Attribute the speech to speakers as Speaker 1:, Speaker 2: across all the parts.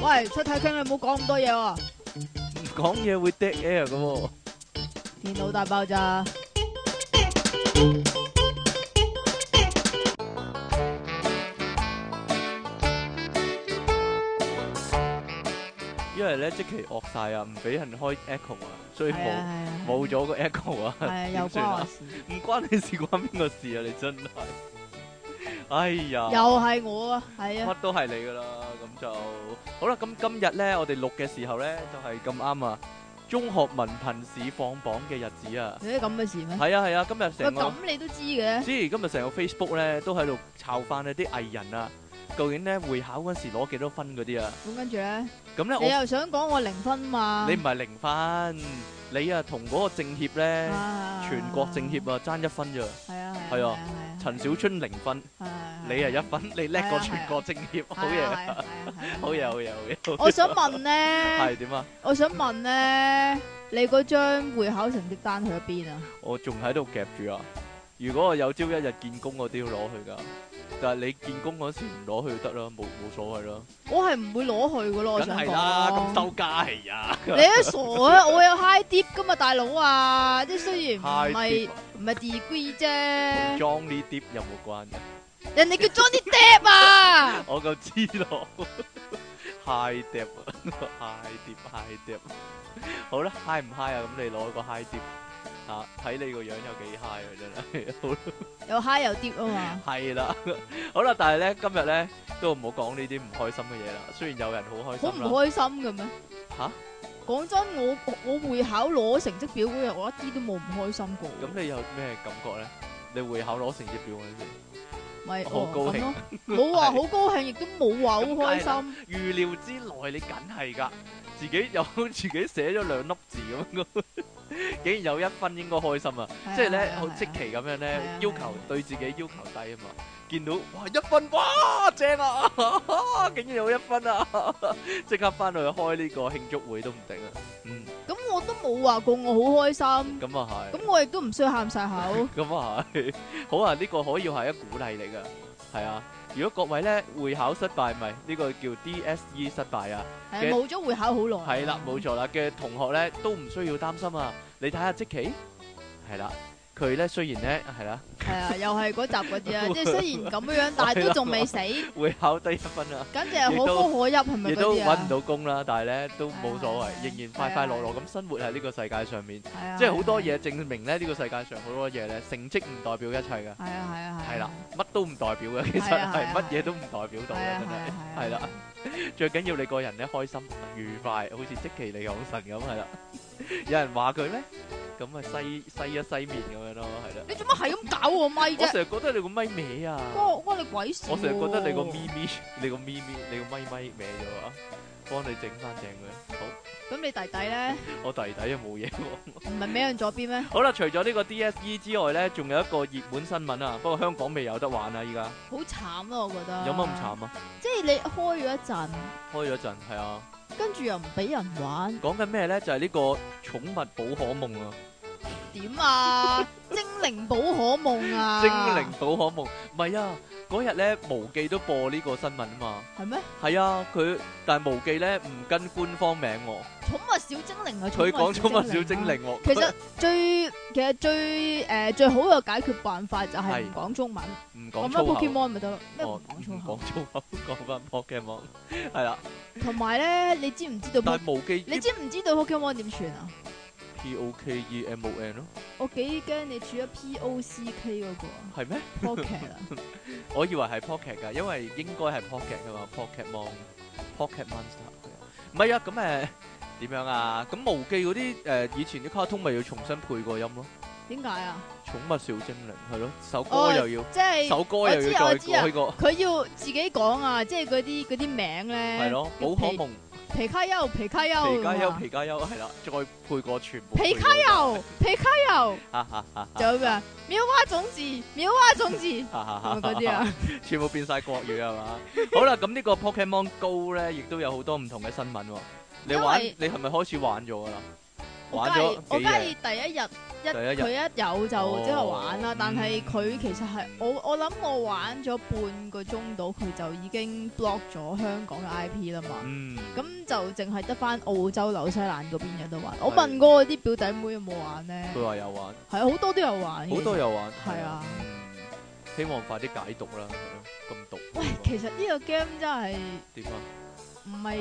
Speaker 1: 喂，出體傾你唔好講咁多嘢喎，
Speaker 2: 講嘢會 dead air 嘅喎。
Speaker 1: 電腦大爆炸。
Speaker 2: 因為咧即期惡晒啊，唔俾人開 echo 啊，所以
Speaker 1: 係
Speaker 2: 冇
Speaker 1: 啊
Speaker 2: 冇咗個 echo 啊，
Speaker 1: 係啊，
Speaker 2: 點
Speaker 1: 又
Speaker 2: 算
Speaker 1: 關我
Speaker 2: 啊？
Speaker 1: 事，
Speaker 2: 唔關你事，關邊個事啊？你真係，哎呀，
Speaker 1: 又係我啊，係啊
Speaker 2: 乜，都係你噶啦，咁就好啦。咁今日咧，我哋錄嘅時候咧，就係咁啱啊，中學文憑試放榜嘅日子啊。
Speaker 1: 有啲咁嘅事咩？
Speaker 2: 係啊係啊，今日
Speaker 1: 喂，
Speaker 2: 成個
Speaker 1: 咁你都知嘅，
Speaker 2: 知今日成個 Facebook 咧都喺度抄翻呢啲藝人啊，究竟咧會考嗰時攞幾多分嗰啲啊？
Speaker 1: 咁跟住咧，
Speaker 2: 咁咧
Speaker 1: 你
Speaker 2: 我
Speaker 1: 又想講我零分嘛？
Speaker 2: 你唔係零分，你啊同嗰個政協咧。
Speaker 1: 啊
Speaker 2: 全國政協啊，爭一分咋？
Speaker 1: 係啊
Speaker 2: 係
Speaker 1: 係啊係
Speaker 2: 啊
Speaker 1: 啊
Speaker 2: 陳小春零分，
Speaker 1: 係啊，
Speaker 2: 你啊一分，你叻過
Speaker 1: Ờ。係啊
Speaker 2: 全國政協，好
Speaker 1: 係
Speaker 2: 嘢，
Speaker 1: 啊係啊係啊係啊
Speaker 2: 好嘢，好嘢，好嘢。
Speaker 1: 我想問咧，
Speaker 2: 係點啊？
Speaker 1: 我想問咧，你嗰張會考成績單去咗邊啊？
Speaker 2: 我仲喺度夾住啊！如果我有朝一日見工，我都要攞去㗎。但係你見工嗰時唔攞去得啦，冇冇所謂啦。
Speaker 1: 我係唔會攞去噶咯，我
Speaker 2: 梗
Speaker 1: 想
Speaker 2: 係
Speaker 1: 講。
Speaker 2: 啦，咁收街啊！
Speaker 1: 你都傻 啊！我有 high dip 噶嘛，大佬啊！即係雖然唔
Speaker 2: High
Speaker 1: 係
Speaker 2: dip 啊
Speaker 1: 唔係 degree
Speaker 2: 同
Speaker 1: 啫，
Speaker 2: 裝呢碟有冇關嘅？
Speaker 1: 人哋叫 Johnny Depp 啊！
Speaker 2: 我就知 咯。high dip 啊 high dip high dip，好啦，high 唔 high 啊？咁你攞個 high dip 吓，睇你個樣有幾 high 啊！真係，好啦
Speaker 1: 又 high 又 dip 啊 嘛，
Speaker 2: 係啦，好啦，但係咧今日咧都唔好講呢啲唔開心嘅嘢啦。雖然有人好開
Speaker 1: 好
Speaker 2: 心
Speaker 1: 唔
Speaker 2: 啦，
Speaker 1: 開心嘅咩？
Speaker 2: 吓
Speaker 1: 講真，我我會考攞成績表嗰日，我一啲都冇唔開心過。
Speaker 2: 咁你有咩感覺咧？你會考攞成績表嗰
Speaker 1: 咪
Speaker 2: 好
Speaker 1: 哦
Speaker 2: 高興
Speaker 1: 咁咯，冇 話好高興，亦都冇話好開
Speaker 2: 咁
Speaker 1: 心。
Speaker 2: 陣，預料之內你梗係㗎，自己 有自己寫咗兩粒字咁 樣，竟然有一分應該開心啊！
Speaker 1: 係啊
Speaker 2: 即係咧
Speaker 1: 係啊
Speaker 2: 好
Speaker 1: 係啊
Speaker 2: 即期咁樣咧
Speaker 1: 係啊，
Speaker 2: 要
Speaker 1: 係啊
Speaker 2: 求對自己要求低啊嘛。見到哇一分哇正啊， 竟然有一分啊！ 即刻翻去開呢個慶祝會都唔定啊。嗯，
Speaker 1: 咁我都冇話過我好開心，
Speaker 2: 咁啊係，
Speaker 1: 咁我亦都唔需要喊晒口。
Speaker 2: 咁啊係， 好啊！呢個可以係一鼓勵嚟噶，係啊。如果各位咧會考失敗，咪呢個叫 DSE 失敗啊。
Speaker 1: 係冇咗會考好耐。
Speaker 2: 係啦，冇錯啦嘅同學咧都唔需要擔心啊。你睇下即期，係啦，佢咧雖然咧係啦
Speaker 1: 係啊，又係嗰集嗰啲 啊，即係雖然咁樣樣，但係都仲未死，
Speaker 2: 會考低一分啊。
Speaker 1: 簡直係可歌可泣，係咪
Speaker 2: 亦
Speaker 1: 嗰
Speaker 2: 都
Speaker 1: 啲
Speaker 2: 揾唔
Speaker 1: 啊？
Speaker 2: 到工啦，但係咧都冇所
Speaker 1: 係啊
Speaker 2: 謂，仍然
Speaker 1: 係啊
Speaker 2: 快快樂樂咁生活喺呢個世界上面，
Speaker 1: 係啊，
Speaker 2: 即係好多嘢證明咧，呢個世界上好多嘢咧，成績唔代表一切㗎，
Speaker 1: 係啊。係啊係啊係。
Speaker 2: 係啦，乜都唔代表嘅，其實
Speaker 1: 係啊係
Speaker 2: 係
Speaker 1: 啊
Speaker 2: 乜嘢都唔代表
Speaker 1: 係
Speaker 2: 到
Speaker 1: 啊
Speaker 2: 嘅，
Speaker 1: 係啊係啊。
Speaker 2: 真係係啦。最緊要你個人咧開心愉快，好似即其李昂神咁係啦。 有人話佢咩？咁咪西西一西面咁樣咯，係啦。
Speaker 1: 你做乜係咁搞我咪
Speaker 2: 我
Speaker 1: 啫？
Speaker 2: 成日覺得你個咪歪啊！
Speaker 1: 關關你鬼事喎！
Speaker 2: 我成日覺得你個咪咪，你個咪咪，你個咪咪歪咗啊！幫你整翻正佢，好。
Speaker 1: 咁你弟弟咧，
Speaker 2: 我弟弟又冇嘢喎。
Speaker 1: 唔係咩向左邊咩？
Speaker 2: 好啦，除咗呢個 DSE 之外呢，仲有一個熱門新聞啊，不過香港未有得玩啊，依家
Speaker 1: 好慘咯，我覺得。
Speaker 2: 有乜咁？慘啊？
Speaker 1: 即係你開咗一陣，
Speaker 2: 開咗陣係啊，
Speaker 1: 跟住又唔俾人玩。
Speaker 2: 講緊咩呢？就係呢個寵物寶可夢啊，
Speaker 1: 点 啊？精靈寶可夢啊？
Speaker 2: 精靈寶可夢，唔係啊，嗰日呢，無記都播呢個新聞啊嘛，
Speaker 1: 係咩？
Speaker 2: 係啊，佢但係無記呢唔跟官方名喎，
Speaker 1: 寵物小精靈啊，
Speaker 2: 佢講寵物小精
Speaker 1: 啊。
Speaker 2: 靈喎，
Speaker 1: 其實最其實最诶最好嘅解決辦法就係
Speaker 2: 係
Speaker 1: 唔講中文，
Speaker 2: 唔
Speaker 1: 講翻
Speaker 2: 講粗口，
Speaker 1: Pokemon 咪得咯，咩唔
Speaker 2: 哦
Speaker 1: 講粗口
Speaker 2: 唔？講粗口，講翻 Pokemon，係啦，
Speaker 1: 同埋咧，你知唔知道 Po-
Speaker 2: 但係無記
Speaker 1: 你知唔知道 Pokemon 點算啊？
Speaker 2: P O K E M O N 咯，
Speaker 1: 我幾驚你處咗 P O C K 嗰個啊
Speaker 2: 係咩？
Speaker 1: Pocket 啊，
Speaker 2: 我以為係 Pocket 㗎，因為應該係 Pocket 㗎嘛，Pokemon、Pocket Monster 係啊。唔係啊，咁誒點樣啊？咁無記嗰啲誒以前啲卡通咪要重新配過音咯，
Speaker 1: 點解啊？
Speaker 2: 《寵物小精靈》係咯，首歌
Speaker 1: 哦
Speaker 2: 又要
Speaker 1: 即係
Speaker 2: 首歌又要
Speaker 1: 我
Speaker 2: 再
Speaker 1: 知啊
Speaker 2: 改過，
Speaker 1: 佢要自己講啊，即係嗰啲嗰啲名咧，
Speaker 2: 係咯，
Speaker 1: 叫
Speaker 2: 寶可
Speaker 1: 啊皮
Speaker 2: 夢、
Speaker 1: 皮卡丘、皮卡丘、
Speaker 2: 皮卡丘、
Speaker 1: 啊
Speaker 2: 皮卡丘係啦，再配過全部
Speaker 1: 皮卡丘、皮卡丘，
Speaker 2: 哈哈哈
Speaker 1: 仲有咩 啊？妙蛙種子、妙蛙種子，係
Speaker 2: 哈哈
Speaker 1: 咪
Speaker 2: 哈
Speaker 1: 嗰啲啊？
Speaker 2: 全部變晒國語係嘛？ 好啦，咁呢個 Pokemon Go 咧，亦都有好多唔同嘅新聞喎。你玩
Speaker 1: 因為
Speaker 2: 你係咪開始玩咗㗎啦？
Speaker 1: 我
Speaker 2: 玩
Speaker 1: 梗
Speaker 2: 咗
Speaker 1: 係我
Speaker 2: 幾
Speaker 1: 梗
Speaker 2: 日
Speaker 1: 係第一日一
Speaker 2: 第一日
Speaker 1: 佢一有就即刻玩啦
Speaker 2: 哦，
Speaker 1: 但係
Speaker 2: 嗯
Speaker 1: 佢其實係我我諗我玩咗半個鐘到，佢就已經 block 咗香港嘅 I P 啦嘛。
Speaker 2: 嗯，
Speaker 1: 咁就淨係得翻澳洲、紐西蘭嗰邊有得玩。我
Speaker 2: 係
Speaker 1: 問過啲表弟妹有冇玩咧，
Speaker 2: 佢話有玩，
Speaker 1: 係好多都有玩嘅。
Speaker 2: 好多有玩，
Speaker 1: 係啊
Speaker 2: 嗯，希望快啲解毒啦，係咯咁毒。
Speaker 1: 喂，其實呢個 game 真係
Speaker 2: 點啊？
Speaker 1: 唔係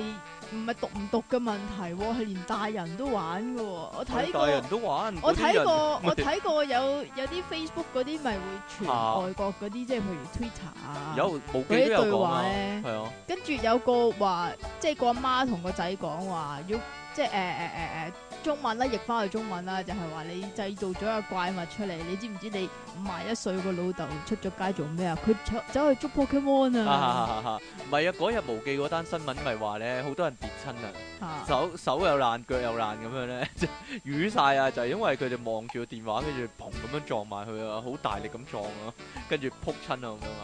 Speaker 1: 唔係毒唔毒嘅問題喎，係連大人都玩嘅喎。我睇
Speaker 2: 大
Speaker 1: 過
Speaker 2: 人。都玩，
Speaker 1: 我
Speaker 2: 嗰啲
Speaker 1: 睇
Speaker 2: 人
Speaker 1: 過，
Speaker 2: 咪
Speaker 1: 我睇過有有啲 Facebook 嗰啲咪會
Speaker 2: 啊
Speaker 1: 傳外國嗰啲，即係譬如 Twitter 啊，
Speaker 2: 有無記
Speaker 1: 嗰啲
Speaker 2: 都有
Speaker 1: 對
Speaker 2: 講
Speaker 1: 話
Speaker 2: 啊，
Speaker 1: 咧，
Speaker 2: 係啊，
Speaker 1: 跟住有個話，即係個阿媽同個仔講話，要即係誒誒誒誒中文啦，譯翻去中文啦，就係話你製造咗個怪物出嚟，你知唔知你五廿一歲個老豆出咗街做咩啊？佢 走走去捉 Pokemon 啊，
Speaker 2: 哈哈哈哈。唔係啊，嗰日無記嗰單新聞咪話呢，好多人跌親啊，
Speaker 1: 嚇
Speaker 2: 手-手又爛，腳又爛咁樣呢，即係瘀晒啊，就係因為佢哋望住個電話，跟住砰咁樣撞埋去啊，好大力咁撞啊，跟住仆親啊咁樣啊，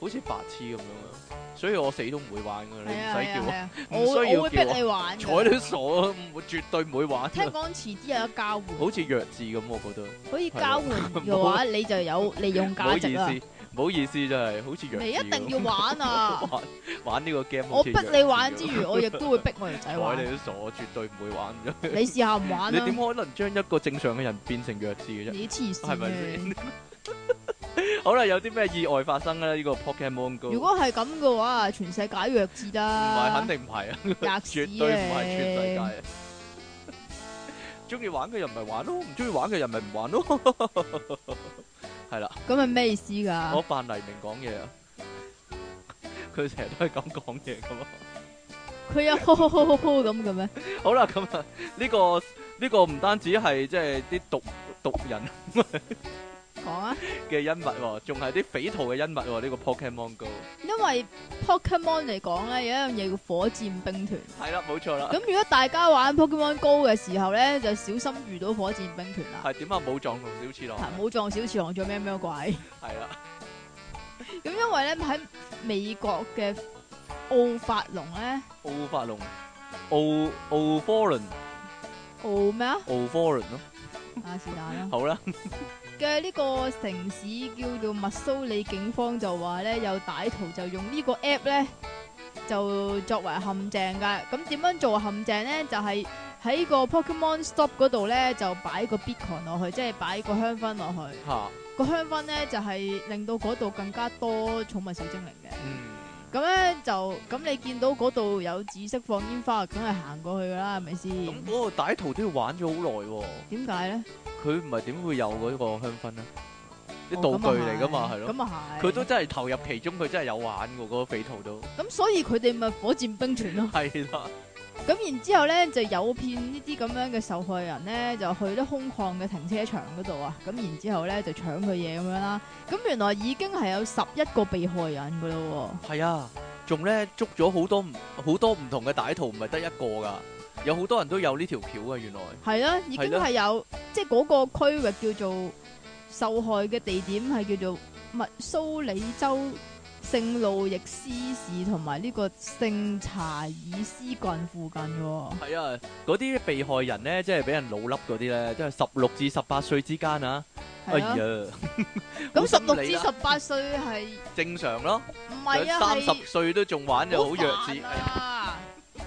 Speaker 2: 好似白痴咁樣啊，所以我死都唔會玩㗎啦，
Speaker 1: 係啊係
Speaker 2: 你唔使叫我，
Speaker 1: 啊係啊，
Speaker 2: 唔需要
Speaker 1: 我我會
Speaker 2: 叫
Speaker 1: 逼
Speaker 2: 我
Speaker 1: 你玩嘅。
Speaker 2: 睬你傻啊，唔會-絕對唔會玩啊，
Speaker 1: 聽講遲啲有得交換。
Speaker 2: 好似弱智咁，我覺得。
Speaker 1: 可以交換 嘅話，你就有利用價值啦。
Speaker 2: 唔好意思，唔好意思，真係，好似弱
Speaker 1: 你一
Speaker 2: 智咁。
Speaker 1: 定要玩 啊！
Speaker 2: 玩-玩呢個game
Speaker 1: 我
Speaker 2: 好似
Speaker 1: 逼
Speaker 2: 弱
Speaker 1: 你
Speaker 2: 智
Speaker 1: 玩
Speaker 2: 咁。
Speaker 1: 之餘，我亦都會逼我條仔 玩。
Speaker 2: 睬你都傻，我絕對唔會玩㗎。
Speaker 1: 你試下唔玩
Speaker 2: 你
Speaker 1: 啦，
Speaker 2: 點可能將一個正常嘅人變成弱智嘅啫？
Speaker 1: 你黐
Speaker 2: 係
Speaker 1: 線
Speaker 2: 咪
Speaker 1: 嘅。
Speaker 2: 先？好啦，有啲咩意外發生咧？呢、個 Pokemon Go
Speaker 1: 如果係咁嘅話，全世界弱智
Speaker 2: 唔係
Speaker 1: 啦，
Speaker 2: 肯定唔係啊，
Speaker 1: 定
Speaker 2: 絕對唔係全世界啊。中意玩嘅人咪玩咯，唔中意玩嘅人咪唔玩咯。係啦，
Speaker 1: 咁係咩意思㗎
Speaker 2: 我？扮黎明講嘢啊，佢成日都係咁講嘢噶嘛。
Speaker 1: 佢有 ho ho ho ho ho 咁嘅咩？
Speaker 2: 好啦，咁啊，呢、個呢、個唔單止係即係啲毒毒人。
Speaker 1: 講啊，
Speaker 2: 嘅恩物喎，仲係啲匪徒嘅恩物喎。呢、個 Pokemon Go
Speaker 1: 因為 Pokemon 嚟講咧，有一樣嘢叫火箭兵團。
Speaker 2: 係啦，冇錯啦。
Speaker 1: 咁如果大家玩 Pokemon Go 嘅時候咧，就小心遇到火箭兵團啦。
Speaker 2: 係點啊？武藏同小次郎
Speaker 1: 嚇冇撞小次郎，做咩咩怪？
Speaker 2: 係啦，
Speaker 1: 咁因為咧喺美國嘅奧法龍咧，
Speaker 2: 奧法龍、奧奧科倫、
Speaker 1: 奧咩啊？
Speaker 2: 奧科倫咯。
Speaker 1: 啊是但啦。
Speaker 2: 好啦，
Speaker 1: 嘅呢個城市叫做密蘇里警方就話咧，有歹徒就用呢個 app 咧，就作為陷阱噶。咁點樣做陷阱咧？就係、喺個 Pokemon Stop 嗰度咧，就擺個 Bitcoin 落去，即係擺個香薰落去。
Speaker 2: 嚇，
Speaker 1: 個香薰咧就係、令到嗰度更加多寵物小精靈嘅。
Speaker 2: 嗯，
Speaker 1: 咁咧就咁你見到嗰度有紫色放煙花，梗係行過去噶啦，係咪先？
Speaker 2: 咁嗰個歹徒都要玩咗好耐喎。
Speaker 1: 點解咧？
Speaker 2: 佢唔係點會有嗰個香薰呢？啲
Speaker 1: 哦
Speaker 2: 道
Speaker 1: 咁啊
Speaker 2: 具嚟噶嘛，
Speaker 1: 係
Speaker 2: 係咯。
Speaker 1: 咁啊係。
Speaker 2: 佢都真係投入其中，佢真係有玩嘅嗰個匪徒都
Speaker 1: 咁，所以佢哋咪火箭兵團咯。
Speaker 2: 係啦，
Speaker 1: 咁然之後咧就誘騙呢啲咁樣嘅受害人咧，就去啲空曠嘅停車場嗰度啊。咁然之後咧就搶佢嘢咁樣啦。咁原來已經係有十一個被害人噶咯
Speaker 2: 係啊，仲咧捉咗好多唔好多唔同嘅歹徒，唔係得一個㗎，有好多人都有呢條橋啊，原來。
Speaker 1: 喎。係啦，已經係有即係嗰個區域叫做受害嘅地點係叫做密蘇里州聖路易斯市同埋呢個聖查爾斯郡附近喎。
Speaker 2: 系啊，嗰啲被害人咧，即係俾人老笠嗰啲咧，即係十六至十八歲之間啊。哎
Speaker 1: 係啦
Speaker 2: 呀，，好
Speaker 1: 咁十
Speaker 2: 心
Speaker 1: 六
Speaker 2: 理
Speaker 1: 至
Speaker 2: 啦
Speaker 1: 十八歲係
Speaker 2: 正常咯，
Speaker 1: 唔係啊？
Speaker 2: 三
Speaker 1: 係
Speaker 2: 十歲都仲玩就好弱智，
Speaker 1: 啊！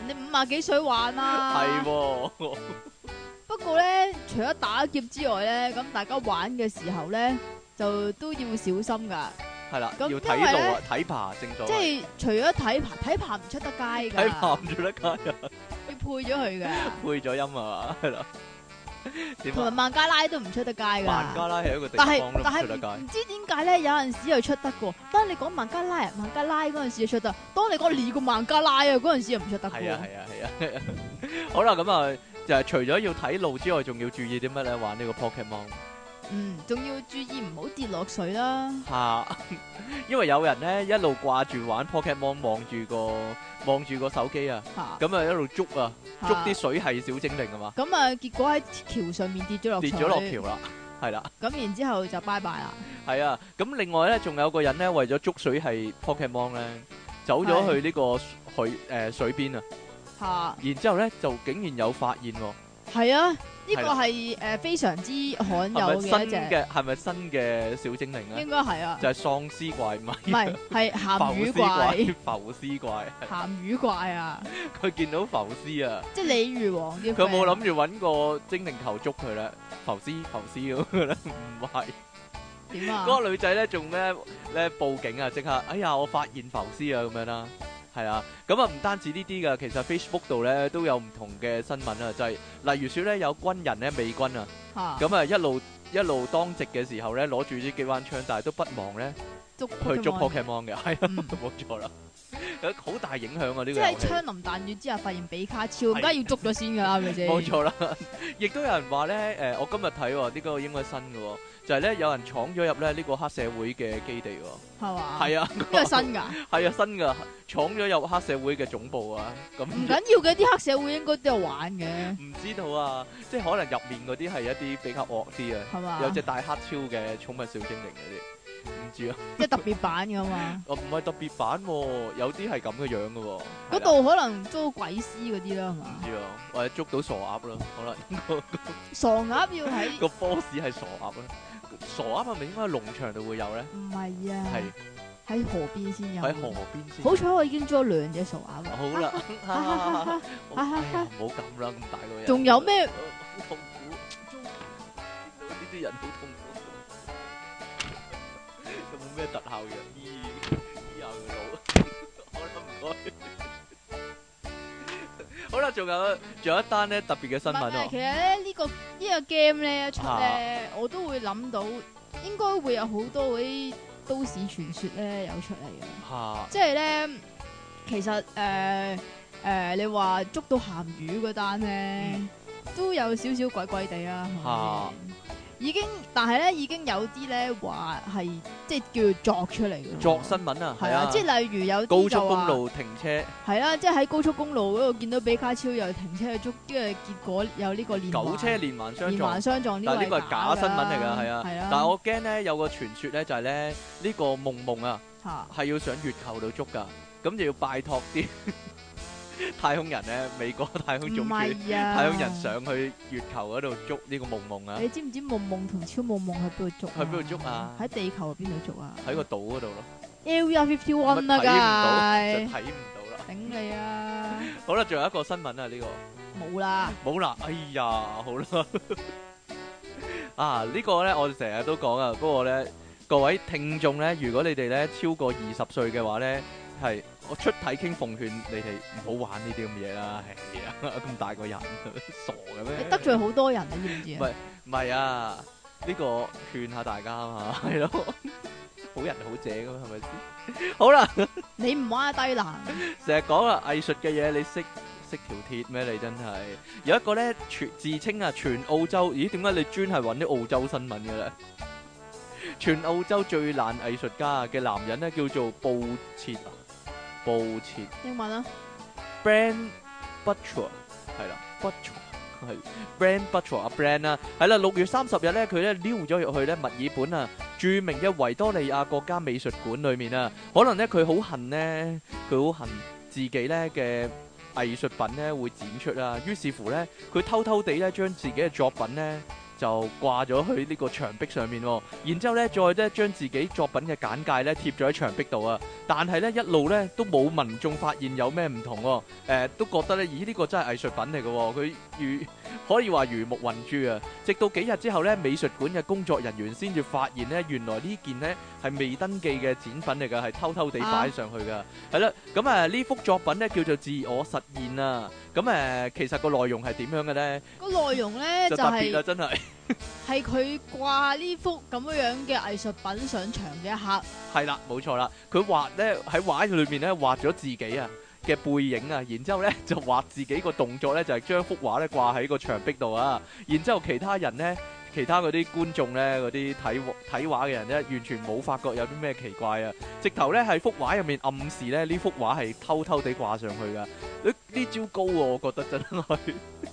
Speaker 1: 你五啊幾歲玩啊？
Speaker 2: 係喎，
Speaker 1: 不過咧，除咗打劫之外咧，咁大家玩嘅時候咧，就都要小心噶。
Speaker 2: 係啦，要
Speaker 1: 咁
Speaker 2: 睇
Speaker 1: 因為
Speaker 2: 路啊
Speaker 1: 呢，
Speaker 2: 睇爬正所
Speaker 1: 即
Speaker 2: 謂，
Speaker 1: 係除咗睇爬，睇爬唔出得街
Speaker 2: 睇爬
Speaker 1: 噶，
Speaker 2: 唔做得街啊，
Speaker 1: 要配咗佢噶，
Speaker 2: 配咗音啊 嘛，係啦，點
Speaker 1: 同埋
Speaker 2: 啊？
Speaker 1: 孟加拉都唔出得街
Speaker 2: 孟加
Speaker 1: 噶。
Speaker 2: 拉係一個地
Speaker 1: 但
Speaker 2: 方
Speaker 1: 係
Speaker 2: 都唔
Speaker 1: 但係
Speaker 2: 出得
Speaker 1: 唔
Speaker 2: 街，
Speaker 1: 唔知點解咧，有陣時又出得噶。當你講孟加拉啊，孟加拉嗰陣時就出得；當你講你個孟加拉啊，嗰陣時又唔出得
Speaker 2: 係啊
Speaker 1: 噶。
Speaker 2: 係啊係啊係啊， 好啦，咁啊，就係除咗要睇路之外，仲要注意啲乜咧？玩呢個 Pokemon。
Speaker 1: 嗯，仲要注意唔好跌落水啦。
Speaker 2: 吓， 因為有人咧一路掛住玩 Pokemon，望住個望住個手機啊，
Speaker 1: 吓
Speaker 2: 咁啊一路捉啊，
Speaker 1: 吓
Speaker 2: 捉啲水系小精靈啊嘛，
Speaker 1: 咁啊，結果喺橋上面跌咗落
Speaker 2: 跌咗落橋啦，係啦，
Speaker 1: 橋，咁然之後就拜拜啦。
Speaker 2: 係啊，咁另外咧仲有個人咧為咗捉水系 Pokemon 咧，走咗去呢個水誒水邊啊，
Speaker 1: 吓
Speaker 2: 然之後咧就竟然有發現喎，
Speaker 1: 系啊，呢
Speaker 2: 係
Speaker 1: 個
Speaker 2: 啦
Speaker 1: 係诶非常之罕有
Speaker 2: 係咪
Speaker 1: 嘅一
Speaker 2: 新
Speaker 1: 隻，
Speaker 2: 嘅係咪新嘅小精靈咧
Speaker 1: 應？該係啊，
Speaker 2: 就係喪屍怪，唔
Speaker 1: 唔
Speaker 2: 係
Speaker 1: 係係鹹
Speaker 2: 浮
Speaker 1: 魚
Speaker 2: 屍
Speaker 1: 怪
Speaker 2: 怪、、 浮屍怪。
Speaker 1: 鹹魚怪啊，
Speaker 2: 佢見到浮屍啊，
Speaker 1: 即係鯉魚王啲 friend。
Speaker 2: 佢有冇諗住揾個精靈球捉佢咧？浮屍浮屍咁樣咧，唔係。
Speaker 1: 點啊？
Speaker 2: 嗰個女仔咧仲咧咧報警啊，即刻，哎呀，我發現浮屍啊，咁樣啦，係啊，咁啊唔單止呢啲噶，其實 Facebook 度咧都有唔同嘅新聞啊，就係、例如説咧有軍人咧美軍啊，
Speaker 1: 嚇
Speaker 2: 咁啊一路一路當值嘅時候咧攞住支機關槍，但係都不忘咧
Speaker 1: 捉
Speaker 2: 去捉
Speaker 1: Pokemon
Speaker 2: Pokemon 嘅，係啊，
Speaker 1: 嗯
Speaker 2: 冇錯啦，好大影響啊呢個
Speaker 1: 即係
Speaker 2: 遊戲。
Speaker 1: 槍林彈雨之下發現比卡超，梗係要捉咗先㗎啦，係咪先？
Speaker 2: 冇錯啦， 亦都有人話咧，誒、我今日睇喎，呢、個應該新嘅喎，就係、咧有人闖咗入咧呢個黑社會嘅基地喎，
Speaker 1: 係嘛？
Speaker 2: 係啊，
Speaker 1: 呢個新㗎，
Speaker 2: 係啊，新噶，闖咗入黑社會嘅總部啊，咁
Speaker 1: 唔緊要嘅，啲黑社會應該都有玩嘅，
Speaker 2: 唔知道啊，即係可能入面嗰啲係一啲比較惡啲啊，
Speaker 1: 係嘛？
Speaker 2: 有隻大黑超嘅寵物小精靈嗰啲，唔知啊，
Speaker 1: 即係特別版㗎嘛，
Speaker 2: 我 唔係啊特別版喎，有啲係咁嘅樣嘅喎，
Speaker 1: 嗰
Speaker 2: 係啦
Speaker 1: 度可能捉鬼屍嗰啲啦，係
Speaker 2: 唔
Speaker 1: 嘛？
Speaker 2: 知啊，或者捉到傻鴨啦，可能
Speaker 1: 傻鴨要喺
Speaker 2: 個 boss 係傻鴨啦，傻鴨係咪應該喺農場度會有咧？
Speaker 1: 唔係啊？
Speaker 2: 係
Speaker 1: 喺河邊先有。
Speaker 2: 喺河邊先。
Speaker 1: 嗯好彩我已經捉咗兩隻傻鴨啦。
Speaker 2: 好啦，
Speaker 1: 啊
Speaker 2: 我哎呀唔好咁啦，咁大個人。
Speaker 1: 仲有咩
Speaker 2: 好痛苦？呢啲人好痛苦。有冇咩特效藥醫醫下佢 腦？好啦，唔 該。好啦，仲有仲有一單咧特別嘅新
Speaker 1: 唔係
Speaker 2: 聞
Speaker 1: 唔係其實
Speaker 2: 喎。
Speaker 1: 咧呢個呢個 game 咧一出咧
Speaker 2: 啊，
Speaker 1: 我都會諗到應該會有好多嗰啲都市傳說咧有出嚟嘅。
Speaker 2: 嚇
Speaker 1: 即係咧，其實诶诶、呃你話捉到鹹魚嗰單咧，
Speaker 2: 嗯
Speaker 1: 都有少少鬼鬼地啊，係咪
Speaker 2: 啊
Speaker 1: 已經，但係咧已經有啲咧話係即係叫做作出嚟嘅，
Speaker 2: 作新聞啊，
Speaker 1: 係
Speaker 2: 係
Speaker 1: 啊，
Speaker 2: 啊，
Speaker 1: 即係例如有
Speaker 2: 高
Speaker 1: 啲
Speaker 2: 速
Speaker 1: 就話
Speaker 2: 公路停車
Speaker 1: 係啦，即係喺高速公路嗰度見到比卡超又停車去捉，跟住結果有呢個連
Speaker 2: 九
Speaker 1: 環
Speaker 2: 車連環相
Speaker 1: 連
Speaker 2: 撞
Speaker 1: 環。相撞呢
Speaker 2: 但係
Speaker 1: 個
Speaker 2: 呢個係假新聞嚟㗎，係啊。
Speaker 1: 係啊，
Speaker 2: 但係我驚咧有個傳說咧，就係咧呢個夢夢啊，
Speaker 1: 嚇
Speaker 2: 係要上月球度捉㗎，咁就要拜託啲 太空人咧，美國太空
Speaker 1: 唔
Speaker 2: 總署、
Speaker 1: 係啊，
Speaker 2: 太空人上去月球嗰度捉呢個夢夢啊
Speaker 1: 你，知唔知夢夢同超夢夢喺邊度捉？
Speaker 2: 去邊度捉啊
Speaker 1: 喺地球邊度捉啊？
Speaker 2: 喺個島嗰度咯，
Speaker 1: Area Fifty
Speaker 2: 咁
Speaker 1: One
Speaker 2: 咪
Speaker 1: 啊，
Speaker 2: 睇唔
Speaker 1: guys
Speaker 2: 到，就睇唔到
Speaker 1: 頂
Speaker 2: 啦。
Speaker 1: 你啊！
Speaker 2: 好啦，仲有一個新聞啊，呢個
Speaker 1: 冇啦，
Speaker 2: 冇啦，哎呀，好啦， 啊呢個咧我哋成日都講啊，不過咧各位聽眾咧，如果你哋咧超過二十歲嘅話咧，係我出體傾奉勸你哋唔好玩呢啲咁嘢啦，係啊， 咁大個人傻嘅咩？
Speaker 1: 你得罪好多人，你知唔知
Speaker 2: 唔
Speaker 1: 啊
Speaker 2: 係？唔係啊，呢、個勸下大家啊嘛，係咯，好人好姐咁係咪先？好啦，
Speaker 1: 你唔玩低能，
Speaker 2: 成日講啦，藝術嘅嘢你識識條鐵咩？你真係有一個咧，全自稱啊全澳洲，咦點解你專係揾啲澳洲新聞嘅咧？ 全澳洲最爛藝術家嘅男人咧，叫做布切啊，布切。
Speaker 1: 英文啊，
Speaker 2: Brand Butcher 係啦，Butcher 係 Brand Butcher 阿 Brand 啦，係啦，六月三十日咧，佢咧溜咗入去咧墨爾本啊，著名嘅維多利亞國家美術館裏面啊，可能咧佢好恨咧，佢好恨自己咧嘅。藝術品咧會展出啦，於是乎咧，佢偷偷地咧將自己嘅作品咧就掛咗去呢個牆壁上面、喎，然之後咧再咧將自己作品嘅簡介咧貼咗喺牆壁度啊，但係咧一路咧都冇民眾發現有咩唔同喎、誒、都覺得咧，咦呢、個真係藝術品嚟嘅喎，佢如 可以話魚目混珠啊！直到幾日之後咧，美術館嘅工作人員先至發現咧，原來呢件呢係未登記嘅展品嚟㗎，係偷偷
Speaker 1: 啊
Speaker 2: 地擺上去㗎。係啦、咁啊呢幅作品咧叫做自我實現啊。咁誒、其實個內容係點樣嘅咧？
Speaker 1: 個內容咧
Speaker 2: 就
Speaker 1: 就
Speaker 2: 特別啦，
Speaker 1: 係
Speaker 2: 真係
Speaker 1: 係佢掛呢幅咁樣樣嘅藝術品上牆嘅一刻，
Speaker 2: 係啦，冇錯啦。佢畫咧喺畫裏面咧畫咗自己啊。嘅背影啊，然之後咧就畫自己個動作咧，就係、將幅畫咧掛喺個牆壁度啊。然之後其他人咧，其他嗰啲觀眾咧，嗰啲睇畫睇畫嘅人咧，完全冇發覺有啲咩奇怪啊！直頭咧喺幅畫入面暗示咧，呢幅畫係偷偷地掛上去噶。呢呢招高喎、我覺得真係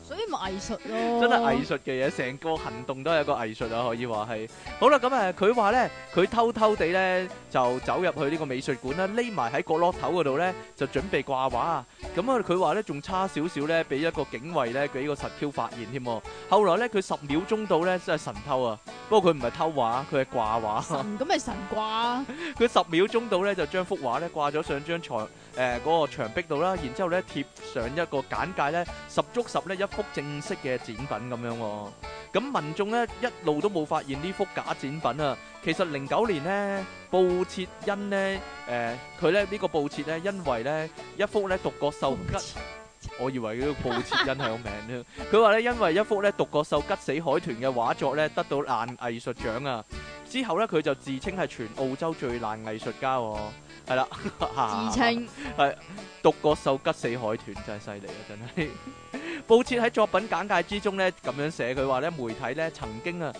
Speaker 1: 所以咪藝術咯，
Speaker 2: 真係藝術嘅嘢，成個行動都係一個藝術啊，可以話係。好啦，咁誒，佢話咧，佢偷偷地咧就走入去呢個美術館啦，匿埋喺角落頭嗰度咧，就準備掛畫啊。咁啊，佢話咧仲差少少咧，俾一個警衛咧，俾個實 Q 發現添喎。後來咧，佢十秒鐘到咧，真係神偷啊！不過佢唔係偷畫，啊佢係掛畫。
Speaker 1: 神咁咪神啩，
Speaker 2: 佢十秒鐘到咧就將幅畫咧掛咗上張牆誒嗰個牆壁度啦，然之後咧貼上一個簡介咧，十足十咧一幅正式嘅展品咁樣喎。咁民眾咧一路都冇發現呢幅假展品啊。其實零九年咧，布切恩咧誒佢咧呢個布切咧，因為咧一幅咧獨角獸吉。我以為呢個布切恩係我名咧。佢話咧，因為一幅咧獨角獸吉死海豚嘅畫作咧，得到爛藝術獎啊！之後咧，佢就自稱係全澳洲最爛藝術家喎、係啦， 啊
Speaker 1: 自稱
Speaker 2: 獨角獸吉死海豚真係犀利啊！真係。 布切喺作品簡介之中咧咁樣寫，佢話咧媒體咧曾經啊，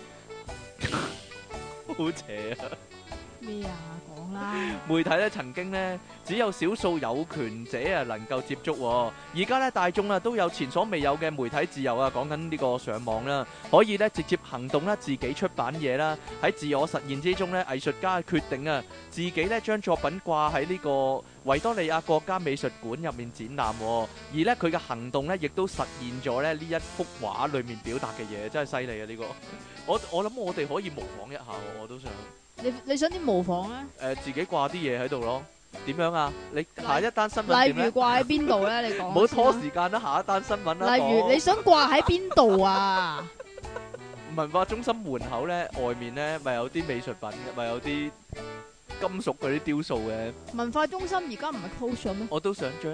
Speaker 2: 好邪啊！
Speaker 1: 咩啊講 啦，
Speaker 2: 媒體咧曾經咧只有少數有權者啊能夠接觸、喎，而家咧大眾啊都有前所未有嘅媒體自由啊，講緊呢個上網啦，可以咧直接行動啦，自己出版嘢啦，喺自我實現之中咧，藝術家決定啊自己咧將作品掛喺呢個維多利亞國家美術館入面展覽、喎，而咧佢嘅行動咧亦都實現咗咧呢一幅畫裡面表達嘅嘢，真係犀利啊！呢、個我我諗我哋可以模仿一下喎，我都想。
Speaker 1: 你你想啲模仿啊？
Speaker 2: 誒、自己掛啲嘢喺度咯。點樣啊？你下一單新聞
Speaker 1: 例
Speaker 2: 啊點
Speaker 1: 如
Speaker 2: 咧？
Speaker 1: 掛喺邊度咧？你講
Speaker 2: 唔好拖
Speaker 1: 先啦啊
Speaker 2: 時間啦，下一單新聞啦。
Speaker 1: 例如你想掛喺邊度啊？
Speaker 2: 你文化中心門口咧，外面咧咪有啲美術品嘅，咪有啲金屬嗰啲雕塑嘅。
Speaker 1: 文化中心而家唔係 close 咗咩？
Speaker 2: 我都想將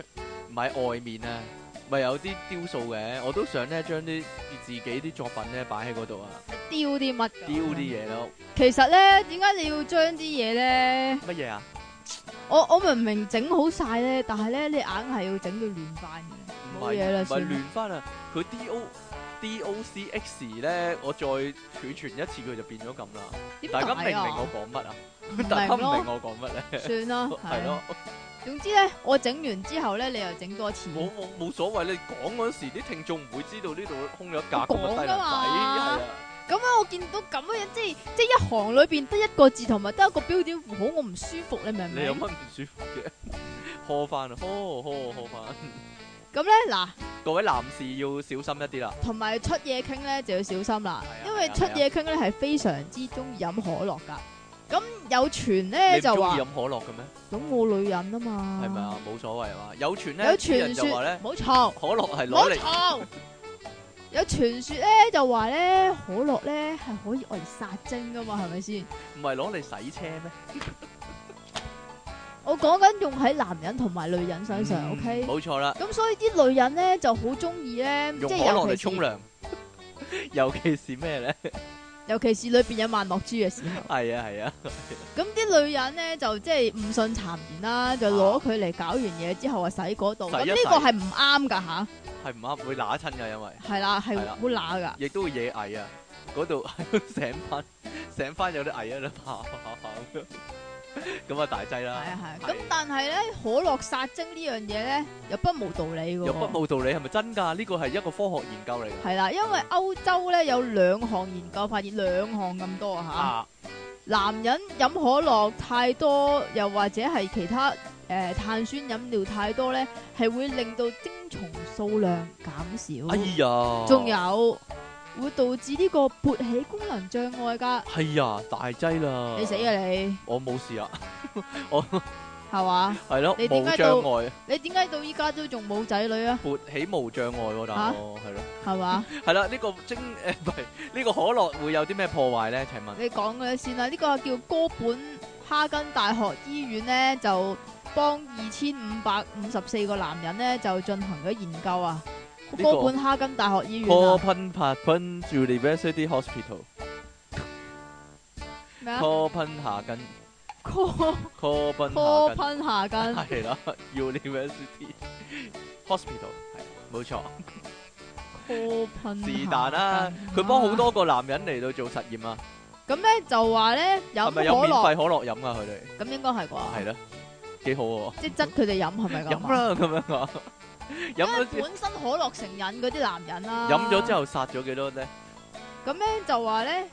Speaker 2: 唔係外面啊，咪有啲雕塑嘅，我都想咧將啲自己啲作品咧擺喺嗰度啊，
Speaker 1: 雕啲乜㗎？
Speaker 2: 雕啲嘢咯。
Speaker 1: 其實咧，點解你要將啲嘢咧？
Speaker 2: 乜嘢啊？
Speaker 1: 我我明明整好晒咧，但係咧你硬係要整到亂翻嘅，
Speaker 2: 唔
Speaker 1: 冇
Speaker 2: 係
Speaker 1: 嘢啦
Speaker 2: 唔係
Speaker 1: 算啦。
Speaker 2: 亂翻啊！佢 D O D O C X 咧，我再儲存一次佢就變咗咁啦。
Speaker 1: 點
Speaker 2: 大家明
Speaker 1: 解
Speaker 2: 唔明我
Speaker 1: 啊？
Speaker 2: 講乜啊？
Speaker 1: 明
Speaker 2: 大家唔
Speaker 1: 咯
Speaker 2: 明我 講乜咧？
Speaker 1: 算啦，
Speaker 2: 係咯，，
Speaker 1: 總之咧，我整完之後咧，你又整多次。
Speaker 2: 冇冇冇所謂。你講嗰時，啲聽眾唔會知道呢度空咗一格
Speaker 1: 我講
Speaker 2: 咁低能仔，
Speaker 1: 㗎嘛
Speaker 2: 係啊，
Speaker 1: 咁啊，我見到咁樣，即係即係一行裏邊得一個字同埋得一個標點符號，我唔舒服，你明唔
Speaker 2: 你有
Speaker 1: 明
Speaker 2: 乜？唔舒服嘅？ 呵翻啊，呵呵呵翻。
Speaker 1: 咁咧嗱，
Speaker 2: 各位男士要小心一啲啦，
Speaker 1: 同埋出嘢傾咧就要小心啦
Speaker 2: 係啊，
Speaker 1: 因為
Speaker 2: 係啊
Speaker 1: 出嘢傾咧係非常之中意飲可樂噶。咁有傳
Speaker 2: 你
Speaker 1: 咧
Speaker 2: 唔中
Speaker 1: 就話
Speaker 2: 意飲可樂嘅咩？
Speaker 1: 咁我女人啊嘛，
Speaker 2: 係咪啊？冇所謂啊嘛。有傳咧，
Speaker 1: 有
Speaker 2: 啲人
Speaker 1: 傳
Speaker 2: 就話
Speaker 1: 說
Speaker 2: 咧，，
Speaker 1: 冇錯，
Speaker 2: 可樂係攞
Speaker 1: 冇
Speaker 2: 嚟
Speaker 1: 錯。有傳說咧就話咧可樂咧係可以愛嚟殺精噶嘛，係咪先？
Speaker 2: 唔係攞嚟洗車咩？
Speaker 1: 我講緊用喺男人同埋女人身上
Speaker 2: 嗯
Speaker 1: ，OK。
Speaker 2: 冇錯啦，
Speaker 1: 咁所以啲女人咧就好中意咧，即
Speaker 2: 用可
Speaker 1: 係
Speaker 2: 樂
Speaker 1: 尤其
Speaker 2: 嚟沖
Speaker 1: 是
Speaker 2: 涼， 尤其是咩咧？
Speaker 1: 尤其是裏邊有萬樂珠嘅時候，
Speaker 2: 係啊係啊，
Speaker 1: 咁啲女人咧就即係唔信谗言啦，就攞佢嚟搞完嘢之後啊洗嗰度，
Speaker 2: 洗
Speaker 1: 咁
Speaker 2: 一
Speaker 1: 呢
Speaker 2: 洗
Speaker 1: 個係唔啱噶吓，
Speaker 2: 係唔啱會乸親㗎，因為。
Speaker 1: 係啦係
Speaker 2: 係啦
Speaker 1: 好乸噶。
Speaker 2: 亦都會惹蟻啊！嗰度 醒翻，醒翻有啲蟻喺度爬爬爬咁樣，咁啊大劑
Speaker 1: 係
Speaker 2: 啦！
Speaker 1: 啊係啊，
Speaker 2: 係
Speaker 1: 咁但係咧，可樂殺精呢樣嘢咧，又不無道理嘅。
Speaker 2: 又不冇道理，係咪真㗎？呢個係一個科學研究嚟㗎。
Speaker 1: 係啦，因為歐洲咧有兩項研究發現，兩項咁多啊
Speaker 2: 啊，
Speaker 1: 吓，男人飲可樂太多，又或者係其他诶、呃碳酸飲料太多咧，係會令到精蟲數量減少，
Speaker 2: 哎呀，
Speaker 1: 仲、有會導致呢個勃起功能障礙㗎。
Speaker 2: 係呀，大劑啦！
Speaker 1: 你死！啊你，
Speaker 2: 我冇事啊，
Speaker 1: 係嘛？
Speaker 2: 係咯，
Speaker 1: 你點
Speaker 2: 冇
Speaker 1: 解
Speaker 2: 障
Speaker 1: 到
Speaker 2: 礙，
Speaker 1: 你點解到依家都仲冇仔女啊？
Speaker 2: 勃起無障礙喎，大佬係咯，
Speaker 1: 係 嘛？
Speaker 2: 係啦，呢個精誒唔係呢個可樂會有啲咩破壞咧？請問
Speaker 1: 你講嘅先啦，呢、個叫哥本哈根大學醫院呢，就幫二千五百五十四個男人呢，就進行咗研究啊。
Speaker 2: 呢個
Speaker 1: 哥本哈根大學醫院
Speaker 2: c o
Speaker 1: 啊
Speaker 2: p e n h a g e n University Hospital，c
Speaker 1: 咩啊
Speaker 2: o p e n h a g e n
Speaker 1: ？Co
Speaker 2: c o p e n h a g e
Speaker 1: Co
Speaker 2: n
Speaker 1: 本哈根
Speaker 2: 係啦，University Hospital 係冇錯，
Speaker 1: Co 本
Speaker 2: 是但啦。佢幫好。多個男人嚟到做實驗啊，
Speaker 1: 咁呢就話呢，有
Speaker 2: 係
Speaker 1: 可
Speaker 2: 咪有免
Speaker 1: 樂，
Speaker 2: 費可樂飲啊？佢哋
Speaker 1: 咁應該係
Speaker 2: 係
Speaker 1: 啩？
Speaker 2: 啦，幾好喎，
Speaker 1: 即係質佢哋飲係咪咁
Speaker 2: 飲
Speaker 1: 啊？
Speaker 2: 啦咁樣啊，飲
Speaker 1: 因為
Speaker 2: 咗之
Speaker 1: 本身可樂成癮嗰啲男人啦，
Speaker 2: 飲咗之後殺咗幾多咧？
Speaker 1: 咁咧就話咧，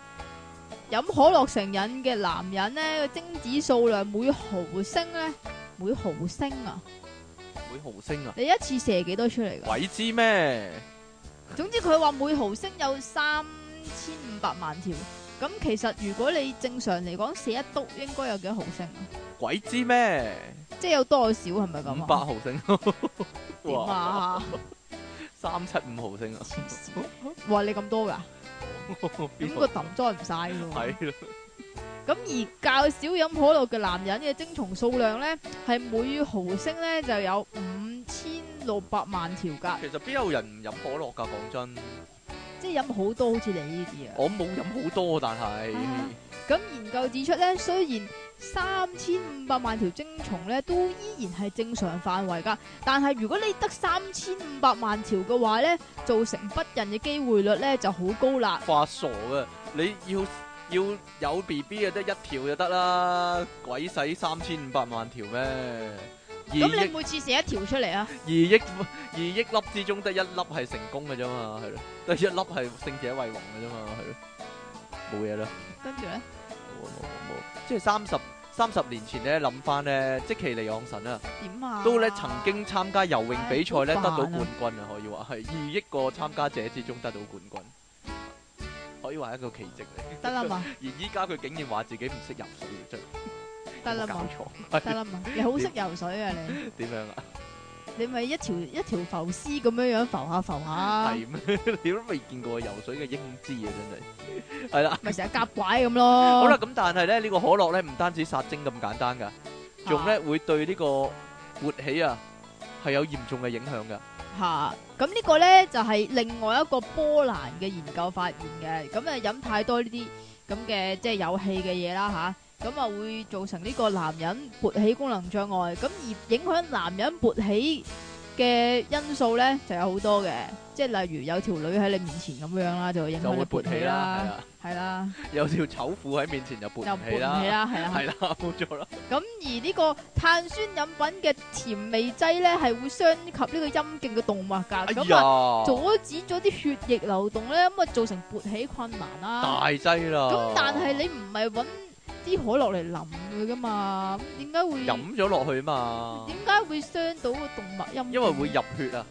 Speaker 1: 飲可樂成癮嘅男人咧，個精子數量每毫升咧，每毫升啊，
Speaker 2: 每毫升啊，
Speaker 1: 你一次射幾多出嚟噶？
Speaker 2: 鬼知咩？
Speaker 1: 總之佢話每毫升有三千五百萬條。咁其實如果你正常嚟講射一督應該有幾多毫升啊？
Speaker 2: 鬼知咩？
Speaker 1: 即係有多有少係咪
Speaker 2: 五
Speaker 1: 咁
Speaker 2: 百
Speaker 1: 啊？
Speaker 2: 毫升，
Speaker 1: 點啊？
Speaker 2: 三七五毫升啊，
Speaker 1: 黐線！ 哇！你咁多㗎？咁個抌裝唔晒㗎喎。
Speaker 2: 係咯，
Speaker 1: 咁而較少飲可樂嘅男人嘅精蟲數量呢，係每毫升呢就有五千六百萬條㗎，
Speaker 2: 其實邊有人唔飲可樂㗎？講真，
Speaker 1: 即係飲好多好似你呢啲啊。
Speaker 2: 我冇飲好多，但係
Speaker 1: 啊咁研究指出呢，雖然三千五百萬條精蟲呢都依然係正常範圍㗎，但係如果你得三千五百萬條嘅話呢，造成不孕嘅機會率呢就好高啦。
Speaker 2: 發傻嘅，你要要有 B B 嘅得一條就得啦，鬼使三千五百萬條咩？二
Speaker 1: 咁你
Speaker 2: 億
Speaker 1: 每次射一條出嚟啊？
Speaker 2: 二億二億粒之中得一粒係成功嘅啫嘛，係咯，得一粒係勝者為王嘅啫嘛，係咯，冇嘢啦。
Speaker 1: 跟住呢，
Speaker 2: 冇冇冇冇，即係三十三十年前咧諗翻咧，即其利昂神啊，
Speaker 1: 點啊？
Speaker 2: 都咧曾經參加游泳比賽咧
Speaker 1: 唉
Speaker 2: 得到
Speaker 1: 好
Speaker 2: 冠
Speaker 1: 煩啊
Speaker 2: 軍啊，可以話係二億個參加者之中得到冠軍，可以話係一個奇蹟嚟。
Speaker 1: 得啦 嘛，
Speaker 2: 而依家佢竟然話自己唔識游水，真係
Speaker 1: 得啦
Speaker 2: 有冇
Speaker 1: 嘛。
Speaker 2: 搞錯哎
Speaker 1: 得啦嘛，你好識游水啊 你，
Speaker 2: 點樣啊？
Speaker 1: 你咪一條一條浮絲咁樣樣浮下浮下，
Speaker 2: 係咩？ 你都未見過游水嘅英姿啊！ 真係係啦。
Speaker 1: 咪成日夾拐咁咯。
Speaker 2: 好啦，咁但係咧呢個可樂咧唔單止殺精咁簡單
Speaker 1: 啊
Speaker 2: 㗎，仲咧會對呢個勃起啊係有嚴重嘅影響㗎。
Speaker 1: 吓，咁呢個咧就係另外一個波蘭嘅研究發現嘅，咁啊飲太多呢啲咁嘅即係有氣嘅嘢啦吓，咁啊會造成呢個男人勃起功能障礙，咁而影響男人勃起嘅因素咧就有好多嘅，即係例如有條女喺你面前咁樣啦，就會影
Speaker 2: 就
Speaker 1: 響
Speaker 2: 會
Speaker 1: 你
Speaker 2: 勃
Speaker 1: 勃
Speaker 2: 起
Speaker 1: 起
Speaker 2: 啦，係
Speaker 1: 啦，
Speaker 2: 啦，
Speaker 1: 係啦，
Speaker 2: 有條醜婦喺面前就勃
Speaker 1: 就
Speaker 2: 唔
Speaker 1: 勃
Speaker 2: 起
Speaker 1: 起
Speaker 2: 啦，
Speaker 1: 啦，係啦。
Speaker 2: 係啦，冇錯啦，
Speaker 1: 咁而呢個碳酸飲品嘅甜味劑咧，係會傷及呢個陰莖嘅動脈㗎，
Speaker 2: 哎
Speaker 1: 咁啊、
Speaker 2: 呀，
Speaker 1: 阻止咗啲血液流動咧，咁啊造成勃起困難啦。
Speaker 2: 大啊劑啦，
Speaker 1: 咁但係你唔係揾啲可樂嚟淋佢噶嘛？咁點解會
Speaker 2: 飲咗落去嘛，
Speaker 1: 點解會傷到個動脈陰？
Speaker 2: 因為會入血啊，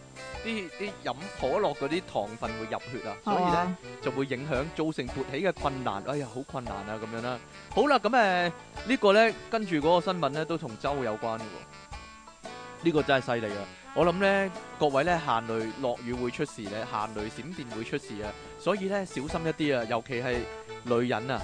Speaker 2: 啲啲飲可樂嗰啲糖分會入血啊，所以
Speaker 1: 係
Speaker 2: 咧
Speaker 1: 嘛
Speaker 2: 就會影響造成勃起嘅困難，哎呀，好困難啊咁樣啦。好啦，咁誒呢個咧跟住嗰個新聞咧都同州有關嘅喎，呢個真係犀利啊！我諗咧各位咧行雷落雨會出事咧，行雷閃電會出事啊！所以咧小心一啲啊，尤其係女人啊，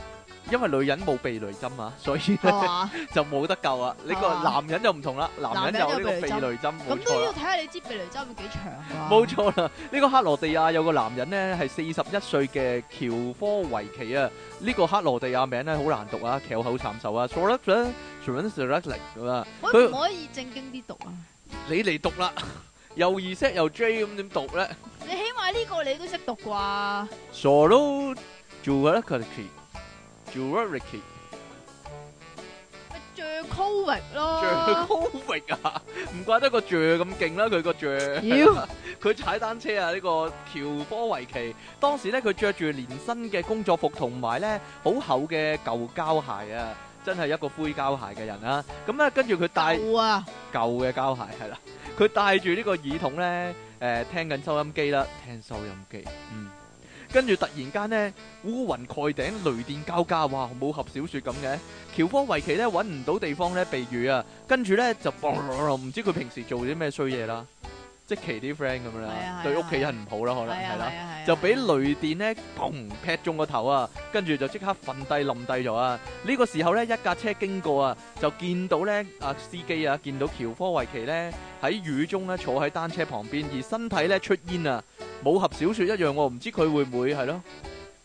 Speaker 2: 因為女人冇避雷針啊，所以
Speaker 1: 係
Speaker 2: 咧
Speaker 1: 嘛？哦
Speaker 2: 就冇得救啊！呢個
Speaker 1: 啊
Speaker 2: 男人就唔同啦，男人
Speaker 1: 男
Speaker 2: 有
Speaker 1: 人有
Speaker 2: 呢個
Speaker 1: 避雷
Speaker 2: 避
Speaker 1: 針
Speaker 2: 雷針，冇
Speaker 1: 咁
Speaker 2: 錯
Speaker 1: 都
Speaker 2: 啦
Speaker 1: 要。睇下你支避雷針有幾長㗎。
Speaker 2: 冇錯啦，呢個克羅地亞有個男人呢，係四十一歲嘅喬科維奇啊。呢個克羅地亞名呢，好難讀啊，翹口慘手啊 s o r a k s o r a s o r a k 咁啊，
Speaker 1: 可唔可以正經啲讀啊？
Speaker 2: 你嚟讀啦，又二 set 又 J 咁點讀呢
Speaker 1: 你起碼呢個你都識讀啩？
Speaker 2: s o r o j u r a k i k i j u r a k i
Speaker 1: 咪 j c o v i
Speaker 2: 著
Speaker 1: 咯。
Speaker 2: 高域啊，唔怪得個著咁勁啦，佢個著。
Speaker 1: 妖
Speaker 2: 佢踩單車啊！呢、個喬科維奇當時咧，佢着住連身嘅工作服同埋咧好厚嘅舊膠鞋啊，真係一個灰膠鞋嘅人啊！咁咧跟住佢戴
Speaker 1: 舊啊！
Speaker 2: 舊嘅膠鞋係啦， 佢戴住呢個耳筒咧，誒、聽緊收音機啦，聽收音機，嗯。跟住突然間呢，烏雲蓋頂，雷電交加，哇！武俠小説咁嘅。喬科維奇呢，揾唔到地方呢避雨啊，跟住呢，就唔知佢平時做啲咩衰嘢啦，即其啲 friend 咁
Speaker 1: 係
Speaker 2: 樣
Speaker 1: 啊係
Speaker 2: 啦，
Speaker 1: 啊
Speaker 2: 對屋企人唔好啦，可能
Speaker 1: 係啊
Speaker 2: 係
Speaker 1: 係。
Speaker 2: 啦
Speaker 1: 啊係啊！
Speaker 2: 就俾雷電咧，砰劈中個頭啊！跟住就即刻瞓低冧低咗啊！呢個時候咧，一架車經過啊，就見到咧啊司機啊，見到喬科維奇咧喺雨中咧坐喺單車旁邊，而身體咧出煙啊！武俠小説一樣喎、唔知佢會唔會係咯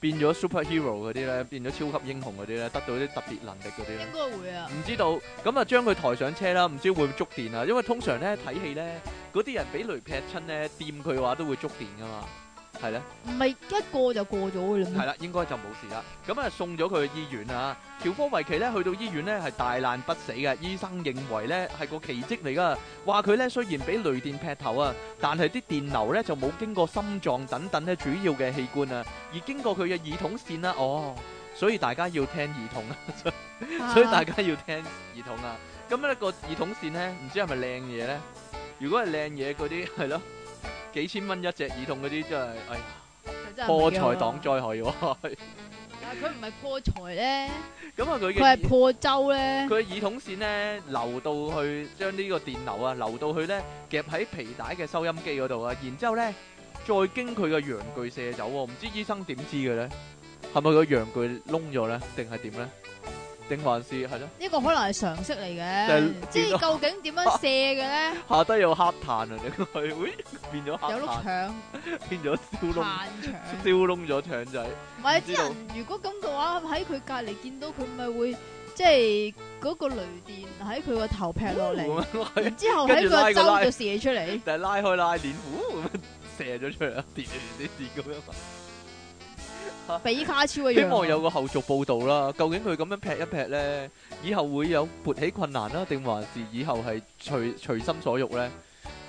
Speaker 2: 變咗 superhero 嗰啲咧，變咗超級英雄嗰啲咧，得到啲特別能力嗰啲咧
Speaker 1: 應。該會啊。
Speaker 2: 唔知道，咁啊將佢抬上車啦，唔知會唔會觸電啊？因為通常咧睇戲咧，嗰啲人俾雷劈親咧，掂佢嘅話都會觸電噶嘛，係咧。
Speaker 1: 唔係一個就過咗嘅啦
Speaker 2: 系
Speaker 1: 咩？
Speaker 2: 啦，應該就冇事啦。咁啊，送咗佢去醫院啊。喬科維奇咧去到醫院咧係大難不死嘅，醫生認為咧係個奇蹟嚟噶，話佢咧雖然俾雷電劈頭啊，但係啲電流咧就冇經過心臟等等咧主要嘅器官啊，而經過佢嘅耳筒線啦、哦，所以大家要聽耳筒啊。所以大家要聽耳筒啊。咁呢個耳筒線咧，唔知係咪靚嘢咧？如果係靚嘢嗰啲，係咯，幾千蚊一隻耳筒嗰啲，真係哎呀，破財擋災害喎。
Speaker 1: 但係佢唔係破財咧，
Speaker 2: 咁啊，佢
Speaker 1: 佢
Speaker 2: 嘅
Speaker 1: 係
Speaker 2: 耳
Speaker 1: 破周咧。
Speaker 2: 佢嘅耳筒線咧流到去將呢個電流啊流到去咧夾喺皮帶嘅收音機嗰度啊，然之後咧再經佢嘅陽具射走喎，唔知醫生點知嘅咧？係咪個陽具窿咗咧？定係點咧？定還是係咯？
Speaker 1: 呢個可能係常識嚟
Speaker 2: 就係
Speaker 1: 嘅，即係究竟點樣射嘅 咧？
Speaker 2: 下低有黑炭啊！你佢會 變咗
Speaker 1: 有
Speaker 2: 黑
Speaker 1: 碌
Speaker 2: 炭，
Speaker 1: 腸、
Speaker 2: 變咗燒窿，
Speaker 1: 炭腸，
Speaker 2: 燒窿咗腸仔。
Speaker 1: 唔係
Speaker 2: 知
Speaker 1: 啲
Speaker 2: 道
Speaker 1: 人如果咁嘅話，喺佢隔離見到佢咪會即係嗰個雷電喺佢個頭劈落 嚟，
Speaker 2: 咁樣
Speaker 1: 然之後
Speaker 2: 跟住
Speaker 1: 喺個
Speaker 2: 拉個拉
Speaker 1: 周就射出嚟。
Speaker 2: 但係拉開拉鏈，呼咁樣射咗出嚟啊！跌跌跌跌咁樣。
Speaker 1: 比 E 卡超一
Speaker 2: 希
Speaker 1: 樣。啊
Speaker 2: 望有個後續報導啦。究竟佢咁樣劈一劈咧，以後會有勃起困難啦，定還是以後係隨隨心所欲咧？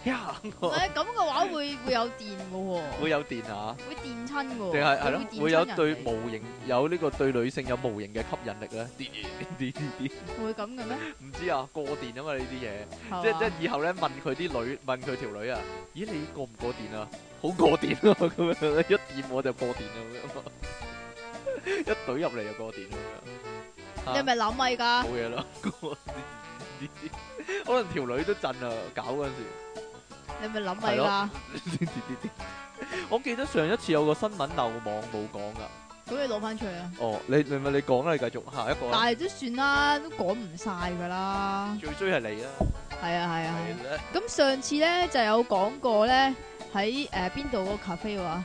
Speaker 2: 呀，
Speaker 1: 唔係咁嘅話會會有電嘅喎，
Speaker 2: 會有電啊？
Speaker 1: 會電親嘅喎。
Speaker 2: 定係係
Speaker 1: 電
Speaker 2: 咯？
Speaker 1: 親
Speaker 2: 會有
Speaker 1: 人
Speaker 2: 對
Speaker 1: 嚟
Speaker 2: 無形有呢個對女性有無形嘅吸引力咧？ 啲啲啲
Speaker 1: 會咁嘅咩？
Speaker 2: 啲，唔知啊，過電啊嘛呢啲嘢。即
Speaker 1: 係嘛
Speaker 2: 即以後咧問佢啲女問佢條女啊，咦你過唔過電啊？好過電啊 咁樣，一掂我就過電啦咁 樣，一懟入嚟就過電咁樣。
Speaker 1: 你係咪諗啊咪㗎
Speaker 2: 冇？嘢啦，過電可能條女都震啊，搞嗰陣時。
Speaker 1: 你係咪諗啊咪㗎？
Speaker 2: 我記得上一次有個新聞漏網冇講噶，
Speaker 1: 咁你攞翻出嚟啊！
Speaker 2: 哦，你你咪你講啦，你繼續下一個
Speaker 1: 但
Speaker 2: 啦，
Speaker 1: 係都算啦，都講唔晒㗎啦。
Speaker 2: 最衰係你啦，
Speaker 1: 係啊係啊。
Speaker 2: 係啦，
Speaker 1: 咁上次咧就有講過咧，喺誒邊度個咖啡話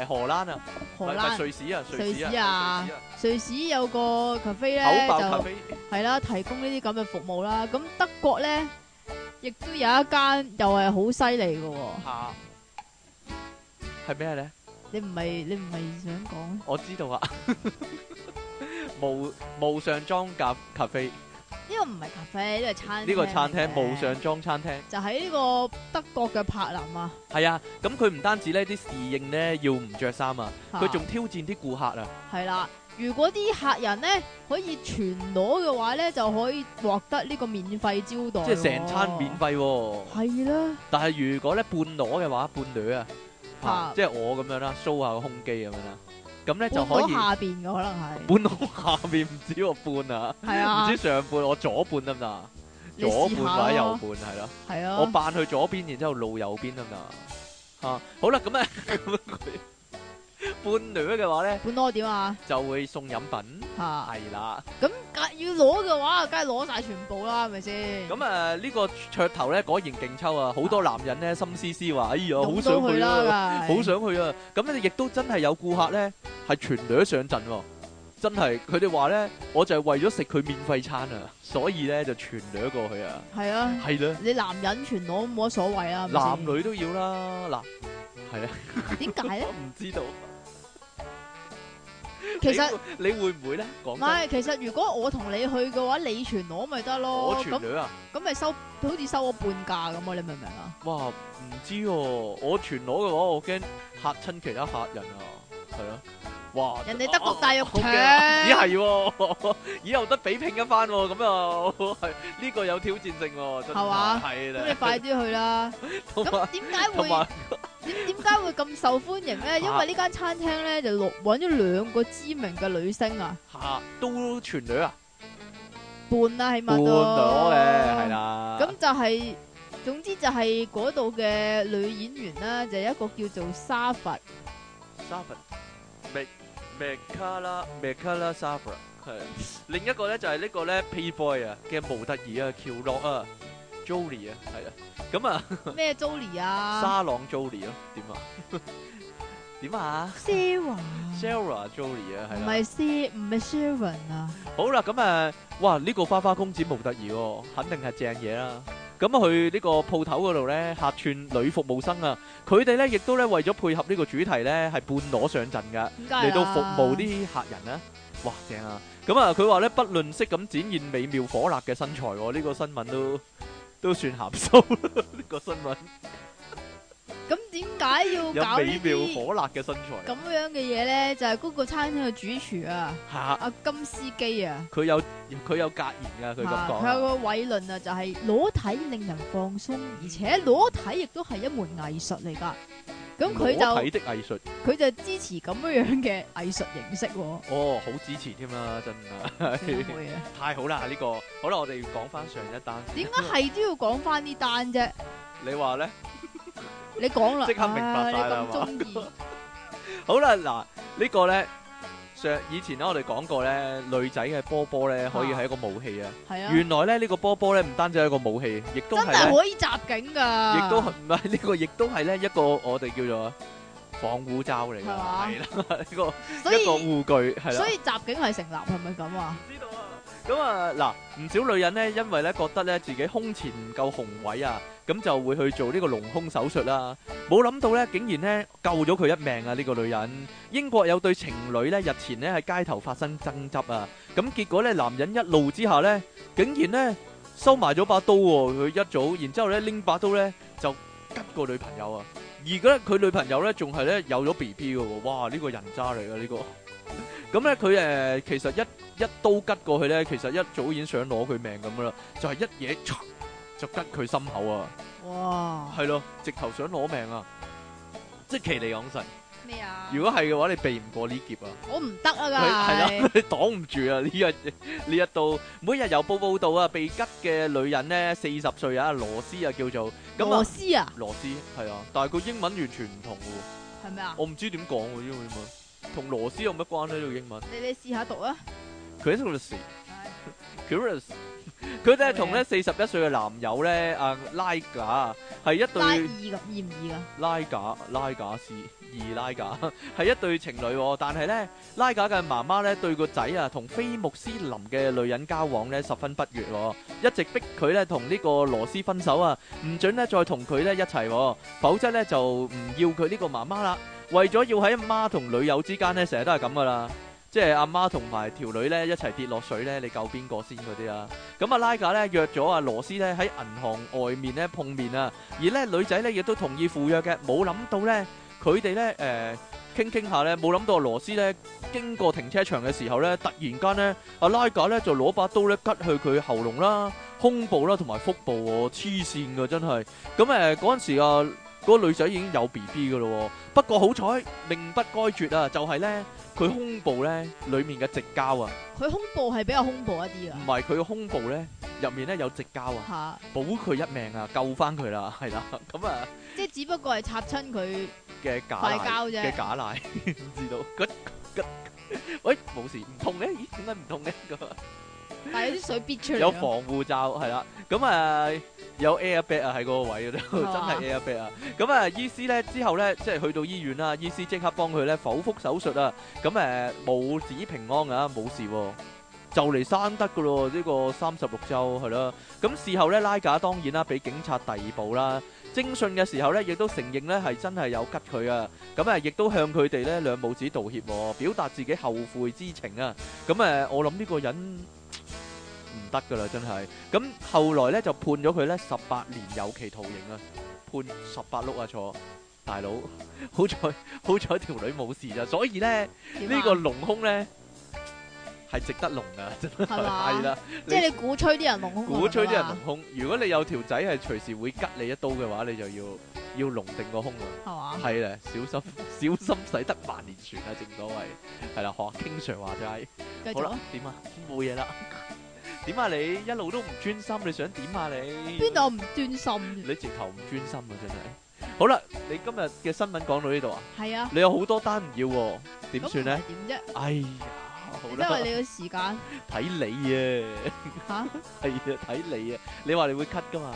Speaker 2: 誒荷蘭啊，
Speaker 1: 荷
Speaker 2: 唔係唔係
Speaker 1: 蘭、
Speaker 2: 瑞士啊，瑞
Speaker 1: 瑞
Speaker 2: 士
Speaker 1: 士
Speaker 2: 啊
Speaker 1: 啊，瑞士有個咖啡
Speaker 2: 瑞士
Speaker 1: 咧
Speaker 2: 啊口爆咖
Speaker 1: 就
Speaker 2: 啡。
Speaker 1: 係啦，提供呢啲咁嘅服務啦。咁德國咧亦都有一間又係好犀利嘅喎。
Speaker 2: 下係咩咧？
Speaker 1: 你唔係你唔係想講咩？
Speaker 2: 我知道啊，無無上裝咖咖啡呢
Speaker 1: 呢個唔係咖啡，呢個餐
Speaker 2: 個餐廳
Speaker 1: 廳嚟嘅
Speaker 2: 無上裝餐廳
Speaker 1: 就喺呢個德國嘅柏林啊。
Speaker 2: 係啊，咁佢唔單止呢啲侍應呢要唔着衫啊，佢仲挑戰啲顧客啊，
Speaker 1: 係啦。如果啲客人咧可以全裸嘅話咧，就可以獲得呢個免費招待
Speaker 2: 即
Speaker 1: 喎。
Speaker 2: 係成餐免費喎。
Speaker 1: 係啦，
Speaker 2: 但係如果呢半裸嘅話，半女啊，嚇
Speaker 1: 啊
Speaker 2: 即係我咁樣啦，show 下個胸肌咁樣啦，咁呢就
Speaker 1: 半
Speaker 2: 可
Speaker 1: 裸
Speaker 2: 以
Speaker 1: 下邊嘅可能係
Speaker 2: 半裸下面唔止我半啊，
Speaker 1: 係
Speaker 2: 唔
Speaker 1: 啊
Speaker 2: 知，上半我左半得唔得啊？
Speaker 1: 你
Speaker 2: 左
Speaker 1: 試
Speaker 2: 半
Speaker 1: 下
Speaker 2: 或者右
Speaker 1: 咯
Speaker 2: 半係咯。
Speaker 1: 係
Speaker 2: 我
Speaker 1: 啊，
Speaker 2: 扮去左邊，然之後露右邊得㗎。啊，好啦，咁咧咁佢伴女嘅話咧，
Speaker 1: 半裸點啊
Speaker 2: 就會送飲品，
Speaker 1: 嚇？
Speaker 2: 係啦。
Speaker 1: 咁梗要攞嘅話，梗係攞晒全部啦，係咪先？
Speaker 2: 咁啊，呢個噱頭咧果然勁抽啊！好多男人咧心思思話：哎呀，好
Speaker 1: 用
Speaker 2: 想
Speaker 1: 到
Speaker 2: 去
Speaker 1: 佢啦，
Speaker 2: 啦，
Speaker 1: 梗係
Speaker 2: 好想去啊！咁咧亦都真係有顧客咧係全女上陣喎。真係，佢哋話咧，我就係為咗食佢免費餐啊，所以咧就全掠過去啊，
Speaker 1: 係啊！
Speaker 2: 係啦，
Speaker 1: 你男人全裸冇乜所謂啊啦，係咪
Speaker 2: 男
Speaker 1: 先
Speaker 2: 女都要啦，嗱，係啊，
Speaker 1: 點解咧
Speaker 2: 我？唔知道。
Speaker 1: 其實
Speaker 2: 你會你會唔會咧？講
Speaker 1: 唔
Speaker 2: 真，
Speaker 1: 係，其實如果我同你去嘅話，你全攞咪得咯。
Speaker 2: 我全
Speaker 1: 咁
Speaker 2: 女啊，
Speaker 1: 咁咪收，好似收我半價咁啊！你明唔明 啊？
Speaker 2: 哇，唔知喎，我全裸嘅話，我驚嚇親其他客人啊，係咯，哇，啊
Speaker 1: 人哋德國大肉
Speaker 2: 好
Speaker 1: 腸，
Speaker 2: 驚啊咦係喎， 以後得比拼一番喎，咁啊，係呢個有挑戰性喎，真係
Speaker 1: 係嘛
Speaker 2: 係
Speaker 1: 咁你
Speaker 2: 啦，
Speaker 1: 快啲去 啦。
Speaker 2: 同埋
Speaker 1: 咁點解
Speaker 2: 同
Speaker 1: 會
Speaker 2: 埋
Speaker 1: 點點解會咁受歡迎咧？因為呢間餐廳咧就錄揾咗兩個知名嘅女星啊，
Speaker 2: 嚇都全女啊，
Speaker 1: 半啦起碼
Speaker 2: 半
Speaker 1: 都
Speaker 2: 裸嘅係。啦，
Speaker 1: 咁就係總之就係嗰度嘅女演員啦，就有一個叫做沙 佛。
Speaker 2: Suffer。Mac Macala Macala Suffer 係另一個咧就係呢個咧 Playboy 啊嘅模特兒啊喬洛啊 Jolie 啊係啊咁啊
Speaker 1: 咩 Jolie 啊
Speaker 2: 沙朗 Jolie 咯點啊 點啊
Speaker 1: ，Sarah，
Speaker 2: Sarah Jolie 啊
Speaker 1: 唔
Speaker 2: 係啦
Speaker 1: 係 Sar，唔係 Sharon 啊，
Speaker 2: 好啦咁啊哇呢個花花公子模特兒喎肯定係正嘢啦咁啊去呢個鋪頭嗰度咧客串女服務生啊，佢哋咧亦都咧為咗配合呢個主題咧係半裸上陣㗎。
Speaker 1: 點解
Speaker 2: 嚟到
Speaker 1: 啊
Speaker 2: 服務啲客人啦。哇，正啊！咁啊，佢話咧，不論識咁展現美妙火辣嘅身材喎，呢、個新聞都都算鹹濕啦 呢個新聞
Speaker 1: 咁點解要搞
Speaker 2: 有美
Speaker 1: 呢
Speaker 2: 妙
Speaker 1: 啲
Speaker 2: 火辣嘅身材
Speaker 1: 咁樣嘅嘢咧？就係嗰個餐廳嘅主廚啊，
Speaker 2: 嚇，
Speaker 1: 阿金司機啊，
Speaker 2: 佢有佢有格言噶，佢咁
Speaker 1: 啊
Speaker 2: 講
Speaker 1: 佢有
Speaker 2: 啊。
Speaker 1: 個偉論啊，就係裸體令人放鬆，而且裸體亦都係一門藝術嚟㗎。咁佢
Speaker 2: 裸體
Speaker 1: 就
Speaker 2: 的藝術，
Speaker 1: 佢就支持咁樣樣嘅藝術形式喎，
Speaker 2: 哦，好支持添啦，真
Speaker 1: 點
Speaker 2: 係
Speaker 1: 會啊？
Speaker 2: 太好啦！呢、個好啦，我哋講翻上一單先。
Speaker 1: 點解係都要講翻呢單啫？
Speaker 2: 你話咧？
Speaker 1: 你講啦，
Speaker 2: 即刻明白
Speaker 1: 啊
Speaker 2: 晒啦
Speaker 1: 你咁中意，
Speaker 2: 好啦，嗱，呢個咧上以前咧我哋講過咧，女仔嘅波波咧可以係一個武器啊。
Speaker 1: 係啊，
Speaker 2: 原來咧呢、個波波咧唔單止係一個武器，亦都
Speaker 1: 真
Speaker 2: 係
Speaker 1: 係啊
Speaker 2: 咧，
Speaker 1: 可以襲警㗎，
Speaker 2: 亦都係唔係呢個，亦都係咧一個我哋叫做防護罩嚟㗎，
Speaker 1: 係嘛
Speaker 2: 係啦， 呢個
Speaker 1: 所
Speaker 2: 一個
Speaker 1: 以
Speaker 2: 護具係啦
Speaker 1: 所。以襲警係成立係咪咁啊？
Speaker 2: 知道啊。咁啊，嗱，唔少女人咧，因為咧覺得咧自己胸前唔夠雄偉啊，咁就會去做呢個隆胸手術啦。冇諗到咧，竟然咧救咗佢一命啊！呢、個女人，英國有對情侶咧，日前咧喺街頭發生爭執啊，咁結果咧男人一怒之下咧，竟然咧收埋咗把刀喎、佢一早，然之後咧拎把刀咧就吉個女朋友啊！而家佢女朋友咧仲係咧有咗 B B 嘅喎，哇！呢、個人渣嚟嘅呢個。咁咧佢誒其實一一刀吉過去咧，其實一早已經想攞佢命咁啦，就係、一嘢嚓就吉佢心口啊，
Speaker 1: 哇，
Speaker 2: 係咯，直頭想攞命啊！即其嚟講神，
Speaker 1: 咩啊？
Speaker 2: 如果係嘅話，你避唔過呢劫啊！
Speaker 1: 我唔得啊，
Speaker 2: 佢係
Speaker 1: 㗎
Speaker 2: 啦， 你擋唔住啊！呢一呢一度，每日郵報報導啊，被吉嘅女人咧，四十歲啊，羅斯啊叫做，咁
Speaker 1: 螺
Speaker 2: 啊
Speaker 1: 絲啊，
Speaker 2: 羅斯係啊，但係佢英文完全唔同嘅喎，
Speaker 1: 係咪啊？
Speaker 2: 我唔知點講喎呢個英文，同羅斯有乜關呢？呢個英文
Speaker 1: 你你試下讀啊！
Speaker 2: ？Christmas。Curious，佢咧同咧四十一歲嘅男友咧，阿拉架係一
Speaker 1: 拉二
Speaker 2: 對
Speaker 1: 咁易唔易啊？
Speaker 2: 拉架拉架是二拉架 係一對情侶、喎。但係咧拉架嘅媽媽咧對個仔啊同非穆斯林嘅女人交往咧十分不悦、喎，一直逼佢咧同呢個羅斯分手啊，唔准咧再同佢咧一齊、喎，否則咧就唔要佢呢個媽媽啦。為咗要喺媽同女友之間咧，成日都係咁噶啦。即係阿媽同埋條女咧一齊跌落水咧，你救邊個先嗰啲啊？咁啊拉架咧約咗阿羅斯咧喺銀行外面咧碰面啊，而咧女仔咧亦都同意赴約嘅，冇諗到咧佢哋咧誒傾傾下咧，冇諗到阿羅斯咧經過停車場嘅時候咧，突然間咧阿拉架咧就攞把刀咧拮去佢喉嚨啦、胸部啦同埋腹部喎，黐線噶真係。咁誒嗰陣時啊，嗰、個女仔已經有 B B 噶咯，不過好彩命不該絕啊，就係、咧。佢胸部咧裏面嘅直膠啊，
Speaker 1: 佢胸部係比較胸部一啲
Speaker 2: 唔係佢嘅胸部咧入面咧有直膠啊，
Speaker 1: 啊，嚇！
Speaker 2: 保佢一命啊，救翻佢啦，係啦，咁啊
Speaker 1: 即係只不過係插親佢
Speaker 2: 嘅假
Speaker 1: 塊
Speaker 2: 奶
Speaker 1: 膠
Speaker 2: 嘅
Speaker 1: 啫，
Speaker 2: 假奶， 唔知道，吉吉喂冇事，唔痛嘅，咦點解唔痛嘅？咁啊
Speaker 1: 但係有啲水逼出嚟啊
Speaker 2: 有
Speaker 1: 咯。
Speaker 2: 防護罩係啦，咁啊有 airbag 啊喺嗰個位嗰度， 真
Speaker 1: 嘛
Speaker 2: 係 airbag 啊！咁啊醫師咧之後咧即係去到醫院啦，醫師即刻幫佢咧剖腹手術啊，咁誒母子平安啊，冇事喎。就嚟生得噶咯，呢、個三十六週係啦。咁事後咧，拉架當然啦，俾警察逮捕啦。偵訊嘅時候咧，亦都承認咧係真係有吉佢啊。咁啊，亦都向佢哋咧兩母子道歉、喎，表達自己後悔之情啊。咁誒，我諗呢個人唔得噶啦，真係。咁後來咧就判咗佢咧十八年有期徒刑啊，判十八碌啊坐。大佬， 好彩好彩條女冇事咋，所以咧。
Speaker 1: 點啊
Speaker 2: 呢個隆胸咧係值得隆噶，真係
Speaker 1: 係嘛
Speaker 2: 係啦，
Speaker 1: 即係你鼓吹啲人隆胸，啊
Speaker 2: 鼓吹啲人隆胸。如果你有條仔係隨時會吉你一刀嘅話，你就要要隆定個胸啊。
Speaker 1: 係嘛？
Speaker 2: 係啦，小心小心 使得萬年船啊！正所謂係啦，學 King Sir 話齋。
Speaker 1: 繼
Speaker 2: 好
Speaker 1: 續
Speaker 2: 啦
Speaker 1: 啊！，
Speaker 2: 點啊？冇嘢啦。點啊你？一路都唔專心，你想點啊你？
Speaker 1: 邊度唔專心？
Speaker 2: 你直頭唔專心啊！真係。好啦，你今日嘅新聞講到呢度啊，
Speaker 1: 係啊，
Speaker 2: 你有好多單唔要喎，點
Speaker 1: 咁
Speaker 2: 算咧？
Speaker 1: 唔係點啫？
Speaker 2: 哎呀，好
Speaker 1: 因
Speaker 2: 啦。
Speaker 1: 為你嘅時間
Speaker 2: 睇 你啊，
Speaker 1: 吓，
Speaker 2: 係啊，睇你啊，你話你會 cut 噶嘛？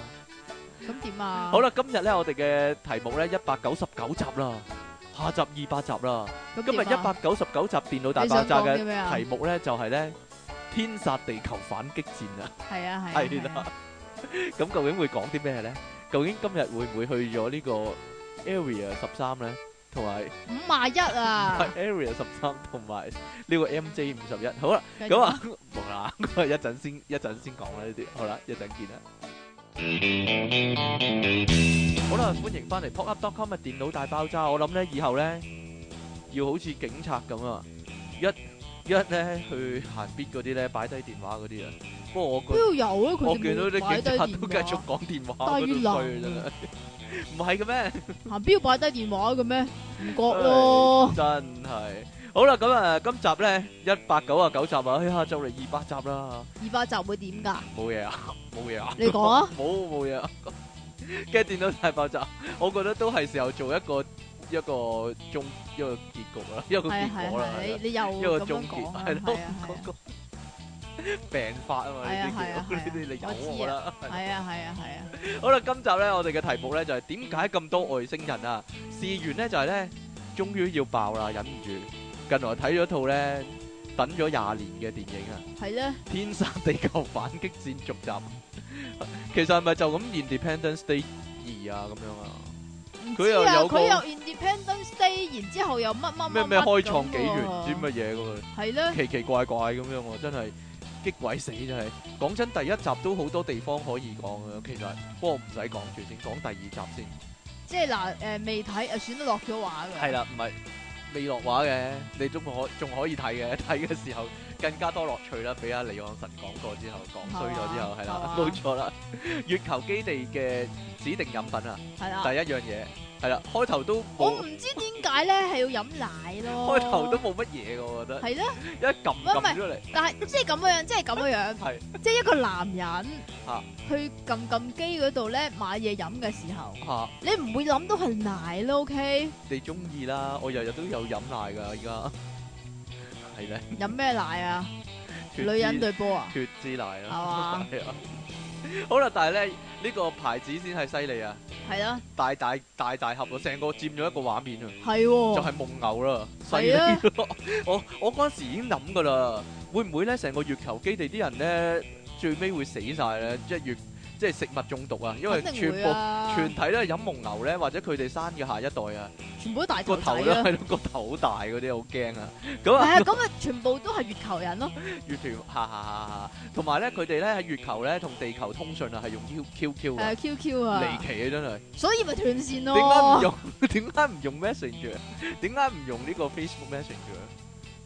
Speaker 1: 咁點啊？
Speaker 2: 好，啦，今日咧我哋嘅題目咧一百九十九集啦，下集二百集啦，
Speaker 1: 咁
Speaker 2: 今日
Speaker 1: 點
Speaker 2: 一
Speaker 1: 啊
Speaker 2: 百九十九集電腦大
Speaker 1: 你
Speaker 2: 爆
Speaker 1: 想
Speaker 2: 炸
Speaker 1: 講啲
Speaker 2: 嘅
Speaker 1: 咩啊？
Speaker 2: 題目咧就係咧天殺地球反擊戰啊，
Speaker 1: 係啊係啊
Speaker 2: 係
Speaker 1: 係啊
Speaker 2: 啦，咁究竟會講啲咩咧？究竟今日會唔會去咗呢個 Area 十三咧？同埋
Speaker 1: 五廿一 啊，
Speaker 2: Area 十三同埋呢個 MJ 五十一。好啦，
Speaker 1: 繼續
Speaker 2: 咁啊，冇啦， 咁啊一陣先，一陣先講啦呢啲。好啦，一陣見啦。好啦，歡迎翻嚟 pop up com 嘅電腦大爆炸。我諗咧以後咧要好似警察咁啊，一一咧去行必嗰啲咧擺低電話嗰啲啊。不過我覺
Speaker 1: 邊度有啊？
Speaker 2: 我
Speaker 1: 佢
Speaker 2: 見
Speaker 1: 哋
Speaker 2: 到
Speaker 1: 冇擺
Speaker 2: 啲
Speaker 1: 低
Speaker 2: 警察都繼
Speaker 1: 電啊
Speaker 2: 續
Speaker 1: 話，
Speaker 2: 講電話，嗰
Speaker 1: 低
Speaker 2: 度
Speaker 1: 能
Speaker 2: 衰真 係。唔係嘅咩？
Speaker 1: 行邊度擺低電話嘅咩？唔覺咯，
Speaker 2: 真係。好啦，咁啊，今集咧一百九啊九集啊，哎呀，就嚟二百集啦。
Speaker 1: 二百集會點㗎？
Speaker 2: 冇嘢啊，冇嘢啊，
Speaker 1: 你講啊，
Speaker 2: 冇冇 嘢啊。嘅電腦大爆炸，我覺得都係時候做一個一個終一個結局啦，一個
Speaker 1: 係啊
Speaker 2: 結
Speaker 1: 係
Speaker 2: 果啦
Speaker 1: 啊，，
Speaker 2: 係
Speaker 1: 係
Speaker 2: 啦
Speaker 1: 啊你你又
Speaker 2: 一個
Speaker 1: 咁
Speaker 2: 終
Speaker 1: 樣
Speaker 2: 結
Speaker 1: 講 啊，
Speaker 2: 係咯
Speaker 1: 係啊，
Speaker 2: 嗰個病發啊嘛，
Speaker 1: 係
Speaker 2: 呢
Speaker 1: 啊
Speaker 2: 啲
Speaker 1: 係 啊
Speaker 2: 叫
Speaker 1: 係啊
Speaker 2: 呢啲你
Speaker 1: 我知
Speaker 2: 有
Speaker 1: 啊
Speaker 2: 我啦。
Speaker 1: 係啊係啊係啊，
Speaker 2: 好啦，今集咧我哋嘅題目咧就係點解咁多外星人啊？試完咧就係咧，終於要爆啦，忍唔住。近來睇咗套咧等咗廿年嘅電影啊，
Speaker 1: 係咧，
Speaker 2: 《天生地球反擊戰》續集。其實係咪就咁 Independence Day 二啊咁樣啊？
Speaker 1: 唔
Speaker 2: 佢
Speaker 1: 知
Speaker 2: 又
Speaker 1: 啊，
Speaker 2: 有個
Speaker 1: 佢又 Independence Day，然之後又乜乜乜
Speaker 2: 咩咩
Speaker 1: 乜
Speaker 2: 開創
Speaker 1: 咁
Speaker 2: 紀元唔
Speaker 1: 喎
Speaker 2: 知乜 嘢咁啊？
Speaker 1: 係咧，
Speaker 2: 奇奇怪怪咁樣喎，真係激鬼死真係。講真，第一集都好多地方可以講嘅，其實不過唔使講住先，講第二集先。
Speaker 1: 即係嗱誒未睇誒，算都落咗畫㗎。
Speaker 2: 係啦，唔係未落畫嘅，你仲可仲可以睇嘅， 睇嘅時候更加多樂趣啦。俾阿李昂臣講過之後，講衰咗之後，係
Speaker 1: 係
Speaker 2: 啦
Speaker 1: 嘛，
Speaker 2: 冇錯啦。 月球基地嘅指定飲品啊，
Speaker 1: 係啦
Speaker 2: 第。一樣嘢係啦，開頭都
Speaker 1: 我
Speaker 2: 冇
Speaker 1: 唔，知點解咧係要飲奶咯。
Speaker 2: 開頭都冇乜嘢嘅，我覺得
Speaker 1: 係咧，
Speaker 2: 一撳
Speaker 1: 唔係唔係
Speaker 2: 撳出嚟，
Speaker 1: 但係即係咁樣，即係咁樣，
Speaker 2: 係
Speaker 1: 即係一個男人
Speaker 2: 啊
Speaker 1: 去撳撳機嗰度咧買嘢飲嘅時候，
Speaker 2: 嚇
Speaker 1: 你唔會諗到係奶咯，OK？
Speaker 2: 你中意啦，我日日都有飲奶㗎，而家係咧，
Speaker 1: 飲咩奶啊？
Speaker 2: 脫
Speaker 1: 女人
Speaker 2: 脂嗯
Speaker 1: 對波啊？
Speaker 2: 脱脂奶
Speaker 1: 係
Speaker 2: 啦，
Speaker 1: 嘛？
Speaker 2: 係啊，好啦，但係咧呢個牌子先係犀利啊！
Speaker 1: 係啦，
Speaker 2: 大大大大盒啊，成個佔咗一個畫面啊，
Speaker 1: 係
Speaker 2: 就
Speaker 1: 喎，
Speaker 2: 係夢牛啦，犀利
Speaker 1: 哦係啊
Speaker 2: 咯！ 我我嗰陣時已經諗噶啦，會唔會咧成個月球基地啲人咧最尾會死晒咧？即係月即係食物中毒啊，因為
Speaker 1: 肯定
Speaker 2: 全
Speaker 1: 會
Speaker 2: 部
Speaker 1: 啊！
Speaker 2: 全體都係飲夢牛咧，或者佢哋生嘅下一代啊，
Speaker 1: 全部都大頭
Speaker 2: 個
Speaker 1: 仔啊
Speaker 2: 頭咧
Speaker 1: 啦。
Speaker 2: 係咯個頭好大嗰啲，好 驚啊！咁
Speaker 1: 係
Speaker 2: 啊
Speaker 1: 啊，，咁啊，全部都係月球人咯，
Speaker 2: 月團哈哈哈哈，同埋咧佢哋咧喺月球咧同地球通訊啊，係用 Q Q Q 啊
Speaker 1: 誒，QQ
Speaker 2: 離
Speaker 1: 啊，
Speaker 2: 奇啊真係。
Speaker 1: 所以咪斷線
Speaker 2: 點解唔
Speaker 1: 咯。
Speaker 2: 用？ 點解唔用 Messenger？點解唔用呢個 Facebook Messenger？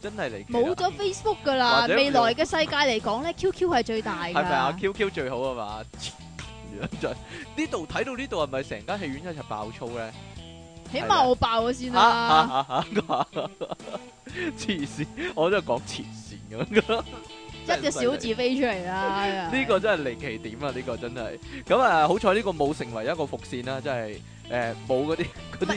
Speaker 2: 真係離奇啦
Speaker 1: 冇咗 Facebook 噶啦，
Speaker 2: 或者
Speaker 1: 未來嘅世界嚟講咧，QQ 係最大㗎。
Speaker 2: 係咪啊？QQ 最好啊嘛？就呢度睇到呢度係咪成間戲院一齊爆粗咧？
Speaker 1: 起
Speaker 2: 係啊
Speaker 1: 碼我爆咗先啦，
Speaker 2: 啊黐線，我都係講黐線咁樣。
Speaker 1: 一隻小字飛出嚟啦。啊
Speaker 2: 呢個真係離奇點啊！呢個真係咁啊！好彩呢個冇成為一個伏線啦，真係誒冇嗰啲嗰啲，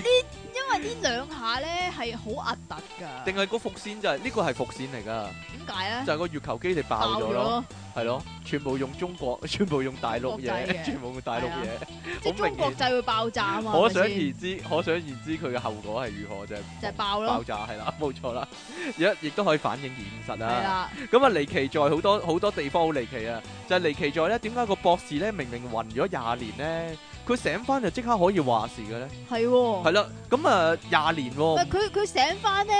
Speaker 1: 因為呢兩下咧係好核突㗎，
Speaker 2: 定係個伏線就係呢個係伏線嚟㗎，
Speaker 1: 點解咧？
Speaker 2: 就係個月球基地爆咗咯。
Speaker 1: 咯，
Speaker 2: 係咯，全部用中國， 全部用大陸
Speaker 1: 中國製
Speaker 2: 嘢，
Speaker 1: 嘅
Speaker 2: 全部用大陸嘢。
Speaker 1: 即係
Speaker 2: 好
Speaker 1: 中
Speaker 2: 明
Speaker 1: 國
Speaker 2: 顯
Speaker 1: 製會爆炸啊嘛，
Speaker 2: 可
Speaker 1: 係
Speaker 2: 想
Speaker 1: 咪
Speaker 2: 而
Speaker 1: 先
Speaker 2: 知，可想而知佢嘅後果係如何就係
Speaker 1: 就係爆
Speaker 2: 爆
Speaker 1: 咯，
Speaker 2: 炸係啦， 冇錯啦，亦亦都可以反映現
Speaker 1: 係
Speaker 2: 實啦。
Speaker 1: 啦，
Speaker 2: 咁啊，離奇在好多好多地方好離奇啊！就係離奇在咧，點解個博士咧明明暈咗廿年咧，佢醒翻就即刻可以話事嘅咧？
Speaker 1: 係
Speaker 2: 係
Speaker 1: 喎。
Speaker 2: 啦，咁啊廿年
Speaker 1: 唔係
Speaker 2: 喎，
Speaker 1: 哦佢佢醒翻咧，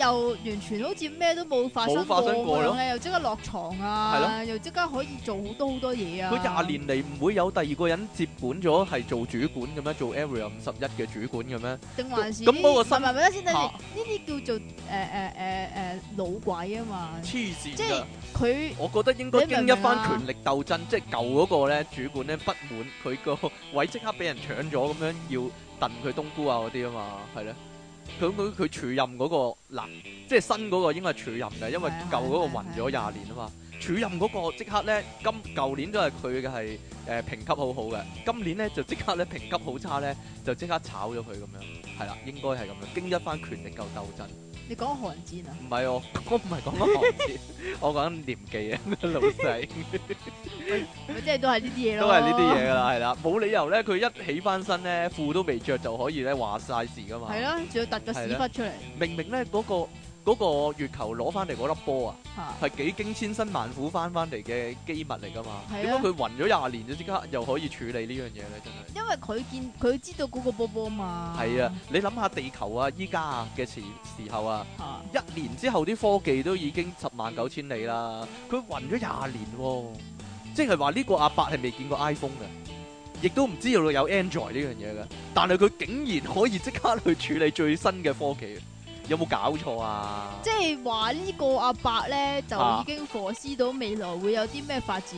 Speaker 1: 又完全好似咩都冇發生
Speaker 2: 冇發
Speaker 1: 過
Speaker 2: 生過
Speaker 1: 咁
Speaker 2: 咯
Speaker 1: 樣咧，又即刻落床
Speaker 2: 係
Speaker 1: 啊，又即刻可以做好多好多嘢啊。
Speaker 2: 佢廿年嚟唔會有第二個人接管咗係做主管嘅咩？做 Area 五十一嘅主管嘅咩？
Speaker 1: 定還是
Speaker 2: 咁嗰個
Speaker 1: 唔係
Speaker 2: 心
Speaker 1: 唔係等陣先，等陣
Speaker 2: 嚇
Speaker 1: 先呢啲叫做誒誒誒誒老鬼啊嘛，
Speaker 2: 黐線
Speaker 1: 即
Speaker 2: 㗎
Speaker 1: 係！佢。
Speaker 2: 我覺得應該經一
Speaker 1: 啊
Speaker 2: 番權力鬥爭，即係舊嗰個咧主管咧不滿，佢個位即刻俾人搶咗，咁樣要燉佢冬菇啊嗰啲啊嘛，係咧。佢佢佢署任嗰、個嗱，即係新嗰個應該係署任嘅，因為
Speaker 1: 係啊
Speaker 2: 舊嗰個
Speaker 1: 係啊
Speaker 2: 暈咗廿年啊嘛。署任嗰個即刻咧，今舊年都係佢嘅係誒評級好好嘅，今年咧就即刻咧評級好差咧，就即刻炒咗佢咁樣，係啦，應該係咁樣，經一番權力夠鬥爭。
Speaker 1: 你講寒戰 啊？
Speaker 2: 唔係我，我唔係講緊行 業，我講緊年紀啊，老細
Speaker 1: 咪即係都係呢啲嘢
Speaker 2: 都
Speaker 1: 咯。
Speaker 2: 係呢啲嘢噶啦，係啦，冇理由咧，佢一起翻身咧，褲都未着就可以咧話晒事噶嘛。
Speaker 1: 係，啦，仲要突個屎忽出嚟，
Speaker 2: 明明咧嗰個嗰個月球攞翻嚟嗰粒波啊，
Speaker 1: 吓
Speaker 2: 係幾經千辛萬苦翻翻嚟嘅機密嚟噶嘛？
Speaker 1: 係啊
Speaker 2: 點解佢暈咗廿年就即刻又可以處理呢樣嘢咧？真係。
Speaker 1: 因為佢見佢知道嗰個波波嘛，
Speaker 2: 係啊，你諗下地球啊，依家啊嘅時時候啊，
Speaker 1: 嚇，
Speaker 2: 一年之後啲科技都已經十萬九千里啦，佢暈咗廿年喎、即係話呢個阿伯係未見過 iPhone 嘅，亦都唔知道有 Android 呢樣嘢嘅，但係佢竟然可以即刻去處理最新嘅科技，有冇搞錯啊？
Speaker 1: 即係話呢個阿伯咧就
Speaker 2: 啊
Speaker 1: 已經 foresee 到未來會有啲咩發展，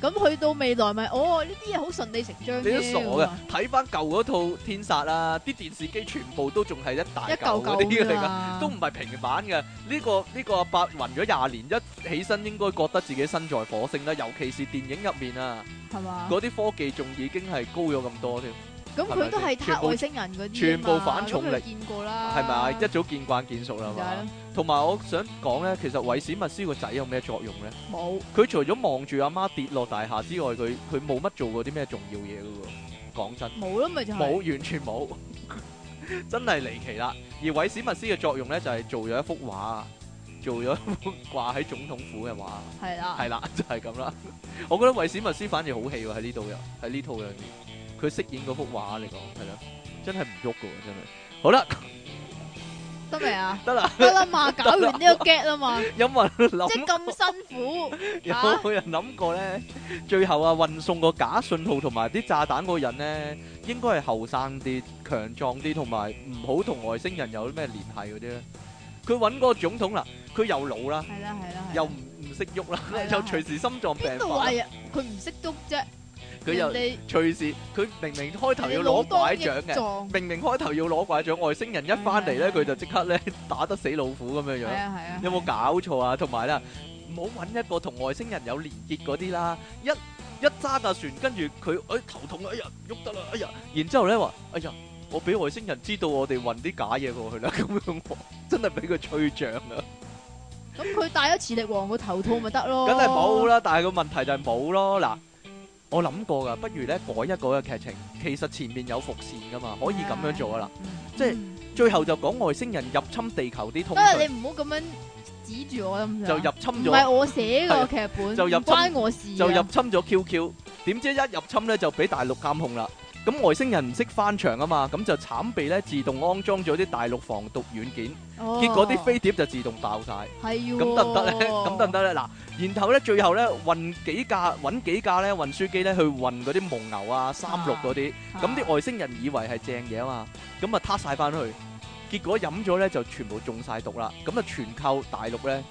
Speaker 1: 咁去到未來咪哦呢啲嘢好順理成章
Speaker 2: 你都
Speaker 1: 啫
Speaker 2: 傻
Speaker 1: 咁
Speaker 2: 嘅
Speaker 1: 啊，
Speaker 2: 睇翻舊嗰套《天殺》啦，啲電視機全部都仲係一大
Speaker 1: 一嚿
Speaker 2: 嚿嗰
Speaker 1: 嚿啊
Speaker 2: 啲嚟
Speaker 1: 㗎
Speaker 2: 噶。
Speaker 1: 嘛
Speaker 2: 都唔係平板嘅，呢、個呢、個阿伯暈咗廿年，一起身應該覺得自己身在火星啦，尤其是電影入面啊，
Speaker 1: 係嘛？
Speaker 2: 嗰啲科技仲已經係高咗咁多添，
Speaker 1: 咁佢都係
Speaker 2: 全
Speaker 1: 他
Speaker 2: 部
Speaker 1: 外星人嗰啲
Speaker 2: 全部反重
Speaker 1: 重
Speaker 2: 力
Speaker 1: 力見過啦，
Speaker 2: 係咪啊？一早見慣見熟啦
Speaker 1: 點解咧
Speaker 2: 嘛。？同埋我想講呢，其實韋史密斯個仔有咩作用呢？
Speaker 1: 冇
Speaker 2: 佢除咗望住阿媽跌落大廈之外，佢佢冇乜做過啲咩重要嘢噶喎。講真，
Speaker 1: 冇啦，咪就係
Speaker 2: 冇完全冇， 真係離奇啦。而韋史密斯嘅作用呢，就係、做咗一幅畫，做咗一幅掛喺總統府嘅畫。
Speaker 1: 係啦，
Speaker 2: 係啦， 就係咁啦。我覺得韋史密斯反而好戲喎，喺呢度又喺呢套入面，佢飾演嗰幅畫嚟講係啦，真係唔喐噶喎，真係。好啦，
Speaker 1: 得未啊？
Speaker 2: 得啦，
Speaker 1: 得啦 嘛，搞完呢個 get 啦嘛，
Speaker 2: 有冇人
Speaker 1: 即
Speaker 2: 諗
Speaker 1: 係咁辛苦，
Speaker 2: 有冇人諗過咧？最後啊，運送個假信號同埋啲炸彈嗰個人咧，應該係後生啲、強壯啲，同埋唔好同外星人有咩聯繫嗰啲咧。佢揾個總統啦，佢又老啦，
Speaker 1: 係啦係啦，係啦
Speaker 2: 又唔唔識喐啦
Speaker 1: 係啦，
Speaker 2: 又隨時心
Speaker 1: 邊
Speaker 2: 臟病
Speaker 1: 度
Speaker 2: 發
Speaker 1: 話
Speaker 2: 啦，
Speaker 1: 佢唔識捉啫？
Speaker 2: 佢又。
Speaker 1: 人哋
Speaker 2: 隨時佢明明開頭要
Speaker 1: 人哋
Speaker 2: 攞
Speaker 1: 老當
Speaker 2: 拐
Speaker 1: 益
Speaker 2: 獎嘅，
Speaker 1: 壯
Speaker 2: 明明開頭要攞拐獎，外星人一翻嚟咧，佢就即刻咧 打得死老虎咁樣
Speaker 1: 嗯係
Speaker 2: 樣，
Speaker 1: 啊係啊，
Speaker 2: 有冇搞錯啊？同埋啦，唔好揾一個同外星人有連結嗰啲啦，一一揸架船，跟住佢哎頭痛啊，哎呀喐得啦，哎呀，然之後咧話，哎呀，我俾外星人知道我哋運啲假嘢過去啦，咁樣喎真係俾佢吹脹啊！
Speaker 1: 咁佢戴咗磁力王個頭套咪得咯？
Speaker 2: 梗係冇，啦，但係個問題就係冇咯。嗱，我諗過噶，不如咧改一改個劇情，其實前面有伏線噶嘛，可以咁樣做噶啦。
Speaker 1: 嗯，
Speaker 2: 即係
Speaker 1: 嗯
Speaker 2: 最後就講外星人入侵地球啲通
Speaker 1: 得啦，
Speaker 2: 訊，
Speaker 1: 你唔好咁樣指住我咁
Speaker 2: 就入侵
Speaker 1: 唔係
Speaker 2: 咗，
Speaker 1: 我寫
Speaker 2: 係
Speaker 1: 個
Speaker 2: 啊
Speaker 1: 劇本，
Speaker 2: 就入
Speaker 1: 唔關我事啊，
Speaker 2: 就入侵咗 QQ。點知一入侵咧就俾大陸監控啦。咁外星人唔識翻牆啊嘛，咁就慘被咧自動安裝咗啲大陸防毒軟件，
Speaker 1: 哦，
Speaker 2: 結果啲飛碟就自動爆晒。
Speaker 1: 係喎
Speaker 2: 咁得唔 得 咧？咁得唔？得咧？嗱，然後咧，最後咧運幾架揾幾架咧運輸機咧去運嗰啲蒙牛啊、三鹿嗰啲，咁啲外星人以為係正嘢啊嘛，咁啊撻晒翻去，結果飲咗咧就全部中晒毒啦，咁啊全靠大陸咧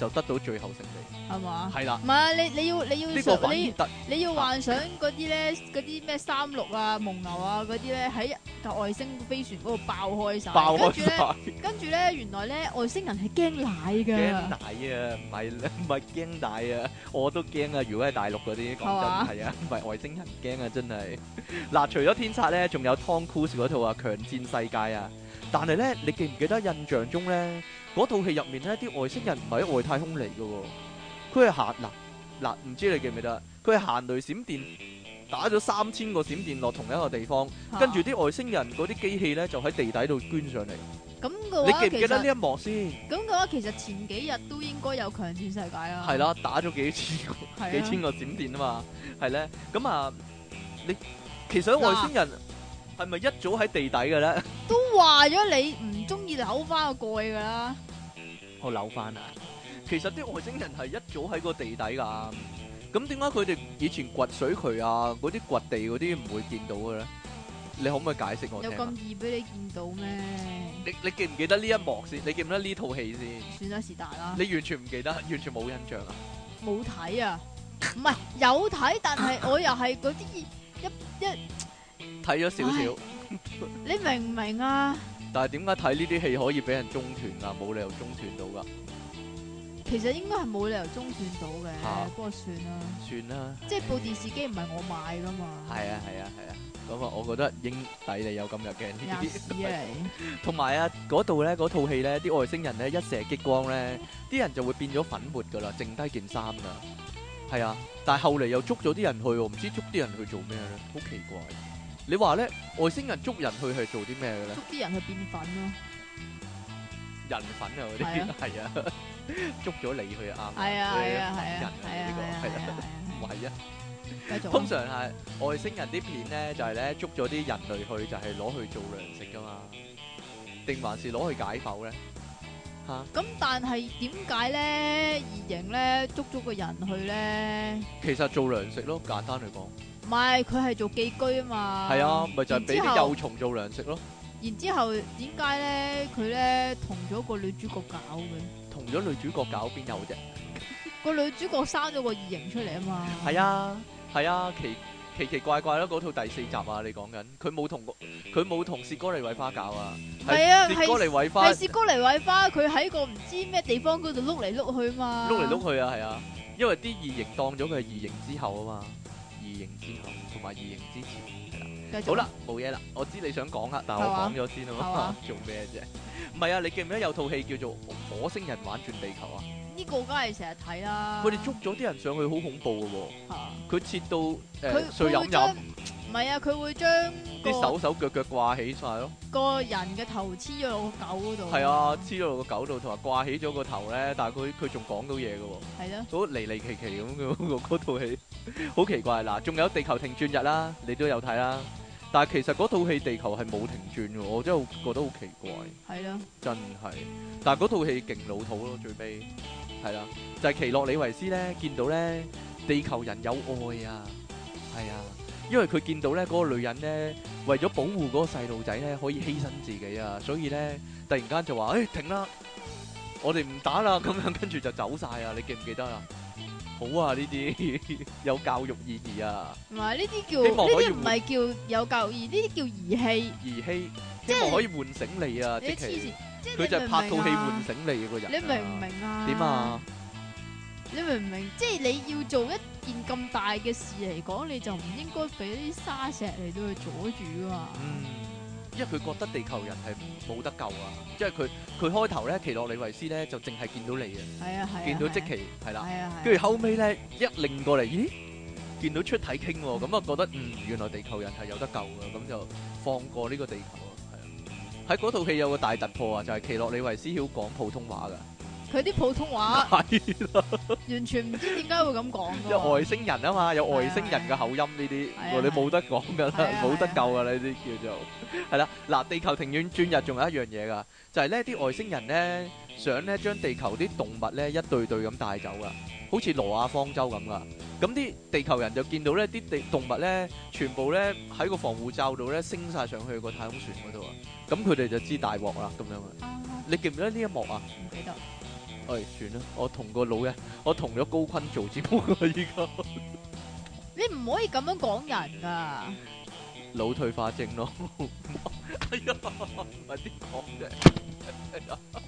Speaker 2: 就得到最後勝利，
Speaker 1: 係嘛？
Speaker 2: 係啦，
Speaker 1: 唔係啊，你你要你要
Speaker 2: 呢個
Speaker 1: 想
Speaker 2: 反
Speaker 1: 你
Speaker 2: 而得
Speaker 1: 你要幻想嗰啲咧，嗰啲咩三六啊、蒙牛啊嗰啲咧，喺架外星飛船嗰度爆開晒，
Speaker 2: 爆
Speaker 1: 跟
Speaker 2: 開
Speaker 1: 住咧，
Speaker 2: 晒，
Speaker 1: 跟住咧，原來咧外星人係驚
Speaker 2: 驚
Speaker 1: 奶
Speaker 2: 奶啊，唔係 唔係驚奶啊，我都驚啊！如果係大陸嗰啲
Speaker 1: 係嘛
Speaker 2: 講真係啊，唔係外星人驚啊，真係。 嗱，除咗天煞咧，仲有 Tom Cruise 嗰套啊《強戰世界》啊，但係咧，你記唔記得印象中咧嗰套戲入面咧啲外星人唔係喺外太空嚟嘅喎，佢係行嗱嗱，唔知你記唔記得？啊佢係行雷閃電打咗三千個閃電落同一個地方，
Speaker 1: 㗎，
Speaker 2: 跟住啲外星人嗰啲機器咧就喺地底度捐上嚟。
Speaker 1: 咁嘅
Speaker 2: 你
Speaker 1: 話，
Speaker 2: 記唔記
Speaker 1: 其
Speaker 2: 得呢
Speaker 1: 實
Speaker 2: 一幕先？
Speaker 1: 咁嘅話，其實前幾日都應該有強戰世界啦，
Speaker 2: 係啦，打咗幾千個。
Speaker 1: 係啊，
Speaker 2: 幾千個閃電啊嘛，係咧，咁啊，你其實外星人係咪一早喺地底嘅咧？
Speaker 1: 都話咗你唔中意扭翻個蓋㗎啦，
Speaker 2: 我扭翻啦，其實啲外星人係一早喺個地底噶，咁點解佢哋以前掘水渠啊，嗰啲掘地嗰啲唔會見到嘅咧？你可唔可以解釋我
Speaker 1: 有
Speaker 2: 聽啊
Speaker 1: 咁？易俾你見到咩？
Speaker 2: 你你記唔記得呢一幕先？你記唔記得呢套戲先？
Speaker 1: 算啦，是但啦，
Speaker 2: 你完全唔記得，完全冇印象啊！
Speaker 1: 冇睇啊，唔係有睇，但係我又係嗰啲，
Speaker 2: 睇咗少少，
Speaker 1: 你明唔明啊？
Speaker 2: 但係點解睇呢啲戲可以俾人中斷啊？冇理由中斷到噶，
Speaker 1: 其實應該係冇理由中斷到
Speaker 2: 嚇
Speaker 1: 嘅，不過算啦，
Speaker 2: 算啦。
Speaker 1: 即係部電視機唔係我買噶嘛，
Speaker 2: 係啊係啊係啊，咁啊，我覺得應抵你有今日嘅呢
Speaker 1: 吔屎
Speaker 2: 啲，
Speaker 1: 啊你！
Speaker 2: 同埋啊嗰度咧嗰套戲咧，啲外星人咧一射激光咧，啲人就會變咗粉末噶啦，剩低件衫噶，係啊，但係後嚟又捉咗啲人去喎，唔知捉啲人去做咩咧，好奇怪。你話咧外星人捉人去係做啲咩嘅咧？
Speaker 1: 捉啲人去變粉咯，
Speaker 2: 人粉啊嗰
Speaker 1: 係
Speaker 2: 啲
Speaker 1: 啊，
Speaker 2: 係啊， 捉咗你去啊啱，
Speaker 1: 係啊係啊係啊
Speaker 2: 人啊
Speaker 1: 係啊
Speaker 2: 呢個
Speaker 1: 係
Speaker 2: 係啊
Speaker 1: 啊
Speaker 2: 唔係啊，
Speaker 1: 係啊，繼續啊。
Speaker 2: 通常係外星人啲片咧就係咧捉咗啲人類去就係攞去做糧食噶嘛，定還是攞去解剖咧？
Speaker 1: 咁但係點解咧異形咧捉咗個人去咧？
Speaker 2: 其實做糧食咯，簡單嚟講，
Speaker 1: 唔係佢係做寄居啊嘛。
Speaker 2: 係啊，咪就係
Speaker 1: 然
Speaker 2: 俾
Speaker 1: 之
Speaker 2: 啲
Speaker 1: 後
Speaker 2: 幼蟲做糧食咯，
Speaker 1: 然之後點解咧佢咧同咗個女主角搞嘅？
Speaker 2: 同咗女主角搞邊有啫？
Speaker 1: 個女主角生咗個異形出嚟啊嘛。
Speaker 2: 係啊，係啊，奇奇奇怪怪咯，嗰套第四集啊，你講緊佢冇同個佢冇同薛哥利偉花搞啊，
Speaker 1: 係啊，
Speaker 2: 薛哥
Speaker 1: 係
Speaker 2: 利偉花
Speaker 1: 係薛高尼韋花，佢喺個唔知咩地方嗰度碌嚟碌去啊嘛。
Speaker 2: 碌嚟碌去啊，係啊，因為啲異形當咗佢係異形之後啊嘛，異形之後同埋異形之前係啦。
Speaker 1: 去。繼續。
Speaker 2: 好啦，冇嘢啦，我知你想講啦，但係我
Speaker 1: 係嘛
Speaker 2: 講咗先啊
Speaker 1: 係
Speaker 2: 嘛
Speaker 1: 嘛，
Speaker 2: 做咩啫？唔係啊，你記唔記得有套戲叫做《火星人玩轉地球》啊？
Speaker 1: 呢個梗係成日睇啦。
Speaker 2: 佢哋捉咗啲人上去，好恐怖嘅喎。
Speaker 1: 啊
Speaker 2: 佢切到誒、
Speaker 1: 佢
Speaker 2: 碎
Speaker 1: 佢會
Speaker 2: 飲
Speaker 1: 將
Speaker 2: 飲，
Speaker 1: 唔係啊，佢會將
Speaker 2: 啲手
Speaker 1: 個
Speaker 2: 手腳腳掛起晒咯。
Speaker 1: 個人嘅頭黐咗落個狗嗰度。
Speaker 2: 係啊，黐咗落個狗度，同埋掛起咗個頭咧，但係佢佢仲講到嘢嘅喎。
Speaker 1: 係咯，
Speaker 2: 好離離奇奇咁嘅喎嗰套戲，好奇怪嗱。仲有《地球停轉日》啦，你都有睇啦。但係其 實嗰套戲地球係冇停轉嘅喎，我真係覺得好奇怪，
Speaker 1: 係咯，
Speaker 2: 真係。但係嗰套戲勁老土咯，最尾係啦，就係、奇洛里維斯咧見到咧地球人有愛啊，係啊，因為佢見到咧嗰、個女人咧為咗保護嗰個細路仔咧可以犧牲自己啊，所以咧突然間就話誒、哎停啦，我哋唔打啦，咁樣跟住就走晒啊！你記唔記得啊？好啊，呢啲 有教育意義啊，
Speaker 1: 同埋呢啲叫
Speaker 2: 希
Speaker 1: 呢
Speaker 2: 望可以
Speaker 1: 啲唔係叫有教義，呢啲叫義氣。
Speaker 2: 兒戲
Speaker 1: 即係
Speaker 2: 希望可以喚醒你啊！
Speaker 1: 你
Speaker 2: 即
Speaker 1: 黐
Speaker 2: 其
Speaker 1: 線，即係
Speaker 2: 佢就係
Speaker 1: 係
Speaker 2: 拍套戲喚醒你個人、
Speaker 1: 啊你明唔？明啊？
Speaker 2: 點啊？？
Speaker 1: 你明唔明？即係你要做一件咁大嘅事嚟講，你就唔應該俾啲沙石嚟到去阻住噶嘛。
Speaker 2: 嗯，因為佢覺得地球人係冇得救啊，因為佢佢開頭咧，奇洛里維斯咧就淨係見到你啊，
Speaker 1: 係啊係啊。
Speaker 2: 見到
Speaker 1: 係啊
Speaker 2: 即奇係啦，
Speaker 1: 係啊係。
Speaker 2: 跟住後尾咧一擰過嚟，咦，見到出體傾喎，咁啊覺得嗯原來地球人係有得救嘅，咁就放過呢個地球啊，係啊。喺嗰套戲有個大突破啊，就係奇洛里維斯曉講普通話㗎，
Speaker 1: 佢啲普通 話
Speaker 2: 係
Speaker 1: 完全唔知點解會咁講㗎
Speaker 2: 有
Speaker 1: 喎。
Speaker 2: 外星人啊嘛，有外星人嘅口音呢
Speaker 1: 係
Speaker 2: 啲，
Speaker 1: 啊
Speaker 2: 你冇得講噶啦
Speaker 1: 係啊，
Speaker 2: 冇得救噶啦呢啲叫做係啦。嗱，地球停遠轉日仲有一樣嘢噶，就係呢啲外星人咧想咧將地球啲動物咧一對對咁帶走噶，好似羅亞方舟咁噶。咁啲地球人就見到呢啲地動物咧，全部咧喺個防護罩度咧升晒上去個太空船嗰度啊。咁佢哋就知大鑊啦，咁樣啊。
Speaker 1: 啊
Speaker 2: 你記唔記得呢一幕啊？
Speaker 1: 唔記得。
Speaker 2: 誒，算啦，我同個老人，我同咗高坤做節目啊，依家。
Speaker 1: 你唔可以咁樣講人㗎。
Speaker 2: 腦退化症 咯。哎呀，唔係啲講 啫。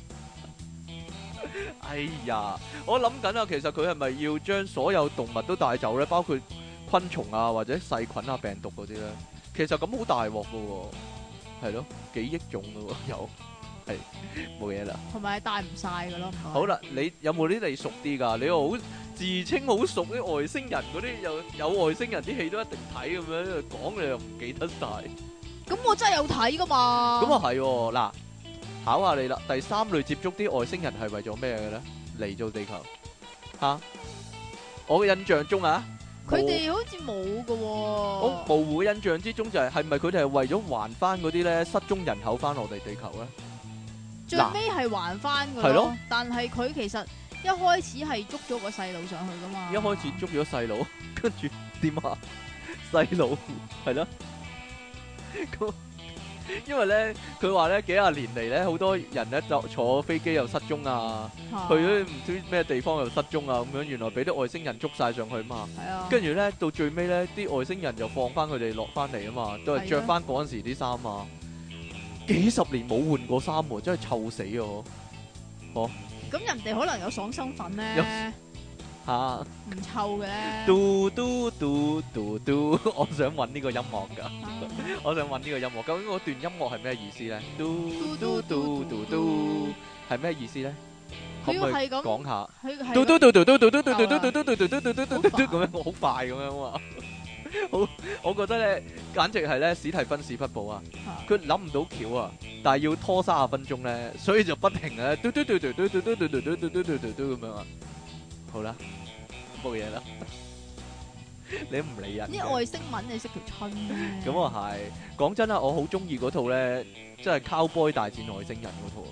Speaker 2: 哎呀，我諗緊啊，其實佢係咪要將所有動物都帶走咧？包括昆蟲啊，或者細菌啊、病毒嗰啲咧？其實咁好大鑊噶喎，係咯，幾億種噶喎，有係冇嘢啦。
Speaker 1: 同埋帶唔晒噶咯。唔該
Speaker 2: 好，啦，你有冇啲你熟啲噶？你又好自稱好熟啲外星人嗰啲，又有外星人啲戲都一定睇咁樣，講你又唔記得晒。
Speaker 1: 咁我真係有睇噶嘛。
Speaker 2: 咁啊係喎，嗱，考下你啦。第三類接觸啲外星人係為咗咩嘅咧？嚟到地球吓，我嘅印象中啊，
Speaker 1: 佢哋好似冇噶
Speaker 2: 我
Speaker 1: 喎。
Speaker 2: 模糊嘅印象之中就係係咪佢哋係為咗還翻嗰啲咧失蹤人口翻落嚟地球咧？
Speaker 1: 最尾係還翻噶
Speaker 2: 係咯
Speaker 1: 咯。但係佢其實一開始係捉咗個細路上去噶嘛。
Speaker 2: 一開始捉咗細佬， 跟住點啊？細佬係咯， 咁因為咧佢話咧幾廿年嚟咧好多人咧就坐飛機又失蹤啊。
Speaker 1: 嚇
Speaker 2: 去咗唔知咩地方又失蹤啊，咁樣原來俾啲外星人捉晒上去嘛，
Speaker 1: 係啊。
Speaker 2: 跟住咧到最尾咧啲外星人就放翻佢哋落翻嚟啊嘛，都
Speaker 1: 係
Speaker 2: 係
Speaker 1: 啊
Speaker 2: 着翻嗰陣時啲衫啊，幾十年冇換過衫喎，真係臭死我
Speaker 1: 咁人哋可能有爽身粉 咧，
Speaker 2: 有嚇！
Speaker 1: 唔臭嘅咧。
Speaker 2: 嘟嘟嘟嘟 嘟，我想揾呢個音樂㗎，
Speaker 1: 啊
Speaker 2: 我想揾呢個音樂，究竟嗰段音樂係咩意思咧？嘟嘟嘟嘟嘟係咩意思咧？可
Speaker 1: 佢
Speaker 2: 唔
Speaker 1: 要
Speaker 2: 可
Speaker 1: 係
Speaker 2: 以
Speaker 1: 咁，
Speaker 2: 講下？
Speaker 1: 佢係
Speaker 2: 嘟嘟
Speaker 1: 咁
Speaker 2: 嘟嘟嘟嘟嘟嘟嘟嘟嘟嘟嘟嘟嘟嘟嘟嘟咁樣，好快咁樣啊！好，我覺得咧，簡直係咧史提芬史匹堡啊！
Speaker 1: 啊
Speaker 2: 佢諗唔到橋啊，但係要拖三十分鐘咧，所以就不停咧，嘟嘟嘟嘟嘟嘟嘟嘟嘟嘟嘟嘟嘟嘟咁樣啊。好啦，冇嘢啦，你唔理人
Speaker 1: 啲外星文你識條春咩？
Speaker 2: 咁啊係，講真啦，我好中意嗰套咧，即係《Cowboy 大戰外星人》嗰套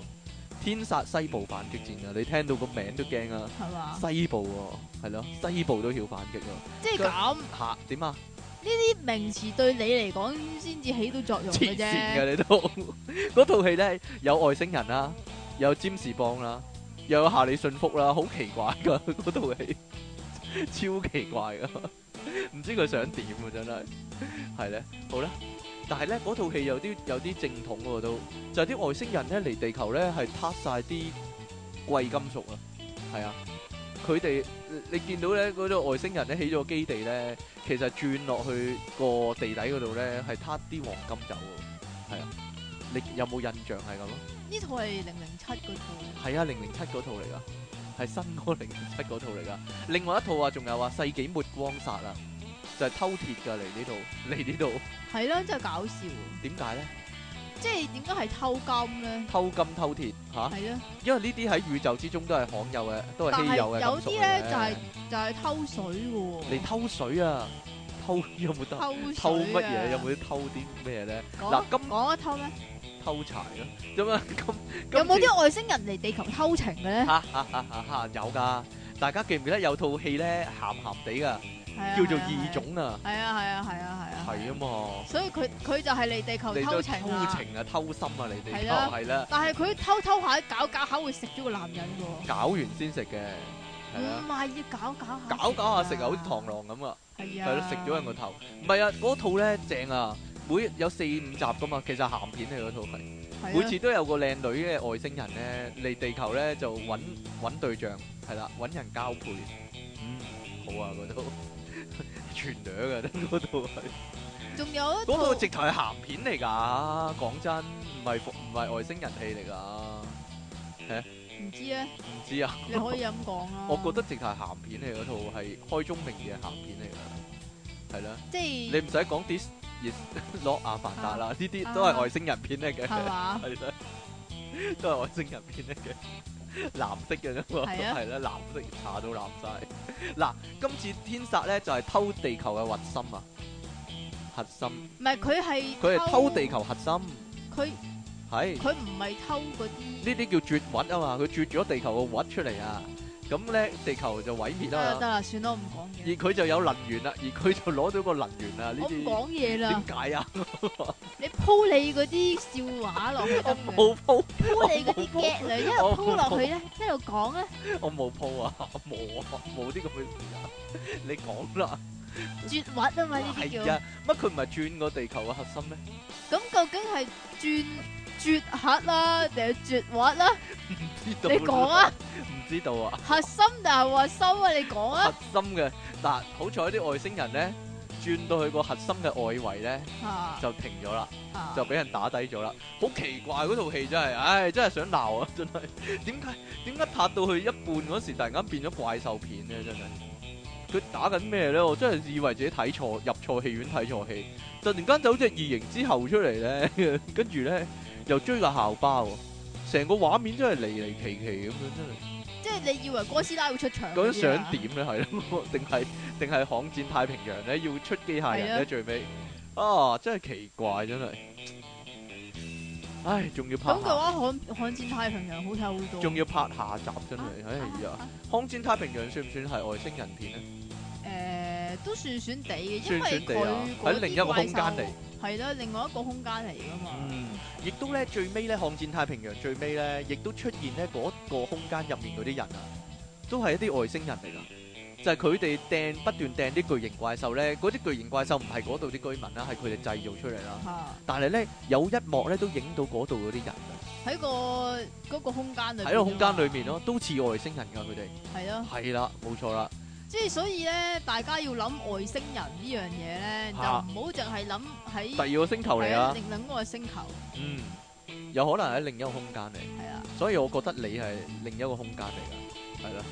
Speaker 2: 《天殺西部反擊戰》啊！你聽到個名都驚啊！
Speaker 1: 係嘛？
Speaker 2: 西部喎，係咯，西部都要反擊啊！
Speaker 1: 即係咁
Speaker 2: 嚇點啊？
Speaker 1: 啲名詞對你嚟講先至起到作用
Speaker 2: 黐
Speaker 1: 嘅
Speaker 2: 線
Speaker 1: 啫。
Speaker 2: 嘅你都， 嗰套戲咧有外星人啦，有占士邦啦，又有夏里信福啦，好奇怪噶嗰套戲，超奇怪噶，唔知佢想點啊真係，係咧，好啦，但係咧 嗰套戲有啲有啲正統喎都，就係啲外星人咧嚟地球咧係撻晒啲貴金屬啊，係啊。佢哋你你見到咧嗰度外星人咧起咗基地咧，其實轉落去個地底嗰度咧係撻啲黃金走喎，係啊，你有冇印象係咁咯？
Speaker 1: 呢套係零零七嗰套，
Speaker 2: 係啊，零零七嗰套嚟噶，係新嗰零零七嗰套嚟噶。另外一套啊，仲有啊，世紀末光殺啊，就係、偷鐵㗎嚟呢度，嚟呢度
Speaker 1: 係啦，真係搞笑。
Speaker 2: 點解咧？
Speaker 1: 即係點解係偷金咧？
Speaker 2: 偷金偷鐵嚇，
Speaker 1: 係咧，
Speaker 2: 因為呢啲喺宇宙之中都係罕有嘅，都係
Speaker 1: 但
Speaker 2: 稀
Speaker 1: 係
Speaker 2: 有嘅
Speaker 1: 有
Speaker 2: 金屬
Speaker 1: 啲
Speaker 2: 嚟
Speaker 1: 咧就係就係偷水
Speaker 2: 你
Speaker 1: 喎。
Speaker 2: 偷水啊，偷有冇得？
Speaker 1: 偷
Speaker 2: 偷乜
Speaker 1: 水啊
Speaker 2: 嘢？有冇啲偷啲咩咧？嗱
Speaker 1: 講，
Speaker 2: 今
Speaker 1: 講得偷咩？
Speaker 2: 偷柴咯，咁啊咁
Speaker 1: 有冇
Speaker 2: 今次啊
Speaker 1: 啲外星人嚟地球偷情嘅 咧？
Speaker 2: 哈哈哈哈哈有噶？大家記唔記得有套戲咧鹹鹹地噶，
Speaker 1: 係啊
Speaker 2: 叫做
Speaker 1: 係啊
Speaker 2: 異種啊，
Speaker 1: 係啊係啊係啊係啊。
Speaker 2: 係啊嘛，
Speaker 1: 所以佢佢就係嚟地球
Speaker 2: 你
Speaker 1: 偷
Speaker 2: 都
Speaker 1: 情
Speaker 2: 偷
Speaker 1: 啊！
Speaker 2: 情啊偷心啊你哋
Speaker 1: 係
Speaker 2: 就
Speaker 1: 啦
Speaker 2: 係啦，
Speaker 1: 但係佢偷偷下搞搞下會食咗個男人喎，
Speaker 2: 搞完先食嘅，
Speaker 1: 唔
Speaker 2: 係啊，
Speaker 1: 係要搞搞下，
Speaker 2: 搞搞下食啊好似螳，螂咁啊，
Speaker 1: 係啊，
Speaker 2: 係咯食咗人個頭，唔係啊嗰套咧正啊，每有四五集噶嘛，其實鹹片嚟嗰套係。
Speaker 1: 係
Speaker 2: 每
Speaker 1: 啊
Speaker 2: 次都有個靚女嘅外星人咧嚟地球咧就揾揾對象，係啦，揾人交配。嗯，好啊，嗰度 全兩嘅，嗰度係
Speaker 1: 仲有一
Speaker 2: 嗰
Speaker 1: 套
Speaker 2: 套直頭係鹹片嚟㗎，講真，唔係唔係外星人戲嚟㗎，
Speaker 1: 唔知咧，
Speaker 2: 唔知啊，
Speaker 1: 你可以咁講啦。
Speaker 2: 我覺得直頭係鹹片嚟嗰套係開宗明義嘅鹹片嚟㗎，係啦，
Speaker 1: 即
Speaker 2: 你
Speaker 1: 係
Speaker 2: 唔使講 dis is not 阿凡達啦，
Speaker 1: 啊
Speaker 2: 呢啲都係外星人片嚟嘅。
Speaker 1: 係嘛？
Speaker 2: 係啦，都係外星人片嚟嘅，藍色嘅啫嘛，
Speaker 1: 係啊
Speaker 2: 係啦，藍色搽到藍晒。嗱，今次天煞咧就係、偷地球嘅核心啊，核心，
Speaker 1: 唔係佢係
Speaker 2: 佢係偷地，球核心，
Speaker 1: 佢
Speaker 2: 係呢
Speaker 1: 佢唔係偷嗰啲。
Speaker 2: 啲叫絕核啊嘛，佢絕咗地球個核出嚟啊，咁咧地球就毀滅
Speaker 1: 得啦
Speaker 2: 啊
Speaker 1: 得
Speaker 2: 嘛，
Speaker 1: 啦，算啦，我唔講
Speaker 2: 而
Speaker 1: 嘢，
Speaker 2: 佢就有能源啦，而佢就攞到個能源啊，呢
Speaker 1: 我唔
Speaker 2: 啲
Speaker 1: 講嘢啦
Speaker 2: 點。解啊？
Speaker 1: 你鋪你嗰啲笑話落去得
Speaker 2: 我
Speaker 1: 嘅，
Speaker 2: 冇鋪，
Speaker 1: 鋪你嗰啲 get 嚟，一路鋪落去咧，一路講咧，
Speaker 2: 我冇鋪啊，冇啊，冇啲咁嘅事啊，你講啦。
Speaker 1: 絕核啊嘛呢啲
Speaker 2: 係
Speaker 1: 叫。
Speaker 2: 啊，乜佢唔係轉個地球嘅核心咩？
Speaker 1: 咁究竟係轉絕核啦，定係絕核啦？
Speaker 2: 唔知道。
Speaker 1: 你講啊！
Speaker 2: 唔知道啊，
Speaker 1: 核心定係核心啊？你講啊！
Speaker 2: 核心嘅嗱，好彩啲外星人咧轉到去個核心嘅外圍咧
Speaker 1: 啊
Speaker 2: 就停咗啦，
Speaker 1: 啊
Speaker 2: 就俾人打低咗啦。好奇怪嗰套戲真係，唉，真係想鬧啊！ 真係點解點解拍到去一半嗰時突然間變咗怪獸片咧？真係佢打緊咩咧？我真係以為自己睇錯，入錯戲院睇錯戲，突然間走隻異形之後出嚟咧， 跟住咧又追個校巴喎，成個畫面真係離離奇奇咁樣，真係。
Speaker 1: 即係你以為哥斯拉會出場
Speaker 2: 究
Speaker 1: 嗰啲啊？
Speaker 2: 竟想點咧？係 咯，定係定係巷戰太平洋咧？要出機械
Speaker 1: 係
Speaker 2: 人咧
Speaker 1: 啊
Speaker 2: 最尾啊！真係奇怪，真係。唉，仲要拍
Speaker 1: 咁嘅
Speaker 2: 下，
Speaker 1: 話，《悍悍戰太平洋》好睇好多。
Speaker 2: 仲要拍下集，真係。唉哎呀，
Speaker 1: 啊
Speaker 2: 巷戰太平洋算唔算係外星人片咧？
Speaker 1: 誒都算算地嘅，
Speaker 2: 算
Speaker 1: 因為
Speaker 2: 算地啊
Speaker 1: 佢
Speaker 2: 喺另一個空間嚟。
Speaker 1: 係啦，另外一個空間嚟噶嘛。
Speaker 2: 嗯，亦都咧最尾咧巷戰太平洋最尾咧，亦都出現咧嗰個空間入面嗰啲人啊，都係一啲外星人嚟噶。就係佢哋掟不斷掟啲巨型怪獸咧，嗰啲巨型怪獸唔係嗰度啲居民啦，係佢哋製造出嚟啦。
Speaker 1: 嚇
Speaker 2: 但係咧有一幕咧都影到嗰度嗰啲人㗎
Speaker 1: 喺個嗰個空間裏邊啊嘛
Speaker 2: 喺個空間裏面咯，，都似外星人㗎佢哋。
Speaker 1: 係咯，
Speaker 2: 係啦，冇錯啦，
Speaker 1: 即係所以咧，大家要諗外星人呢樣嘢咧，就唔
Speaker 2: 嚇
Speaker 1: 好淨係諗
Speaker 2: 第
Speaker 1: 喺
Speaker 2: 二個星球嚟
Speaker 1: 係啊
Speaker 2: 啊，
Speaker 1: 另另一個星球
Speaker 2: 嗯，有可能喺另一個空間嚟，
Speaker 1: 係啊。
Speaker 2: 所以我覺得你係另一個空間嚟㗎，係啦，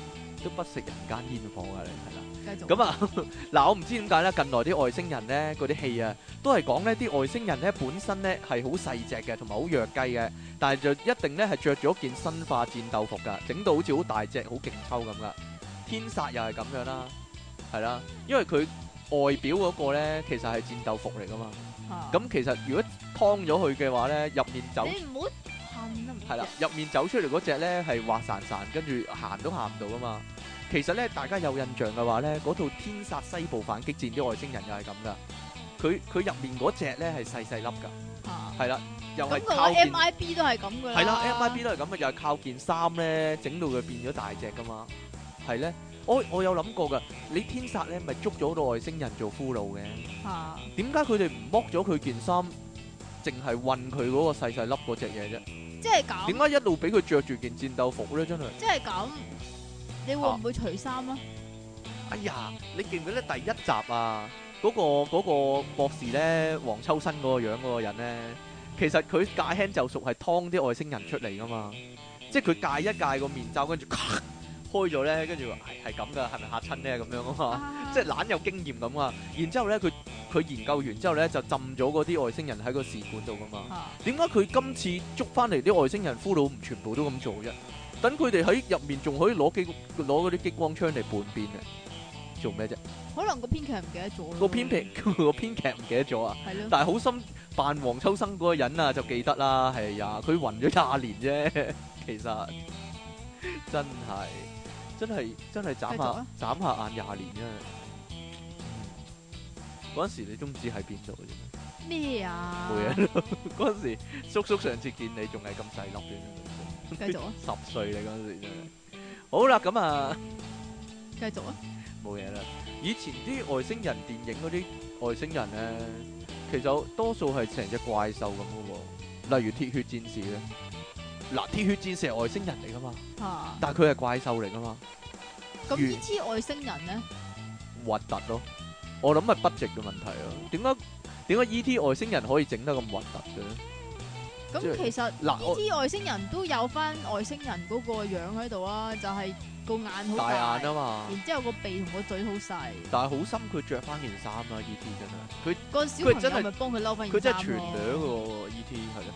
Speaker 2: 都不食人間煙火㗎，你係啦。
Speaker 1: 繼續。
Speaker 2: 咁啊， 嗱，我唔知點解咧，近來啲外星人咧，嗰啲戲啊，都係講呢啲外星人咧本身咧係好細只嘅，同埋好弱雞嘅，但係就一定咧係着咗件生化戰鬥服㗎，整到好似好大隻、好勁抽咁噶。天煞又係咁樣啦，係啦，因為佢外表嗰個咧其實係戰鬥服嚟噶嘛，
Speaker 1: 啊
Speaker 2: 咁其實如果劏咗佢嘅話咧，入面走
Speaker 1: 你唔好恨啊，唔
Speaker 2: 係啦，入面走出嚟嗰只咧係滑潺潺，跟住行都行唔到噶嘛。其實咧，大家有印象嘅話咧，嗰套《天煞西部反擊戰》啲外星人又係咁噶。佢佢入面嗰只咧係細細粒噶，
Speaker 1: 啊
Speaker 2: 係啦，又
Speaker 1: 咁
Speaker 2: 係
Speaker 1: 佢
Speaker 2: 靠
Speaker 1: 話
Speaker 2: 件
Speaker 1: MIB 都係咁噶啦。
Speaker 2: 係啦，MIB 都係咁嘅，又係靠件衫咧整到佢變咗大隻噶嘛。係咧，我我有諗過噶，你天煞咧咪捉咗好多外星人做俘虜嘅？
Speaker 1: 啊
Speaker 2: 點解佢哋唔剝咗佢件衫，淨係運佢嗰個細細粒嗰只嘢啫？
Speaker 1: 即係咁
Speaker 2: 點，解一路俾佢着住件戰鬥服咧？真係，
Speaker 1: 即係咁，你會唔會除衫啊？
Speaker 2: 哎呀，你記唔記得第一集啊？嗰、個嗰個博士咧，黃秋生嗰個樣嗰個人咧，其實佢戒輕就熟係劏啲外星人出嚟噶嘛，即係佢戒一戒個面罩，跟住 咔開咗咧，跟住話係係咁噶，係咪嚇親咧咁樣啊嘛？
Speaker 1: 啊
Speaker 2: 即係懶有經驗咁啊！然之後咧，佢佢研究完之後咧，就浸咗嗰啲外星人喺個試管度噶嘛。
Speaker 1: 啊
Speaker 2: 點解佢今次捉翻嚟啲外星人俘虜唔全部都咁做啫？等佢哋喺入面仲可以攞激攞嗰啲激光槍嚟叛變啊！做咩啫？
Speaker 1: 可能個編劇唔記得咗咯
Speaker 2: 個編劇 個編劇唔記得咗啊！
Speaker 1: 係咯，
Speaker 2: 但係好心扮黃秋生嗰個人啊，就記得啦。係啊，佢暈咗廿年啫， 其實真係真係真係眨
Speaker 1: 繼續
Speaker 2: 下
Speaker 1: 啊
Speaker 2: 眨下眼廿年啫。嗯嗰陣時你都唔知喺邊度嘅啫。
Speaker 1: 咩啊？
Speaker 2: 冇嘢咯。 嗰陣時，叔叔上次見你仲係咁細粒嘅，
Speaker 1: 繼續啊，
Speaker 2: 十歲你嗰陣時真係。好啦，咁啊
Speaker 1: 繼續啊，
Speaker 2: 冇嘢啦。以前啲外星人電影嗰啲外星人咧，其實多數係成隻怪獸咁嘅喎，例如鐵血戰士咧。嗱，鐵血戰士係外星人嚟噶嘛，
Speaker 1: 啊
Speaker 2: 但係佢係怪獸嚟噶嘛，
Speaker 1: 咁
Speaker 2: 完
Speaker 1: E.T. 外星人咧，
Speaker 2: 核突咯。我諗係筆值嘅問題咯。點解點解 E.T. 外星人可以整得咁核突嘅咧？即
Speaker 1: 咁
Speaker 2: 係
Speaker 1: 其實
Speaker 2: 嗱我
Speaker 1: E.T. 外星人都有翻外星人嗰個樣喺度啊，就係個眼好
Speaker 2: 大眼
Speaker 1: 大，
Speaker 2: 啊嘛。
Speaker 1: 然之後個鼻同個嘴好細，
Speaker 2: 但係好心佢着翻件衫啦，E.T. 真係，
Speaker 1: 個小
Speaker 2: 佢
Speaker 1: 朋
Speaker 2: 真係
Speaker 1: 友咪幫佢嬲翻
Speaker 2: 佢佢
Speaker 1: 件
Speaker 2: 真
Speaker 1: 衫啊
Speaker 2: 係全
Speaker 1: 咯
Speaker 2: 兩個 E.T. ，E 係咯，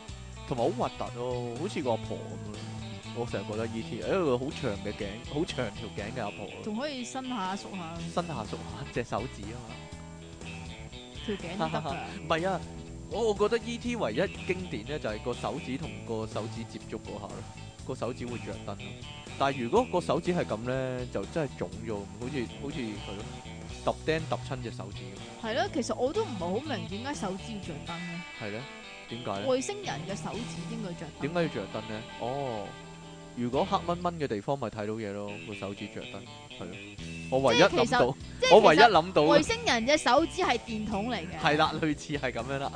Speaker 2: 同埋好核突咯，好似個阿婆咁咯。我成日覺得 E E.T. 係一個好長嘅頸，好長條頸嘅阿婆咯，
Speaker 1: 仲可以伸下縮下
Speaker 2: 伸下縮下隻手指啊嘛。
Speaker 1: 條頸都得㗎。
Speaker 2: 唔係啊，我我覺得 E.T. 唯一經典咧就係個手指同個手指接觸嗰下咯，個手指會着燈咯。但係如果個手指係咁咧，就真係腫咗，好似好似係咯，揼釘揼親隻手指咁，
Speaker 1: 係咯，其實我都唔係好明點解手指要着燈咧。
Speaker 2: 係咧，點解咧？
Speaker 1: 外星人嘅手指應該着燈。
Speaker 2: 點解啊要着燈呢？哦，如果黑蚊蚊嘅地方咪睇到嘢咯，個手指着燈係咯。我唯一
Speaker 1: 即係其
Speaker 2: 諗
Speaker 1: 實
Speaker 2: 到，
Speaker 1: 即
Speaker 2: 我
Speaker 1: 係
Speaker 2: 唯一
Speaker 1: 其實
Speaker 2: 諗到
Speaker 1: 外星人嘅手指係電筒嚟嘅。
Speaker 2: 係啦，類似係咁樣啦。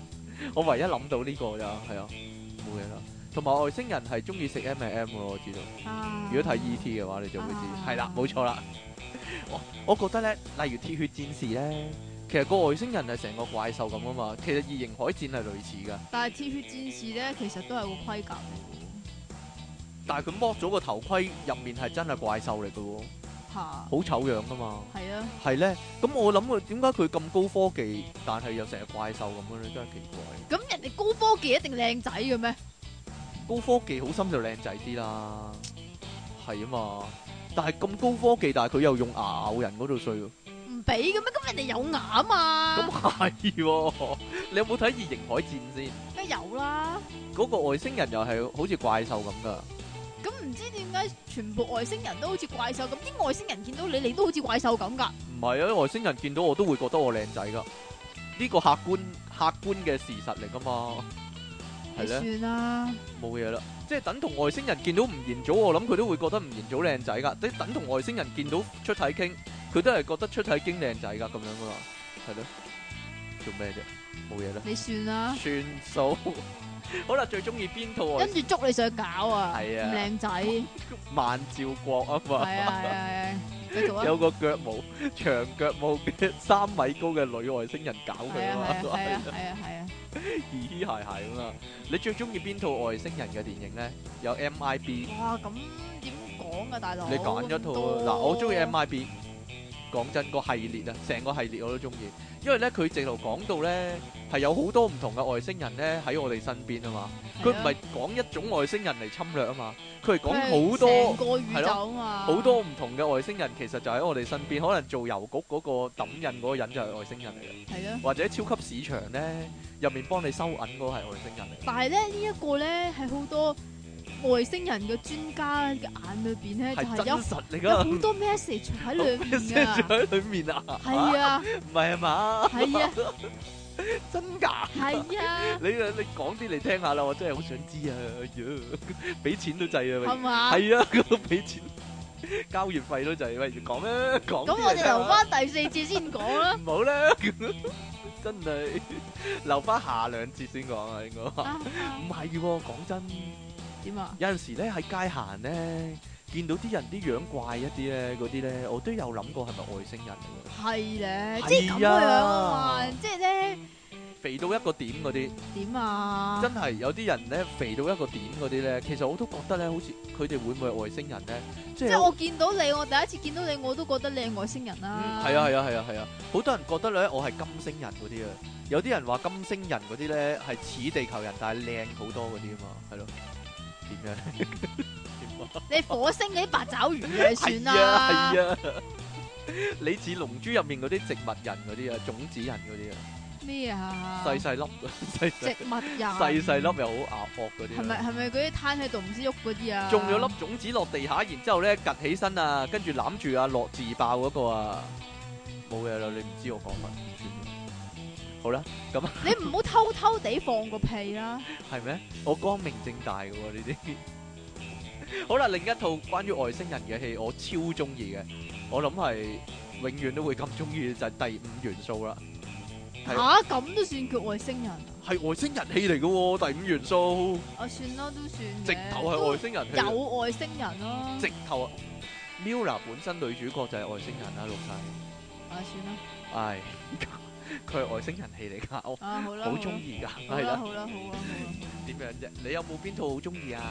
Speaker 2: 我唯一諗到呢個咋，係啊，冇嘢啦。同埋外星人係中意食 M M 咯，我知道。
Speaker 1: 啊。
Speaker 2: 如果睇 E T 嘅話，你就會知
Speaker 1: 啊
Speaker 2: 係啦，冇錯啦。我我覺得咧，例如鐵血戰士咧，其實個外星人係成個怪獸咁啊嘛。其實異形海戰係類似噶，
Speaker 1: 但係鐵血戰士咧，其實都係個盔甲嚟
Speaker 2: 但係佢剝咗個頭盔，入面係真係怪獸嚟嘅喎，
Speaker 1: 嘅喎。嚇。
Speaker 2: 好醜樣噶嘛。
Speaker 1: 係啊，
Speaker 2: 係咧，咁我諗佢點解佢咁高科技，但係又成日怪獸咁樣咧，真係奇怪。
Speaker 1: 咁人哋高科技一定靚仔嘅咩？
Speaker 2: 高科技好心就靚仔啲啦，係啊嘛。但係咁高科技，但係佢又用牙咬人嗰度衰喎，
Speaker 1: 唔俾嘅咩？咁人哋有牙啊嘛
Speaker 2: 咁。係喎。你有冇睇《異形海戰》先？
Speaker 1: 梗有啦。
Speaker 2: 嗰個外星人又係好似怪獸咁噶，
Speaker 1: 咁唔知點解全部外星人都好似怪獸咁？啲外星人見到你，你都好似怪獸咁㗎。
Speaker 2: 唔係啊！外星人見到我都會覺得我靚仔噶，呢個客觀客觀嘅事實嚟噶嘛，係咧。
Speaker 1: 算啦。
Speaker 2: 冇嘢啦，即係等同外星人見到吳彥祖，我諗佢都會覺得吳彥祖靚仔噶，即係等同外星人見到出體傾，佢都係覺得出體傾靚仔噶咁樣噶嘛，係咯，做咩啫？冇嘢啦，
Speaker 1: 你算啦。
Speaker 2: 算數。 好啦，最中意邊套外
Speaker 1: 跟住捉你上去搞啊，
Speaker 2: 係啊
Speaker 1: 咁靚仔，係
Speaker 2: 萬兆國啊
Speaker 1: 啊
Speaker 2: 嘛，
Speaker 1: 係啊係啊，繼續啊，
Speaker 2: 有個腳毛長腳毛嘅三米高嘅女外星人搞佢
Speaker 1: 係
Speaker 2: 啊
Speaker 1: 啊係啊係啊，
Speaker 2: 嘛
Speaker 1: 係啊係啊，
Speaker 2: 嘻嘻鞋鞋咁啊！你最中意邊套外星人嘅電影咧？有 MIB
Speaker 1: 哇咁點講講噶，大佬。
Speaker 2: 你揀一套啊嗱，我中意 MIB。講真，個系列啊，成個系列我都中意，因為咧佢直頭講到咧係有好多唔同嘅外星人咧喺我哋身邊啊嘛，
Speaker 1: Dạ.
Speaker 2: 佢唔係講一種外星人嚟侵略啊嘛，佢係講好
Speaker 1: 成。
Speaker 2: 多
Speaker 1: 個宇
Speaker 2: 係咯
Speaker 1: 宙啊嘛，
Speaker 2: 好多唔同嘅外星人其實就喺我哋身邊，可能做郵局嗰個抌印嗰個人就係外星人嚟嘅，
Speaker 1: 係咯。
Speaker 2: 或者超級市場呢，入面幫你收銀嗰個係外星人嚟嘅。
Speaker 1: 但係咧呢一個咧係好多外星人嘅專家嘅眼裏邊咧就
Speaker 2: 係
Speaker 1: 係
Speaker 2: 真
Speaker 1: 有
Speaker 2: 實嚟
Speaker 1: 有好
Speaker 2: 噶，
Speaker 1: 多 message 喺裏面噶，
Speaker 2: 喺裏面啊，
Speaker 1: 係啊
Speaker 2: 唔係啊嘛，
Speaker 1: 係啊
Speaker 2: 真㗎，
Speaker 1: 係啊，
Speaker 2: 你你講啲嚟聽下啦，我真係好想知啊，哎呀， 俾錢都滯
Speaker 1: 係
Speaker 2: 啊，
Speaker 1: 嘛？
Speaker 2: 係啊， 俾錢交月費都滯，喂，講啦，講
Speaker 1: 咁
Speaker 2: 啲
Speaker 1: 我
Speaker 2: 嚟
Speaker 1: 哋
Speaker 2: 聽下
Speaker 1: 留翻第四節先講 啦。
Speaker 2: 唔好啦，真係留翻下兩節先講啊，應該。
Speaker 1: 啊啊
Speaker 2: 唔係喎，講真，
Speaker 1: 點啊？
Speaker 2: 有陣時咧喺街行咧，見到啲人啲樣怪一啲咧，嗰啲咧，我都有諗過係咪外星人嚟
Speaker 1: 係咧，
Speaker 2: 係啊
Speaker 1: 即係咁樣啊嘛，即係咧
Speaker 2: 嘅，肥到一個點嗰啲，
Speaker 1: 點啊？
Speaker 2: 真係有啲人咧肥到一個點嗰啲咧，其實我都覺得咧，好似佢哋會唔會係外星人咧？即
Speaker 1: 即
Speaker 2: 係
Speaker 1: 係我見到你，我第一次見到你，我都覺得你係外星人
Speaker 2: 嗯
Speaker 1: 啦。
Speaker 2: 係啊係啊係啊係啊，好多人覺得咧我係金星人嗰啲啊，有啲人話金星人嗰啲咧係似地球人但係靚好多嗰啲啊嘛，係咯，點樣呢 點啊？
Speaker 1: 你火星嗰啲八爪魚嘅算
Speaker 2: 係
Speaker 1: 啦
Speaker 2: 啊，係啊，你似龍珠入面嗰啲植物人嗰啲啊，種子人嗰啲啊，
Speaker 1: 咩啊？
Speaker 2: 細細粒， 細
Speaker 1: 植
Speaker 2: 細
Speaker 1: 物人
Speaker 2: 細細粒又好牙惡嗰啲啊。
Speaker 1: 係咪係咪嗰啲攤喺度唔知喐嗰啲啊？
Speaker 2: 種咗粒種子落地下，然之後咧趌起身啊，跟住攬住啊落自爆嗰個啊，冇嘢啦，你唔知我講乜，算啦好啦，
Speaker 1: 你唔好偷偷地放個屁啦！
Speaker 2: 係咩？我光明正大嘅喎呢啲。 好啦，另一套關於外星人嘅戲，我超中意嘅，我諗係永遠都會咁中意，就係、第五元素啦。係啊
Speaker 1: 吓咁都算叫外星人啊？
Speaker 2: 係外星人氣嚟嘅喎，第五元素，
Speaker 1: 啊算啦，都算嘅
Speaker 2: 直頭係外星人氣
Speaker 1: 都，有外星人咯。
Speaker 2: 直頭啊 Mila 本身女主角就係外星人啦，老細，
Speaker 1: 啊算啦，
Speaker 2: 唉，佢係外星人氣嚟㗎，我
Speaker 1: 啊好啦，
Speaker 2: 好
Speaker 1: 啦
Speaker 2: 中意㗎，
Speaker 1: 好
Speaker 2: 係
Speaker 1: 啦
Speaker 2: 啦，
Speaker 1: 好啦好啊好啊！
Speaker 2: 點樣啫？你有冇邊套好中意啊？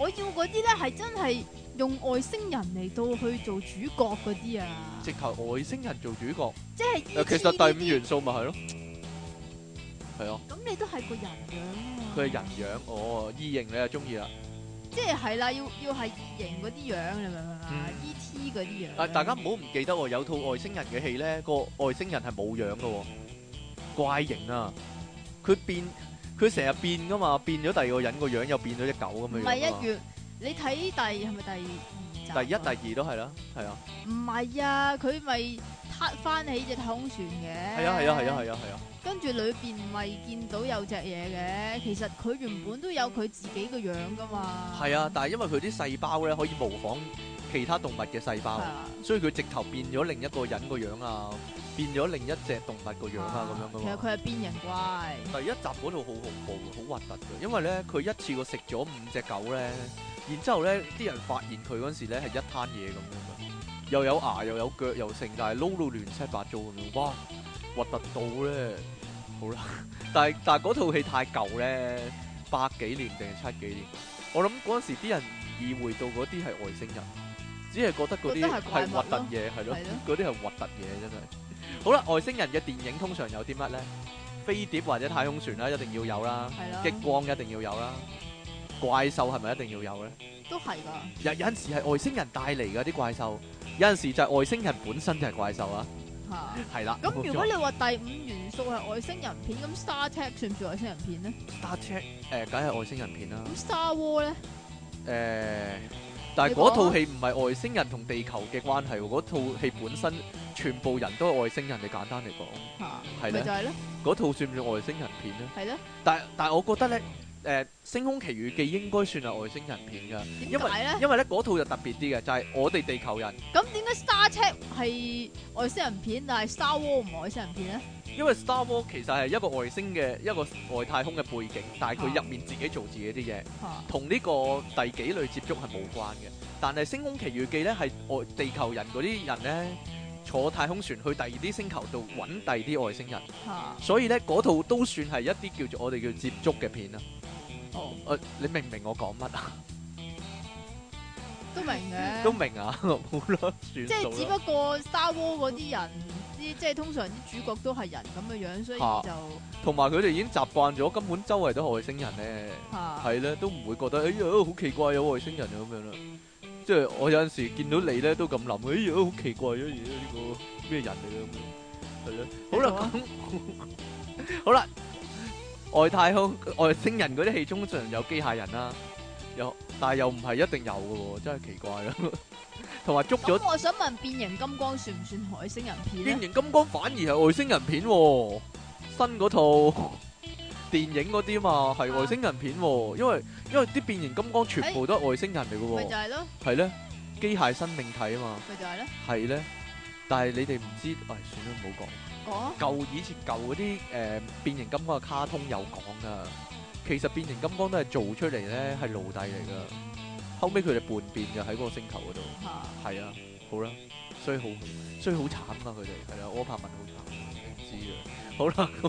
Speaker 1: 我要嗰啲咧係真係用外星人嚟到去做主角嗰啲啊，
Speaker 2: 直頭外星人做主角，
Speaker 1: 即係
Speaker 2: 誒其實第五元素咪係咯，係啊，
Speaker 1: 咁你都係個人樣啊嘛，
Speaker 2: 佢係人樣，哦，異形你又中意啦，
Speaker 1: 即係係啦，要要係異形嗰啲樣，你明唔明啊
Speaker 2: 嗯
Speaker 1: ？E.T. 嗰啲樣，
Speaker 2: 啊大家唔好唔記得喎，有套外星人嘅戲咧，個外星人係冇樣嘅喎，怪形啊，佢變佢成日變噶嘛，變咗第二個人個樣又變咗只狗咁
Speaker 1: 唔
Speaker 2: 嘅樣啊嘛。
Speaker 1: 係一月，你睇第係咪第二集
Speaker 2: 第一、
Speaker 1: 啊？
Speaker 2: 第二都係啦，係啊，
Speaker 1: 唔係啊，佢咪撻翻起只太空船嘅，
Speaker 2: 係啊，係啊，係啊，係啊，係啊，
Speaker 1: 跟住裏邊咪見到有隻嘢嘅，其實佢原本都有佢自己個樣噶嘛，
Speaker 2: 係啊，但係因為佢啲細胞咧可以模仿其他動物嘅細
Speaker 1: 係
Speaker 2: 胞，
Speaker 1: 啊。
Speaker 2: 所以佢直頭變咗另一個人個樣啊，變咗另一隻動物個樣啊咁樣噶
Speaker 1: 其實
Speaker 2: 嘛。
Speaker 1: 佢係變形怪，
Speaker 2: 第一集嗰度好恐怖嘅，好核突嘅，因為咧佢一次過食咗五隻狗咧，然之後咧啲人發現佢嗰陣時咧係一攤嘢咁樣嘅，又有牙又有腳又剩，但係撈到亂七八糟咁樣，哇，核突到咧，好啦， 但係但係嗰套戲太舊咧，百幾年定係七幾年，我諗嗰陣時啲人唔意會到嗰啲係外星人，只係覺得嗰
Speaker 1: 覺
Speaker 2: 啲
Speaker 1: 得係怪
Speaker 2: 係
Speaker 1: 物
Speaker 2: 核突
Speaker 1: 咯
Speaker 2: 嘢係咯
Speaker 1: 係。咯，
Speaker 2: 嗰啲係核突嘢真係。好啦，外星人嘅電影通常有啲乜呢？飛碟或者太空船啦，一定要有啦；
Speaker 1: 係啦
Speaker 2: 激，光一定要有啦；怪獸係咪一定要有呢？
Speaker 1: 都係噶，
Speaker 2: 有有陣時係外星人帶嚟嘅啲怪獸，有陣時就係外星人本身就係怪獸啊，
Speaker 1: 吓。
Speaker 2: 係啦。
Speaker 1: 咁
Speaker 2: 冇
Speaker 1: 如
Speaker 2: 錯
Speaker 1: 果你話第五元素係外星人片，咁 Star Trek 算唔算外星人片咧？
Speaker 2: Star Trek 誒，梗係外星人片啦。
Speaker 1: 咁 Star War 咧？
Speaker 2: 誒，但係
Speaker 1: 你
Speaker 2: 嗰
Speaker 1: 講
Speaker 2: 套
Speaker 1: 啊
Speaker 2: 戲唔係外星人同地球嘅關係喎，嗰套戲本身全部人都係外星人，你簡單嚟講，
Speaker 1: 吓，咪
Speaker 2: 係咧
Speaker 1: 就係咧，
Speaker 2: 嗰套算唔算外星人片呢？
Speaker 1: 係咧，
Speaker 2: 但但我覺得咧，誒、星空奇遇記》應該算係外星人片㗎，因
Speaker 1: 點
Speaker 2: 為
Speaker 1: 解咧？
Speaker 2: 因為咧嗰套就特別啲嘅，就係、我哋地球人，
Speaker 1: 咁點解 Star Trek 係外星人片，但係 Star War 唔係外星人片咧？
Speaker 2: 因為 Star Wars 其實係一個外星嘅一個外太空嘅背景，但係佢入面自己做自己啲嘢，
Speaker 1: 吓，
Speaker 2: 同呢個第幾類接觸係冇關嘅。但係《星空奇遇記》咧係外地球人嗰啲人咧坐太空船去第二啲星球度揾第二啲外星人，
Speaker 1: 吓，
Speaker 2: 所以咧嗰套都算係一啲叫做我哋叫接觸嘅片啊。
Speaker 1: 哦，
Speaker 2: 誒、你明唔明我講乜啊？
Speaker 1: 都明嘅，
Speaker 2: 都明啊，好啦，算
Speaker 1: 即係
Speaker 2: 數
Speaker 1: 只
Speaker 2: 啦
Speaker 1: 不過 Star War 嗰啲人，啲即係通常啲主角都係人咁嘅樣，所以
Speaker 2: 嚇
Speaker 1: 就
Speaker 2: 同埋佢哋已經習慣咗，根本周圍都係外星人咧，
Speaker 1: 嚇
Speaker 2: 係咧都唔會覺得哎呀好奇怪有外星人啊咁樣啦。即係我有陣時見到你咧都咁諗，哎呀好奇怪啊，而家呢個咩人嚟嘅
Speaker 1: 繼續
Speaker 2: 咁樣，係 咧。好啦
Speaker 1: 啊，
Speaker 2: 咁好啦，外太空 外星人嗰啲戲中常有機械人啦，又但係又唔係一定有嘅喎，真係奇怪啦。 同埋捉咗。
Speaker 1: 咁我想問變形金剛算唔算外星人片啊
Speaker 2: 變
Speaker 1: 咧？
Speaker 2: 形金剛反而係外星人片喎，新嗰套 電影嗰啲嘛係
Speaker 1: 啊
Speaker 2: 外星人片喎，因為因為啲變形金剛全部都係外星人嚟
Speaker 1: 咪
Speaker 2: 嘅
Speaker 1: 就
Speaker 2: 喎，
Speaker 1: 係咯，
Speaker 2: 係咧機械生命體啊嘛，
Speaker 1: 咪就係咧，
Speaker 2: 係咧，但係你哋唔知，唉算啦唔好講。
Speaker 1: 講啊
Speaker 2: 舊以前舊嗰啲誒變形金剛嘅卡通有講噶，其實變形金剛都係做出嚟咧係奴隸嚟噶，後尾佢哋叛變就喺嗰個星球嗰度。
Speaker 1: 嚇。
Speaker 2: 係啊，好啦，衰好衰好慘啊！佢哋係啦，柯柏文好慘，唔知啊。好啦，咁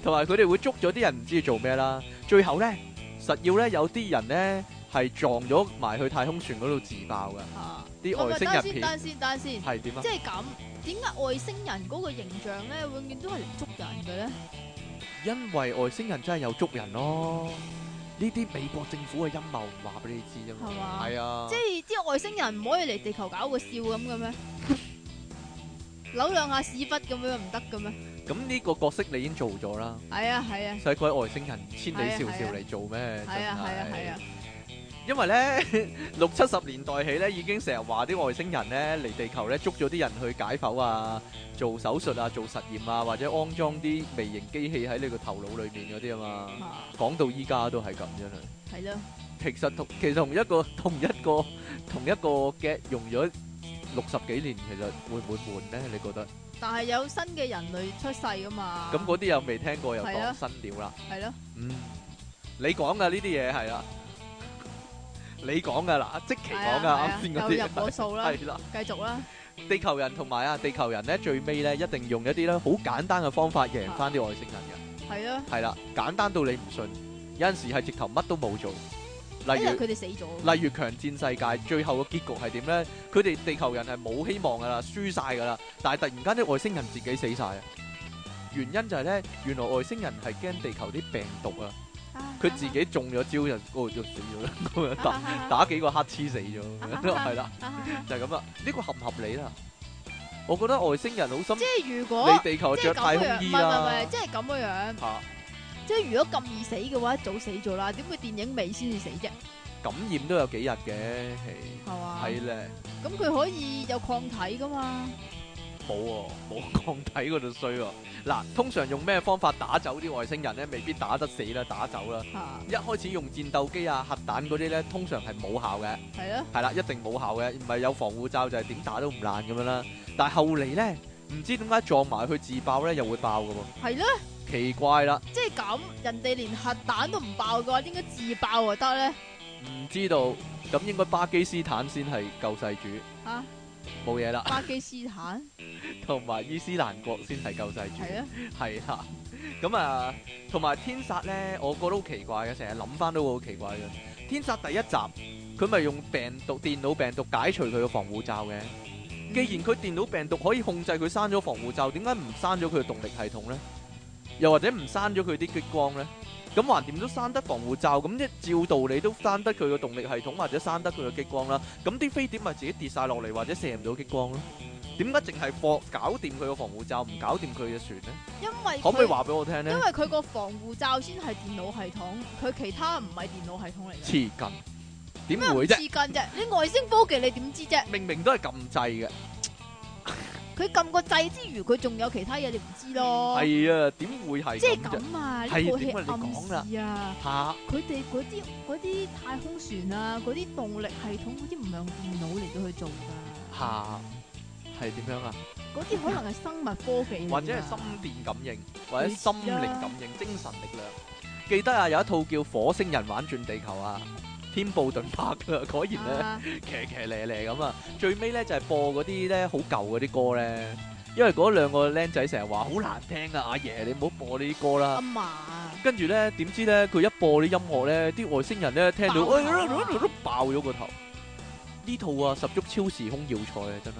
Speaker 2: 同埋佢哋會捉咗啲人唔知做咩啦。最後咧，實要咧有啲人咧係撞咗埋去太空船嗰度自爆噶，
Speaker 1: 嚇
Speaker 2: 啲
Speaker 1: 哦唔係
Speaker 2: 外星人片
Speaker 1: 等先，等先，等先，
Speaker 2: 係點啊
Speaker 1: 即？係咁。點解外星人嗰個形象咧，永遠都係嚟捉人嘅咧？
Speaker 2: 因為外星人真係有捉人咯，呢啲美國政府嘅陰謀唔話俾你知啫嘛
Speaker 1: 係。嘛
Speaker 2: 係啊
Speaker 1: 即，係啲外星人唔可以嚟地球搞個笑咁嘅咩？扭兩下屎忽咁樣唔得嘅咩？
Speaker 2: 咁呢個角色你已經做咗啦，
Speaker 1: 係啊係啊
Speaker 2: 使鬼外星人千里迢
Speaker 1: 係啊係
Speaker 2: 迢
Speaker 1: 啊
Speaker 2: 嚟做咩？
Speaker 1: 係啊係啊
Speaker 2: 真
Speaker 1: 係啊！
Speaker 2: 因為咧 六七十年代起咧，已經成日話啲外星人咧嚟地球咧捉咗啲人去解剖啊、做手術啊、做實驗啊，或者安裝啲微型機器喺你個頭腦裏面嗰啲啊嘛。
Speaker 1: 啊
Speaker 2: 講到依家都係咁樣啦。
Speaker 1: 係咯，
Speaker 2: 其實同其實同一個 同一個同一個 get 用咗六十幾年，其實會唔會悶咧？你覺得？
Speaker 1: 但係有新嘅人類出世噶嘛？
Speaker 2: 咁嗰啲又未聽過，又
Speaker 1: 啊係
Speaker 2: 講
Speaker 1: 啊
Speaker 2: 新料啦。
Speaker 1: 係咯，
Speaker 2: 嗯，你講噶呢啲嘢係啦，你講噶啦，即期
Speaker 1: 係
Speaker 2: 講
Speaker 1: 啊係
Speaker 2: 噶
Speaker 1: 啊
Speaker 2: 啱先嗰
Speaker 1: 又
Speaker 2: 啲
Speaker 1: 入我數啦，
Speaker 2: 係啦。
Speaker 1: 繼續啦，
Speaker 2: 地球人同埋啊，地球人咧最尾咧一定用一啲咧好簡單嘅方法贏翻啲外星人
Speaker 1: 係咯，
Speaker 2: 嘅，係啦，簡單到你唔信，有陣時係直頭乜都冇做，例
Speaker 1: 因為
Speaker 2: 如
Speaker 1: 佢哋死咗。
Speaker 2: 例如強戰世界，最後嘅結局係點咧？佢哋地球人係冇希望噶啦，輸晒噶啦，但係突然間啲外星人自己死晒啊！原因就係咧，原來外星人係驚地球啲病毒啊，佢自己中咗招就嗰度就死咗啦，咁樣
Speaker 1: 啊
Speaker 2: 打打幾個乞嗤死咗，咁樣係啦，就係咁啦。呢個合唔合理啦？我覺得外星人好心
Speaker 1: 即係如果
Speaker 2: 你地球
Speaker 1: 即係
Speaker 2: 着太
Speaker 1: 咁
Speaker 2: 空
Speaker 1: 樣，唔係唔係唔
Speaker 2: 衣啊啦
Speaker 1: 係，，即係咁嘅樣。
Speaker 2: 嚇
Speaker 1: 即係如果咁易死嘅話，一早死咗啦，點會電影尾先至死啫？
Speaker 2: 感染都有幾日嘅，
Speaker 1: 係嘛？
Speaker 2: 係係咧，
Speaker 1: 咁佢可以有抗體噶嘛？
Speaker 2: 冇喎，冇抗體嗰度衰喎。嗱，通常用咩方法打走啲外星人咧？未必打得死啦，打走啦。
Speaker 1: 嚇，
Speaker 2: 一開始用戰鬥機啊、核彈嗰啲咧，通常係冇效嘅，
Speaker 1: 係咯，
Speaker 2: 係啦，一定冇效嘅，唔係有防護罩就係點打都唔爛咁樣啦。但係後嚟咧，唔知點解撞埋去自爆咧，又會爆嘅喎，
Speaker 1: 係咯，
Speaker 2: 奇怪啦，
Speaker 1: 即係咁，人哋連核彈都唔爆嘅話，點解自爆就得咧？
Speaker 2: 唔知道咁應該巴基斯坦先係救世主，
Speaker 1: 嚇，
Speaker 2: 冇嘢啦。
Speaker 1: 巴基斯坦
Speaker 2: 同埋伊斯蘭國先係救世主，
Speaker 1: 係啊咯，
Speaker 2: 係啦。咁啊，同埋天煞咧，我覺得好奇怪嘅，成日諗翻都會好奇怪嘅。天煞第一集佢咪用病毒、電腦病毒解除佢嘅防護罩嘅。既然佢電腦病毒可以控制佢閂咗防護罩，點解唔閂咗佢嘅動力系統呢？又或者唔閂咗佢啲激光呢？咁橫掂都閂得防護罩，咁即係照道理都閂得佢嘅動力系統或者閂得佢嘅激光啦。咁啲飛碟咪自己跌晒落嚟，或者射唔到激光咯？點解淨係放搞掂佢個防護罩，唔搞掂佢嘅船呢？
Speaker 1: 因為
Speaker 2: 可唔可以
Speaker 1: 佢
Speaker 2: 話俾我聽
Speaker 1: 因
Speaker 2: 呢？
Speaker 1: 為佢個防護罩先係電腦系統，佢其他唔係電腦系統嚟嘅。啊
Speaker 2: 黐筋，點
Speaker 1: 咩唔
Speaker 2: 會
Speaker 1: 知
Speaker 2: 啫？
Speaker 1: 近啫？你外星科技你點知啫？
Speaker 2: 明明都係撳掣嘅。
Speaker 1: 佢撳個掣之餘，佢仲有其他嘢你唔知咯。
Speaker 2: 係啊，點會係
Speaker 1: 哦即係
Speaker 2: 咁啫？
Speaker 1: 咁啊！呢
Speaker 2: 係
Speaker 1: 部戲
Speaker 2: 點啊你講啦
Speaker 1: 暗示啊！
Speaker 2: 嚇！
Speaker 1: 佢哋嗰啲嗰啲太空船啊，嗰啲動力系統嗰啲唔係用電腦嚟到去做㗎，
Speaker 2: 嚇係點樣啊？
Speaker 1: 嗰啲可能係生物科技嚟㗎
Speaker 2: 或者係心電感應，或
Speaker 1: 類
Speaker 2: 者心
Speaker 1: 似啦
Speaker 2: 靈感應、精神力量。記得啊，有一套叫《火星人玩轉地球》啊，天布頓拍噶，果然咧、
Speaker 1: 啊
Speaker 2: 騎騎咧咧咁啊，最尾咧就係、播嗰啲咧好舊嗰啲歌咧，因為嗰兩個僆仔成日話好難聽啊，阿爺你唔好播呢啲歌啦
Speaker 1: 阿。嫲啊
Speaker 2: 跟住咧，點知咧佢一播啲音樂咧，啲外星人咧聽到，
Speaker 1: 爆頭
Speaker 2: 哎
Speaker 1: 啊
Speaker 2: 爆咗個頭，呢套啊十足超時空要塞啊，真係。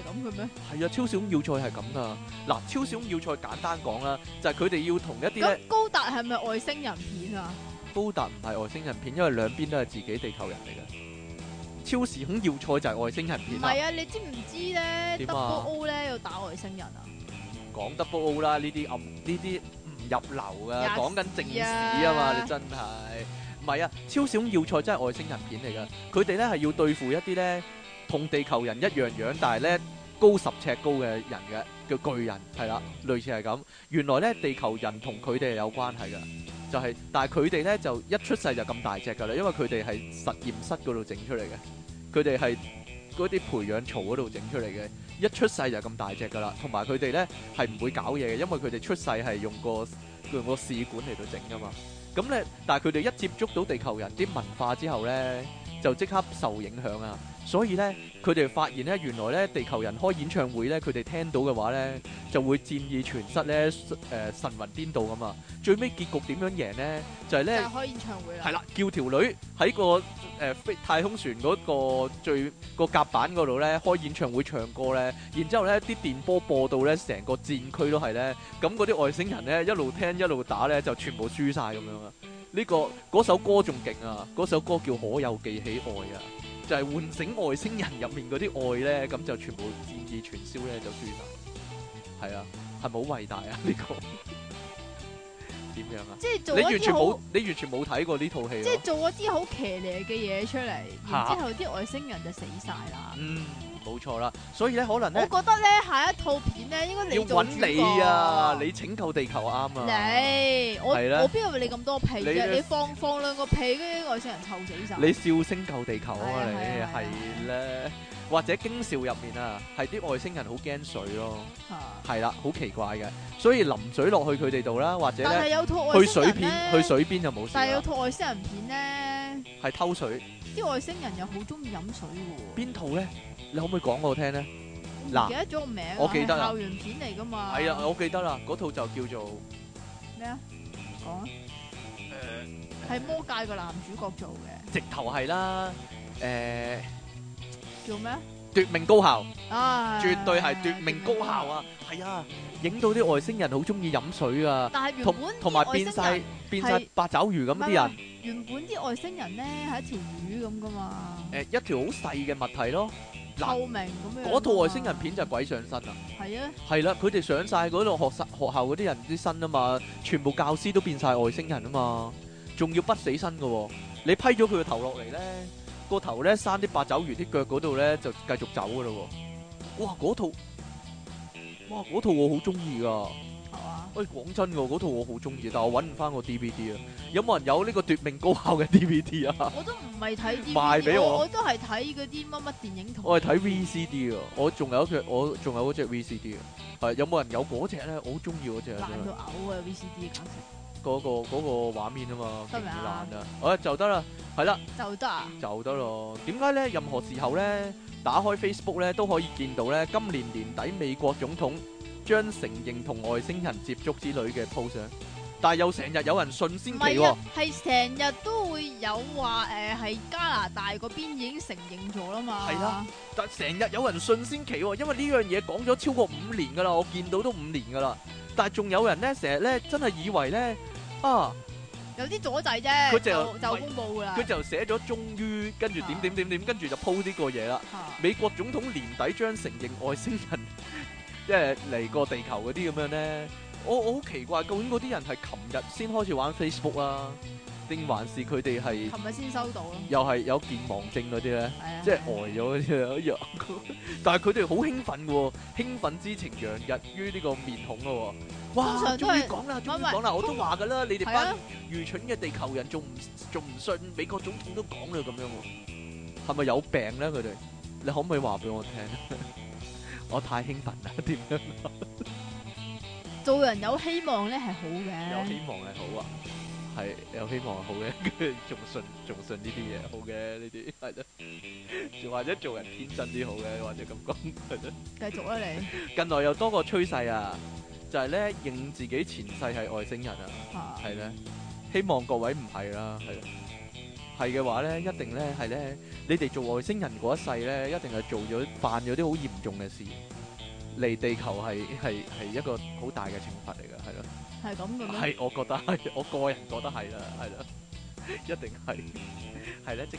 Speaker 1: 系咁嘅咩？
Speaker 2: 係啊，超時空要塞係咁噶。嗱，超時空要塞簡單講啦，就係佢哋要同一啲咧
Speaker 1: 咁高達係咪外星人片啊？
Speaker 2: 高達唔係外星人片，因為兩邊都係自己地球人嚟嘅。超時空要塞就係外星人
Speaker 1: 唔
Speaker 2: 片啦
Speaker 1: 係，啊，你知唔知咧
Speaker 2: 點啊
Speaker 1: ？Double O 咧要打外星人啊？
Speaker 2: 講 double O 啦，呢啲暗呢啲唔入流噶，
Speaker 1: 吔
Speaker 2: 講緊正史啊嘛，你真係唔係啊？超時空要塞真係外星人片嚟噶，佢哋咧係要對付一啲咧同地球人一樣樣，但係咧高十尺高嘅人嘅叫巨人，係啦，類似係咁。原來咧地球人同佢哋係有關係噶。就係、但係佢哋咧就一出世就咁大隻㗎啦，因為佢哋係實驗室嗰度整出嚟嘅，佢哋係嗰啲培養槽嗰度整出嚟嘅，一出世就咁大隻㗎啦，同埋佢哋咧係唔會搞嘢嘅，因為佢哋出世係用個用個試管嚟到整㗎嘛。咁咧，但係佢哋一接觸到地球人啲文化之後咧，就即刻受影響啊！所以咧，佢哋發現咧，原來咧地球人開演唱會咧，佢哋聽到嘅話咧，就會戰意全失咧，誒、神魂顛倒咁啊！最尾結局點樣贏咧？就
Speaker 1: 就
Speaker 2: 係、咧。
Speaker 1: 係開演唱會啦。啊
Speaker 2: 係啦，叫條女喺個誒、呃飛太空船嗰個最個甲板嗰度咧開演唱會唱歌咧，然之後咧啲電波播到咧成個戰區都係咧，咁嗰啲外星人咧一路聽一路打咧就全部輸晒咁樣啊！呢、個嗰首歌仲勁啊！嗰首歌叫《可有記起愛》啊，就係、喚醒外星人入面嗰啲愛咧，咁就全部戰意全消咧就輸晒。係啊，係咪好偉大啊？呢、個點樣啊？
Speaker 1: 即係做
Speaker 2: 你
Speaker 1: 一
Speaker 2: 完全
Speaker 1: 啲
Speaker 2: 冇
Speaker 1: 好，，
Speaker 2: 你完全冇睇過呢套戲
Speaker 1: 即
Speaker 2: 咯
Speaker 1: 係。做一啲好騎呢嘅嘢出嚟，然
Speaker 2: 嚇
Speaker 1: 之後啲外星人就死晒啦。
Speaker 2: 嗯，冇錯啦。所以咧，可能
Speaker 1: 我
Speaker 2: 咧
Speaker 1: 覺得咧下一套片咧應該
Speaker 2: 要
Speaker 1: 你做
Speaker 2: 揾
Speaker 1: 主
Speaker 2: 你啊，
Speaker 1: 角
Speaker 2: 你拯救地球啱啊。
Speaker 1: 你我
Speaker 2: 係啦
Speaker 1: 我邊有你咁多屁
Speaker 2: 你
Speaker 1: 啫？你放放兩個屁，跟住外星人臭死晒。
Speaker 2: 你笑聲救地球啊！你
Speaker 1: 係啊係啊
Speaker 2: 係咧，或者驚兆入面啊，係啲外星人好驚水咯，
Speaker 1: 嚇
Speaker 2: 係啦，好奇怪嘅。所以淋水落去佢哋度啦，或者
Speaker 1: 但係
Speaker 2: 咧
Speaker 1: 有套外
Speaker 2: 去
Speaker 1: 星
Speaker 2: 水
Speaker 1: 人
Speaker 2: 片，啊
Speaker 1: 咧
Speaker 2: 去，水邊就冇事
Speaker 1: 但係有
Speaker 2: 啦。
Speaker 1: 套外星人片咧，
Speaker 2: 係偷水
Speaker 1: 啲外星人又好中意飲水嘅喎。
Speaker 2: 邊套咧？你可唔可以講我聽咧？
Speaker 1: 我唔記得咗個名啊，
Speaker 2: 我記得
Speaker 1: 係
Speaker 2: 啦
Speaker 1: 校園片嚟㗎嘛。
Speaker 2: 係啊，我記得啦，嗰套就叫做
Speaker 1: 咩啊？講啊，
Speaker 2: 誒，
Speaker 1: 係魔界個男主角做嘅，
Speaker 2: 直頭係啦，誒，
Speaker 1: 叫咩啊？
Speaker 2: 奪命高校。
Speaker 1: 啊，
Speaker 2: 絕對係奪命高效！啊！係啊，影到啲外星人好中意飲水啊，
Speaker 1: 但係原
Speaker 2: 同
Speaker 1: 本啲
Speaker 2: 同埋
Speaker 1: 外
Speaker 2: 變
Speaker 1: 星
Speaker 2: 晒
Speaker 1: 人
Speaker 2: 變晒
Speaker 1: 係
Speaker 2: 八爪魚咁啲
Speaker 1: 唔係唔
Speaker 2: 人，
Speaker 1: 係原本啲外星人咧係一條魚咁噶嘛，
Speaker 2: 誒一條好細嘅物體咯。嗱，
Speaker 1: 透明咁樣㗎嘛。
Speaker 2: 嗰套外星人片就鬼上身啦，
Speaker 1: 係啊，
Speaker 2: 係啦，佢哋上晒嗰度學生學校嗰啲人啲身啊嘛，全部教師都變晒外星人啊嘛，仲要不死身嘅喎，你批咗佢個頭落嚟咧，個頭咧生啲八爪魚啲腳嗰度咧就繼續走嘅咯喎，哇嗰套，哇嗰套我好中意㗎。
Speaker 1: 係嘛？
Speaker 2: 喂，哎講真喎，嗰套我好中意，但我揾唔翻個 DVD 啊！有冇人有呢個奪命高校嘅 DVD 啊？
Speaker 1: 我都唔係睇啲，
Speaker 2: 賣俾我
Speaker 1: 我都係睇嗰啲乜乜電影台。
Speaker 2: 我係睇 VCD 啊，我仲有一隻，我仲有嗰只 VCD 啊。係有冇人有嗰只咧？我好中意嗰只
Speaker 1: 爛
Speaker 2: 啊！真係
Speaker 1: 到嘔啊！VCD 簡直
Speaker 2: 嗰個嗰個畫面啊嘛，勁
Speaker 1: 得未啊
Speaker 2: 爛啊！好就得啦，係啦，
Speaker 1: 就得啊！
Speaker 2: 就得咯。點解咧？任何時候咧，打開 Facebook 咧都可以見到咧，今年年底美國總統將承認同外星人接觸之類嘅 post 啊。但係又成日有人信先
Speaker 1: 唔
Speaker 2: 奇
Speaker 1: 係
Speaker 2: 喎
Speaker 1: 啊。，係成日都會有話誒係加拿大嗰邊已經承認咗啦嘛。
Speaker 2: 係啦，但成日有人信先奇喎、因為呢樣嘢講咗超過五年噶啦，我見到都五年噶啦，但係仲有人咧成日咧真係以為咧啊，
Speaker 1: 有啲阻滯
Speaker 2: 佢
Speaker 1: 啫，就
Speaker 2: 就
Speaker 1: 就公佈噶啦
Speaker 2: 佢。就寫咗終於，跟住點點點點，跟住就鋪呢個嘢啦。
Speaker 1: 嚇
Speaker 2: 美國總統年底將承認外星人 即係嚟過地球嗰啲咁樣咧，我我好奇怪，究竟嗰啲人係琴日先開始玩 Facebook 啊，定還是佢哋係
Speaker 1: 琴日先收到咯。
Speaker 2: 又係有健忘症嗰啲咧？
Speaker 1: 係啊
Speaker 2: 即係呆咗嗰啲一樣。但係佢哋好興奮嘅喎，興奮之情洋溢於呢個面孔嘅喎。哇！
Speaker 1: 通常都
Speaker 2: 終於
Speaker 1: 係
Speaker 2: 講啦，終於
Speaker 1: 唔係
Speaker 2: 講啦，我都話㗎啦，你哋
Speaker 1: 係啊
Speaker 2: 班。愚蠢嘅地球人仲唔仲唔信美國總統都講啦咁樣喎，係咪有病咧？佢哋，你可唔可以話俾我聽？ 我太興奮啦， 點樣
Speaker 1: 做人有希望咧係好嘅，
Speaker 2: 有希望係好啊？係有希望係好嘅， 跟住仲信仲信呢啲嘢好嘅呢啲係咯，或者做人天真啲好嘅，或者咁講係咯。
Speaker 1: 繼續啦你
Speaker 2: 近來有多個趨勢啊，就係咧認自己前世係外星人啊，
Speaker 1: 嚇，
Speaker 2: 係咧，希望各位唔係啦，係啦，係嘅話咧，一定咧係咧，你哋做外星人嗰一世咧，一定係做咗犯咗啲好嚴重嘅事，嚟地球係係係一個好大嘅懲罰嚟嘅，係咯。
Speaker 1: 系咁嘅咩？
Speaker 2: 係，我覺得係，我個人覺得係啦，係啦， 一定係，係咧，即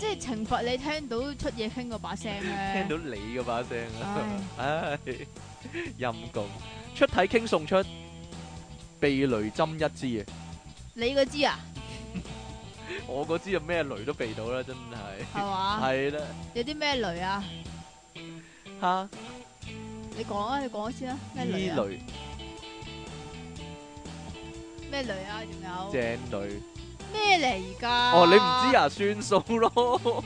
Speaker 1: 即系惩罚你聽到出嘢傾嗰把聲咧
Speaker 2: 聽，到你嗰把聲啊，唉，陰公，出體傾送出避雷針一支啊，
Speaker 1: 你嗰支啊，
Speaker 2: 我嗰支啊咩雷都避到啦，真係，
Speaker 1: 係嘛？
Speaker 2: 係啦，
Speaker 1: 有啲咩雷啊？
Speaker 2: 哈，
Speaker 1: 你講啊，你講先啦，咩雷
Speaker 2: 依
Speaker 1: 啊？
Speaker 2: 雷
Speaker 1: 咩雷啊？仲有
Speaker 2: 正雷，
Speaker 1: 咩嚟㗎？
Speaker 2: 哦，你唔知？啊，算數咯，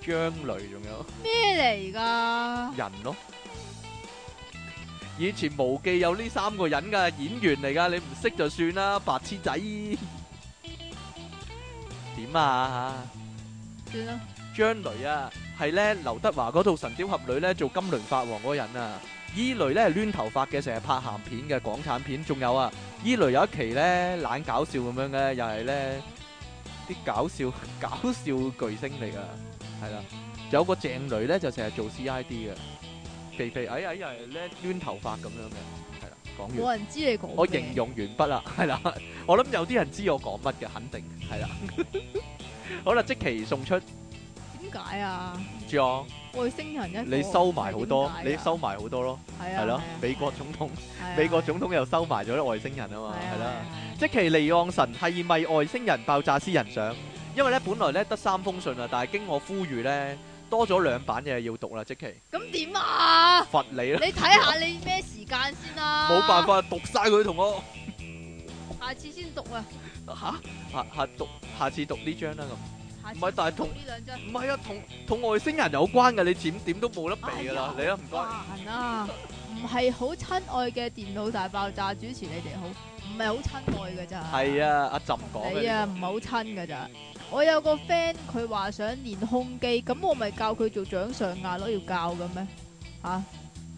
Speaker 2: 張雷仲有。
Speaker 1: 咩嚟㗎？
Speaker 2: 人咯。以前無記有呢三個人噶演員嚟噶，你唔識就算啦，白痴仔。點啊？
Speaker 1: 算啦，
Speaker 2: 張雷啊，係咧劉德華嗰套《神雕俠侶》咧做金輪法王嗰個人啊。伊雷咧係攣頭髮嘅，成日拍鹹片嘅港產片，仲有啊，伊雷有一期咧懶搞笑咁樣嘅，又係咧啲搞笑 搞笑巨星嚟噶，係啦。有個鄭雷咧就成日做 CID 嘅，肥肥矮矮又係咧攣頭髮咁樣嘅，係啦。講完。
Speaker 1: 冇人知你講咩。
Speaker 2: 我形容完畢啦， 係啦，我諗有啲人知我講乜嘅，肯定係啦。 好啦，即期送出
Speaker 1: 點解啊？
Speaker 2: 裝。
Speaker 1: 外星人一個
Speaker 2: 你收埋好多，
Speaker 1: 係點解
Speaker 2: 你
Speaker 1: 㗎
Speaker 2: 收埋好多咯，
Speaker 1: 係啊
Speaker 2: 係咯
Speaker 1: 係啊。
Speaker 2: 美國總統，
Speaker 1: 係啊
Speaker 2: 美國總統又收埋咗啲外星人啊嘛，係啦。
Speaker 1: 係
Speaker 2: 即其尼昂神係咪外星人爆炸私人相？因為咧，本來咧得三封信啊，但係經我呼籲咧，多咗兩版嘢要讀啦，即其
Speaker 1: 咁點啊？
Speaker 2: 罰你啦，
Speaker 1: 你睇下你咩時間先啦。
Speaker 2: 冇辦，法讀晒佢同我
Speaker 1: 下次先讀啊，
Speaker 2: 吓下下讀下次讀呢張啦咁，
Speaker 1: 下次
Speaker 2: 唔係但係
Speaker 1: 讀
Speaker 2: 同
Speaker 1: 呢兩張。
Speaker 2: 唔係啊，同同外星人有關嘅，你點點都冇得避噶啦，
Speaker 1: 哎
Speaker 2: 你啊唔該。
Speaker 1: 煩啊！唔係好親愛嘅電腦大爆炸主持，你哋好，唔係好親愛嘅咋。
Speaker 2: 係啊，阿朕講
Speaker 1: 你啊，
Speaker 2: 嘅呢
Speaker 1: 唔係好親㗎咋。我有個 friend 佢話想練胸肌，咁我咪教佢做掌上壓咯，要教嘅咩？吓、
Speaker 2: 啊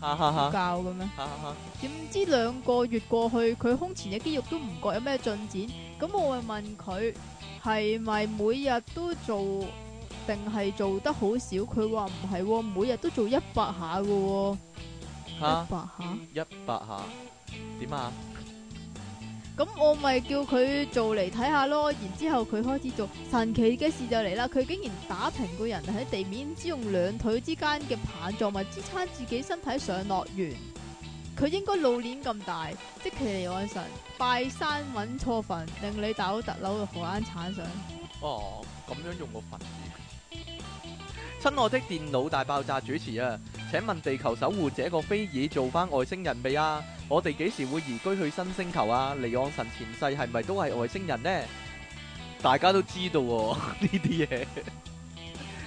Speaker 2: 個，哈哈
Speaker 1: 要
Speaker 2: 哈，
Speaker 1: 教嘅咩？
Speaker 2: 哈哈哈，
Speaker 1: 點知兩個月過去，佢胸前嘅肌肉都唔覺有咩進展，咁我咪問佢係咪每日都做，定係做得好少？佢話唔係喎，每日都做一百下嘅喎，
Speaker 2: 哈
Speaker 1: 一百下。
Speaker 2: 一百下點啊？
Speaker 1: 咁我咪叫佢做嚟睇下咯，然之後佢開始做，神奇嘅事就嚟啦，佢竟然打平個人啊喺地面，只用兩腿之間嘅棒狀物支撐自己身體上落完。佢應該老年咁大，即其尼安神拜山揾錯墳，令你大佬特佬嘅荷蘭產上。
Speaker 2: 哦，咁樣用個佛字。親愛的電腦大爆炸主持啊，請問地球守護者個菲爾做翻外星人未啊？我哋幾時會移居去新星球啊？尼昂神前世係咪都係外星人呢？大家都知道喎呢啲嘢。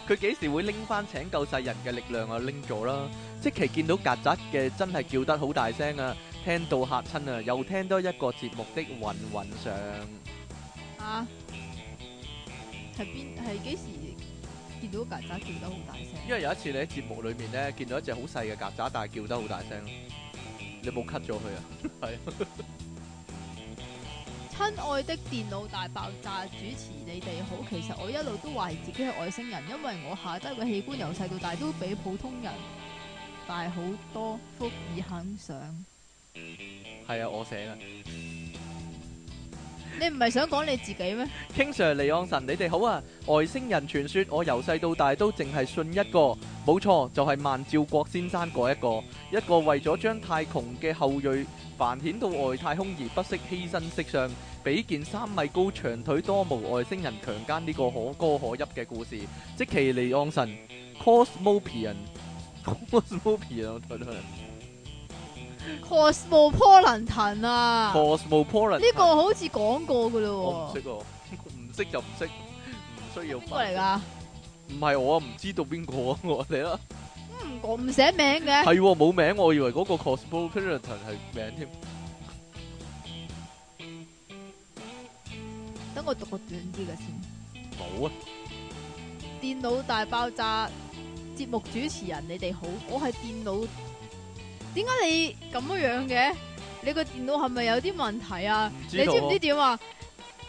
Speaker 2: 佢幾時會拎翻拯救世人嘅力量啊？拎咗啦！即期見到曱甴嘅真係叫得好大聲啊，聽到嚇親啊！又聽多一個節目的雲雲上。
Speaker 1: 啊，係邊係幾時見到曱甴叫得好大聲？
Speaker 2: 因為有一次你喺節目裏面咧見到一隻好細嘅曱甴，但係叫得好大聲咯，你冇 cut 咗佢啊？
Speaker 1: 親愛的電腦大爆炸主持，你哋好。其實我一路都懷疑自己係外星人，因為我下低嘅器官由細到大都比普通人大好多，福爾肯上。
Speaker 2: 係啊，我寫啦。
Speaker 1: 你唔係想講你自己咩？
Speaker 2: King Sir 尼昂神，你哋好啊！外星人傳說，我由細到大都淨係信一個，冇錯，就係、萬兆國先生嗰一個，一個為咗將太窮嘅後裔繁衍到外太空而不惜犧牲色相，俾件三米高長腿多毛外星人強姦呢個可歌可泣嘅故事。即其尼昂神 Cosmopian，Cosmopian 我睇到啦
Speaker 1: Cosmopolitan 啊，
Speaker 2: 哦
Speaker 1: 呢
Speaker 2: Cosmopolitan
Speaker 1: 個好似講過噶
Speaker 2: 我
Speaker 1: 咯
Speaker 2: 唔識喎，唔識就唔識，哦唔需要
Speaker 1: 喎，
Speaker 2: 問
Speaker 1: 邊個嚟？㗎？
Speaker 2: 唔係我啊，唔知道邊個啊，我哋啦。
Speaker 1: 嗯，我唔寫名嘅，
Speaker 2: 係喎，冇名，我以為嗰個 Cosmopolitan 係名添。
Speaker 1: 等我讀個短啲嘅先。
Speaker 2: 冇啊，
Speaker 1: 電腦大爆炸節目主持人，你哋好，我係電腦。點解你咁樣樣嘅？你個電腦係咪有啲問題啊？
Speaker 2: 唔
Speaker 1: 你知
Speaker 2: 知道
Speaker 1: 唔知
Speaker 2: 啊。
Speaker 1: 點啊？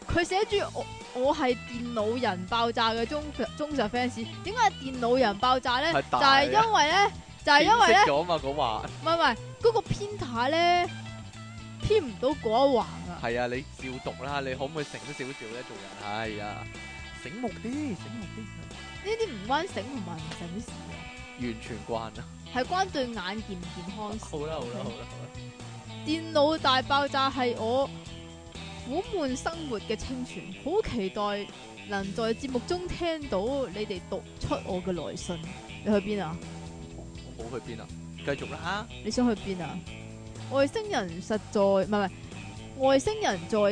Speaker 1: 佢佢寫住我我係電腦人爆炸嘅忠忠實 fans，點解係電腦人爆炸咧？
Speaker 2: 係
Speaker 1: 就
Speaker 2: 大
Speaker 1: 係因為咧，就係因為咧，
Speaker 2: 顯色咗嘛，嗰畫。係啊，你照讀啊，
Speaker 1: 唔係唔係嗰個偏袒咧偏唔到嗰一橫啊！
Speaker 2: 你可唔可以醒少少呢，做人？係啊，醒目啲，醒目啲。
Speaker 1: 呢
Speaker 2: 完全慣啊，
Speaker 1: 啲唔關醒同埋唔醒事啊，係關對眼健唔健康事。
Speaker 2: 好啦，好啦，好啦，好啦。
Speaker 1: 電腦大爆炸係我苦悶生活嘅清泉，好期待能在節目中聽到你哋讀出我嘅來信。你去邊啊？
Speaker 2: 我冇去邊啊，繼續啦。
Speaker 1: 你想去邊啊？外星人實在唔係唔係，外星人在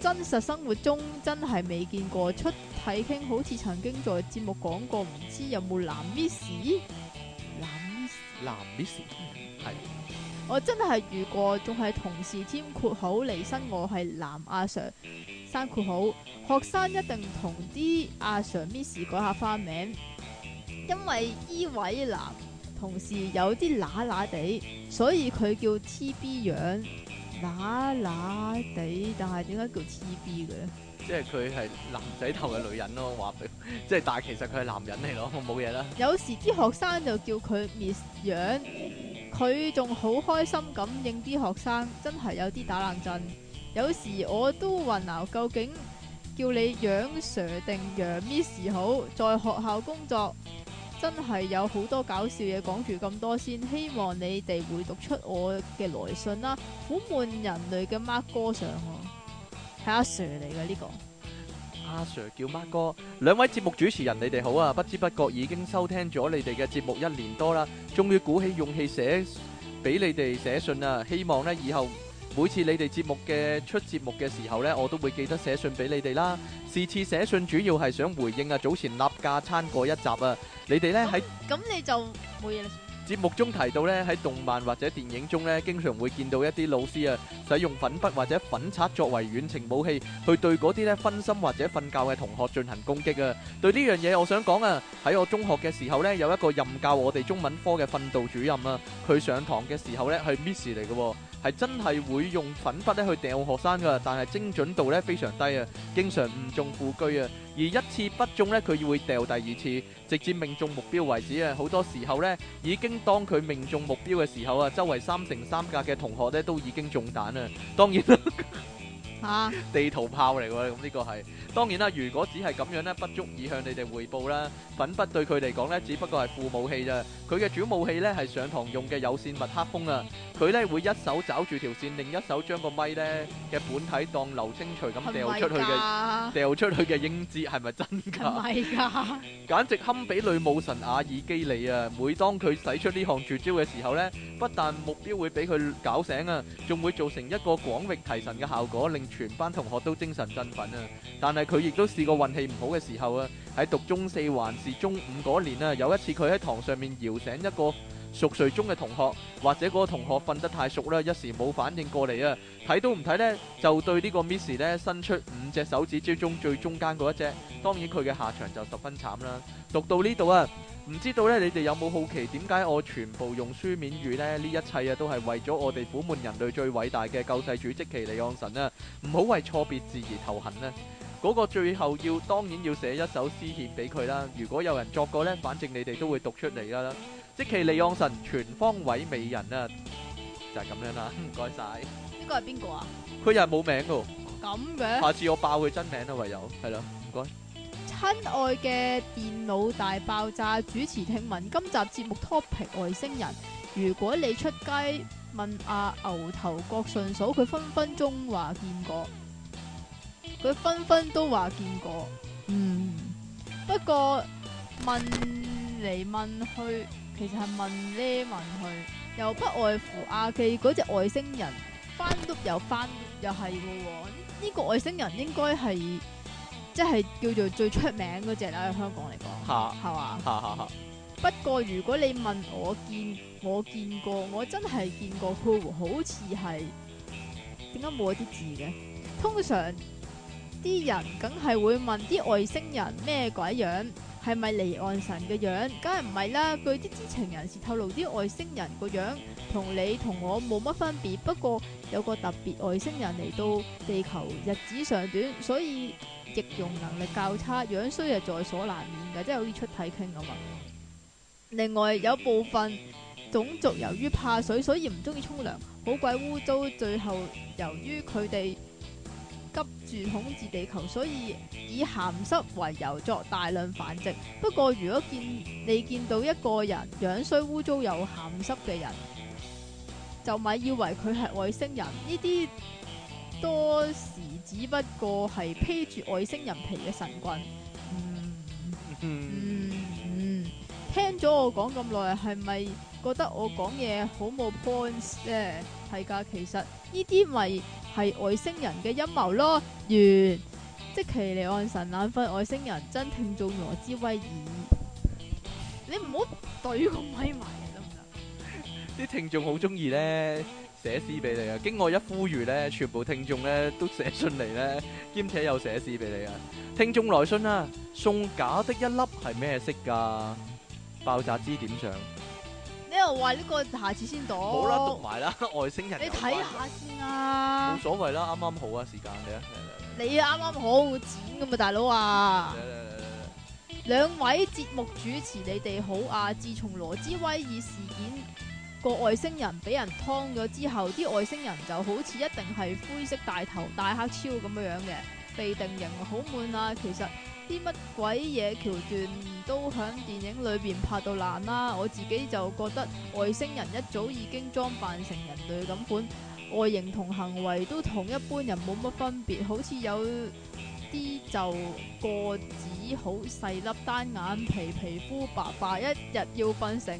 Speaker 1: 真實生活中真係未見過。出體傾好似曾經在節目講過，唔知有冇男 miss 男 miss。我真係遇過，仲係同事添括號離身，我係男阿 Sir 生括號，學生一定同啲阿 Sir Miss 改下花名，因為依位男同事有啲乸乸地，所以佢叫 TB 樣乸乸地，但係點解叫 TB 嘅咧？
Speaker 2: 男miss，係。即係佢係男仔頭嘅女人咯，話俾-即係但係其實佢係男人嚟咯，冇嘢啦。
Speaker 1: 有時啲學生就叫佢 Miss 樣，佢仲好開心咁應啲學生，真係有啲打冷震。有時我都混淆，究竟叫你樣 Sir 定樣 Miss 好？在學校工作真係有好多搞笑嘢講住咁多先，希望你哋會讀出我嘅來信啦。苦悶人類嘅 Mark 哥上啊我，係阿 Sir 嚟嘅呢個。
Speaker 2: 阿 Sir 叫 Mark 哥，兩位節目主持人，你哋好啊！不知不覺已經收聽咗你哋嘅節目一年多啦，終於鼓起勇氣寫俾你哋寫信啦。希望呢以後每次你哋節目嘅出節目嘅時候呢，我都會記得寫信俾你哋啦。是次寫信主要係想回應啊早前立架餐嗰一集啊，你哋呢喺
Speaker 1: 咁你就冇 嘢啦。
Speaker 2: 節目中提到咧，喺動漫或者電影中咧，經常會見到一啲老師啊，使用粉筆或者粉刷作為遠程武器，去對嗰啲咧分心或者瞓覺嘅同學進行攻擊啊。對呢樣嘢，我想講啊，喺我中學嘅時候咧，有一個任教我哋中文科嘅訓導主任啊，佢上堂嘅時候咧係 Miss 嚟嘅喎。係真係會用粉筆咧去掟學生噶，但係精準度咧非常低啊，經常唔中副車啊，而一次不中咧，佢會掉第二次，直至命中目標為止啊！好多時候咧。已經當佢命中目標嘅時候啊，周圍三乘三格嘅同學咧都已經中彈啦。當然啦，
Speaker 1: 嚇
Speaker 2: 地圖炮嚟喎，咁呢個係當然啦。如果只係咁樣咧，不足以向你哋匯報啦。粉筆對佢嚟講咧，只不過係副武器咋。佢嘅主武器咧係上堂用嘅有線麥克風啊。佢咧會一手找住條線，另一手將個咪咧嘅本體當流星錘咁
Speaker 1: 係
Speaker 2: 掉
Speaker 1: 咪
Speaker 2: 出去嘅，
Speaker 1: 㗎？
Speaker 2: 掉出去嘅英姿係咪真㗎？
Speaker 1: 係咪 㗎？
Speaker 2: 簡直堪比女武神阿爾基里啊！每當佢使出呢項絕招嘅時候呢，不但目標會俾佢搞醒啊，仲會造成一個廣域提神嘅效果，令全班同學都精神振奮啊！但係佢亦都試過運氣唔好嘅時候啊，喺讀中四還是中五嗰年啊，有一次佢喺堂上面搖醒一個熟睡中嘅同學，或者嗰個同學瞓得太熟啦，一時冇反應過嚟啊，睇都唔睇呢，就對呢個 Miss 呢伸出五隻手指之中最中間嗰一隻，當然佢嘅下場就十分慘啦。讀到呢度啊，唔知道咧，你哋有冇好奇點解我全部用書面語呢？呢一切啊，都係為咗我哋苦悶人類最偉大嘅救世主即其利昂神啊！唔好為錯別字而頭痕啊！嗰個最後要當然要寫一首詩獻俾佢啦。如果有人作過呢，反正你哋都會讀出嚟㗎啦。即其利昂神全方位美人啊，就係、咁樣啦。 唔該晒，
Speaker 1: 呢個係邊個啊？哦
Speaker 2: 佢又係冇名㗎喎，
Speaker 1: 咁嘅，
Speaker 2: 下次我爆佢真名啦，唯有係啦。
Speaker 1: 親愛嘅電腦大爆炸主持聽聞，今集節目 topic 外星人。如果你出街問阿、牛頭角順嫂，佢分分鐘話見過，佢分分都話見過。嗯，不過問嚟問去，其實係問呢問去，又不外乎阿記嗰隻外星人翻碌又翻碌又係嘅喎。呢、呢個外星人應該係即係叫做最出名嗰只啦，喺香港嚟講
Speaker 2: 嚇
Speaker 1: 係嘛？
Speaker 2: 哈哈哈。
Speaker 1: 不過如果你問我見我見過，我真係見過括弧，好似係點解冇一啲字嘅？通常啲人梗係會問啲外星人咩鬼樣，係係咪離岸神嘅樣？梗係唔係啦！據啲知情人士透露，啲外星人個樣同你同我冇乜分別，不過有個特別外星人嚟到地球日子尚短，所以易容能力較差，樣衰係在所難免嘅，即係好似出體傾咁啊！另外有部分種族由於怕水，所以唔中意沖涼，好鬼污糟。最後由於佢哋急住統治地球，所以以鹹濕為由作大量繁殖。不過如果見你見到一個人樣衰污糟又鹹濕嘅人，就咪以為佢係外星人。呢啲多時只不過係披住外星人皮嘅神棍。嗯嗯，嗯，聽咗我講咁耐，係咪覺得我講嘢好冇 points 咧？係噶，其實呢啲咪係外星人嘅陰謀咯。完，即其離岸神冷瞓外星人，真聽眾羅之威爾。你唔好懟個咪埋嚟得唔得？
Speaker 2: 啲聽眾好中意咧寫詩俾你啊！經我一呼籲咧，全部聽眾咧都寫信嚟咧，兼且有寫詩俾你啊！聽眾來信啊，送假的一粒係咩色㗎？爆炸支點上，
Speaker 1: 你又話呢個下次先講，
Speaker 2: 好啦，讀埋啦， 外星人
Speaker 1: 你
Speaker 2: 有關
Speaker 1: 睇
Speaker 2: 㗎，
Speaker 1: 下先啊
Speaker 2: 冇！所謂啦，啱啱好啊，時間嚟啊，
Speaker 1: 你啱啱好剪噶嘛，大佬啊！
Speaker 2: 嚟嚟嚟嚟嚟。
Speaker 1: 兩位節目主持，你哋好啊！自從羅茲威爾事件個外星人俾人劏咗之後，啲外星人就好似一定係灰色大頭大黑超咁樣樣嘅，被定型好悶啊！其實啲乜鬼嘢橋段都響電影裏邊拍到爛啦，我自己就覺得外星人一早已經裝扮成人類咁款，外形同行為都同一般人冇乜分別，好似有啲就個子好細粒，單眼皮，皮膚白白，一日要瞓成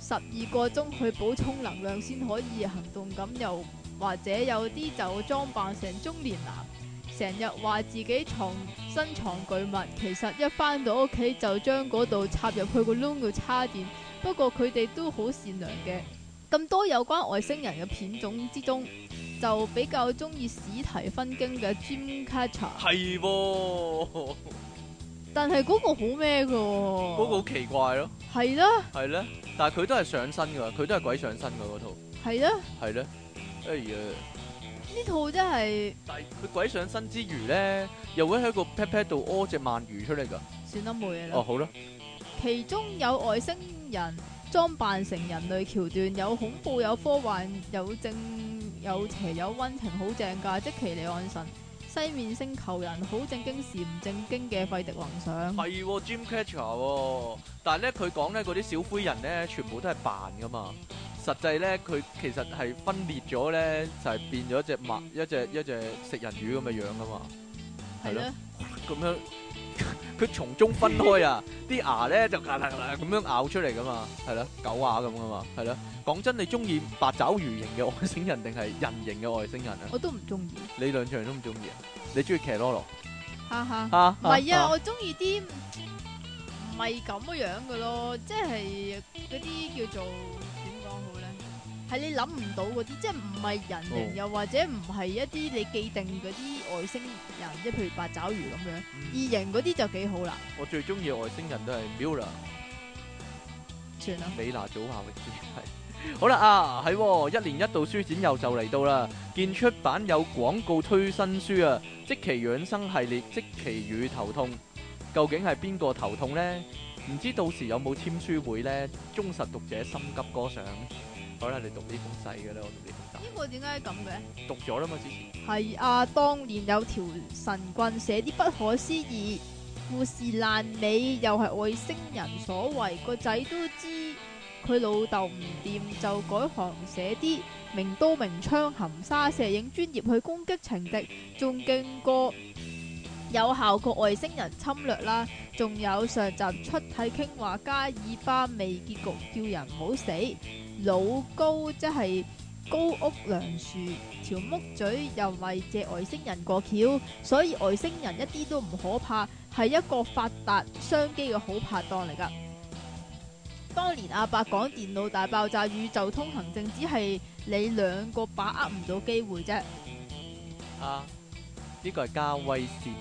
Speaker 1: 十二個鐘去補充能量先可以行動咁，又或者有啲就裝扮成中年男，成日話自己藏身藏巨物，其實一返到屋企就將嗰度插入去個窿度叉電。不過佢哋都好善良嘅，咁多有關外星人嘅片種之中，就比較中意史提芬經嘅 Dreamcatcher。
Speaker 2: 係 喎，
Speaker 1: 但係嗰個好咩嘅喎？
Speaker 2: 嗰個
Speaker 1: 嗰
Speaker 2: 好奇怪咯，
Speaker 1: 個係啦，
Speaker 2: 係咧，但係佢都係上身㗎，佢都係鬼上身㗎嗰套，
Speaker 1: 係啦，
Speaker 2: 係咧，哎呀！
Speaker 1: 呢套真係
Speaker 2: 但係佢鬼上身之餘咧，又會喺個 pat pat 度屙只鰻魚出嚟㗎。
Speaker 1: 算啦，冇嘢啦
Speaker 2: 哦，。好啦，
Speaker 1: 其中有外星人裝扮成人類橋段，有恐怖，有科幻，有正，有邪，有温情，好正㗎！即奇離岸神、西面星球人，好正經時唔正經嘅費迪幻想。
Speaker 2: 係喎，Jim Catcher 喎，但係咧佢講咧嗰啲小灰人咧，全部都係扮㗎嘛。實際咧，佢其實係分裂咗咧，就係、變咗一隻鰻，一隻一隻食人魚咁嘅樣㗎嘛。
Speaker 1: 係
Speaker 2: 係
Speaker 1: 咧，
Speaker 2: 咁樣 佢從中分開啊，啲牙咧就咔啦咔啦咁樣咬出嚟噶嘛，係啦，狗牙咁噶嘛，係啦。講真，你中意八爪魚型嘅外星人定係人形嘅外星人啊？
Speaker 1: 我都唔中意，
Speaker 2: 你兩樣都唔中意啊？你中意騎羅羅
Speaker 1: 哈哈。
Speaker 2: 啊？
Speaker 1: 唔係啊，我中意啲唔係咁樣嘅咯，即係嗰啲叫做點講好咧？係你諗唔到嗰啲，即係唔係人形，
Speaker 2: 哦
Speaker 1: 又或者唔係一啲你既定嗰啲外星人，即係譬如八爪魚咁樣，
Speaker 2: 嗯
Speaker 1: 異形嗰啲就幾好啦，
Speaker 2: 我最中意外星人都係 Mira
Speaker 1: 算啦。
Speaker 2: 美娜祖夏域之係。好啦啊，係喎一年一度書展又就嚟到啦，見出版有廣告推新書啊，即其養生系列，即其與頭痛，究竟係邊個頭痛呢？唔知到時有冇簽書會呢？忠實讀者心急歌想，好啦，你讀呢封細嘅啦，我讀呢封
Speaker 1: 呢個點解咁嘅？
Speaker 2: 大，讀咗啦嘛之前，
Speaker 1: 係啊，當年有條神棍寫啲不可思議故事爛尾，又係外星人所為，個仔都知佢老豆唔掂，就改行寫啲明刀明槍含沙射影專業去攻擊情敵，仲勁過有效過外星人侵略啦。仲有上集出體傾話加爾巴未結局，叫人唔好死，老高即係。高屋梁樹，條木嘴又咪借外星人過橋，所以外星人一啲都唔可怕，係一個發達商機嘅好拍檔嚟噶。當年阿伯講電腦大爆炸、宇宙通行證，只係你兩個把握唔到機會啫。
Speaker 2: 啊，呢個係加威先啊，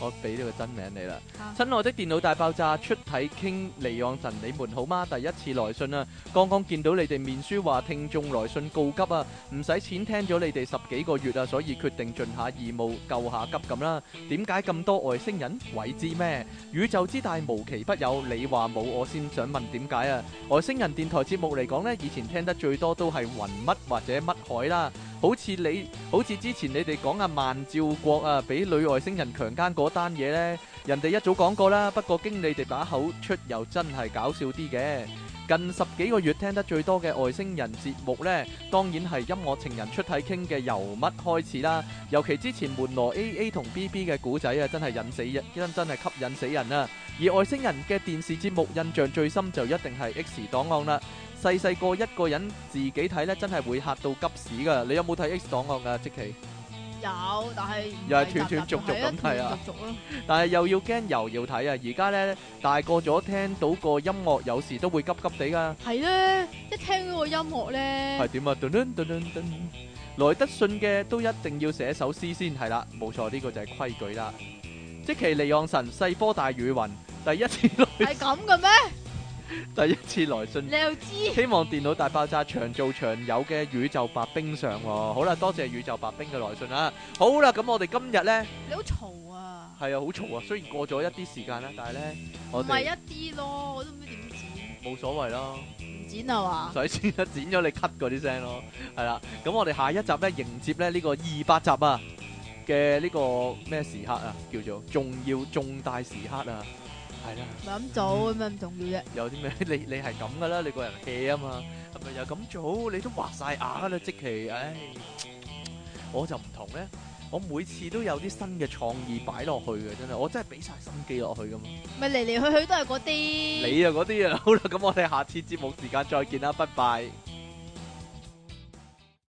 Speaker 2: 我俾呢個真名你啦。
Speaker 1: 啊
Speaker 2: 親愛的電腦大爆炸出體傾離岸神，你們好嗎？第一次來信啊，剛剛見到你哋面書話聽眾來信告急啊，唔使錢聽咗你哋十幾個月啊，所以決定盡下義務救下急咁啦。點解咁多外星人？鬼知咩？宇宙之大無奇不有，你話冇我先想問點解啊？外星人電台節目嚟講呢，以前聽得最多都係雲乜或者乜海啦。好似你，好似之前你哋講啊萬兆國啊，俾女外星人強姦嗰單嘢呢。人哋一早講過啦，不過經你哋把口出又真係搞笑啲嘅。近十幾個月聽得最多嘅外星人節目呢，當然係音樂情人出體傾嘅由乜開始啦。尤其之前門羅 A A 同 B B 嘅古仔啊，真係引死人，真真係吸引死人啊！而外星人嘅電視節目印象最深就一定係 X 檔案啦。細細個一個人自己睇呢，真係會嚇到急屎噶。你有冇睇 X 檔案噶？即奇？
Speaker 1: 有，但係
Speaker 2: 又係斷斷續續咁睇啊
Speaker 1: 續咯，
Speaker 2: 但係又要驚又要睇啊！而家呢，大個咗，聽到個音樂有時都會急急地噶，
Speaker 1: 係咧，一聽到個音樂咧
Speaker 2: 係，點啊？噔噔噔噔噔，來得信嘅都一定要寫首詩先係啦，冇錯，呢、個就係規矩啦。即其利昂神細波大雨雲，第一次
Speaker 1: 係
Speaker 2: 來
Speaker 1: 咁嘅咩？
Speaker 2: 第一次來信，
Speaker 1: 你又知？
Speaker 2: 希望電腦大爆炸長做長有嘅宇宙白冰上喎、好啦，多謝宇宙白冰嘅來信啦。好啦，咁我哋今日呢，
Speaker 1: 你好嘈啊！
Speaker 2: 係啊，好嘈啊，雖然過咗一啲時間啦，但係呢，
Speaker 1: 唔
Speaker 2: 我
Speaker 1: 係
Speaker 2: 哋
Speaker 1: 一啲咯，我都唔知點剪，
Speaker 2: 冇所謂啦。
Speaker 1: 唔剪啊嘛？
Speaker 2: 唔使剪啦，剪咗你 cut 嗰啲聲咯，係啦。咁我哋下一集咧迎接咧呢個二百集啊嘅呢個咩時刻啊，叫做重要重大時刻啊，係啦。
Speaker 1: 唔係咁做，有咩咁重要啫？
Speaker 2: 有啲咩？ 你你係咁噶啦，你個人 hea 啊嘛，係咪又咁做？你都畫晒牙啦，即其，唉，我就唔同咧，我每次都有啲新嘅創意擺落去嘅，真係，我真係俾晒心機落去噶嘛。
Speaker 1: 咪嚟嚟去去都係嗰啲。
Speaker 2: 你啊嗰啲啊，好啦，咁我哋下次節目時間再見啦，拜拜。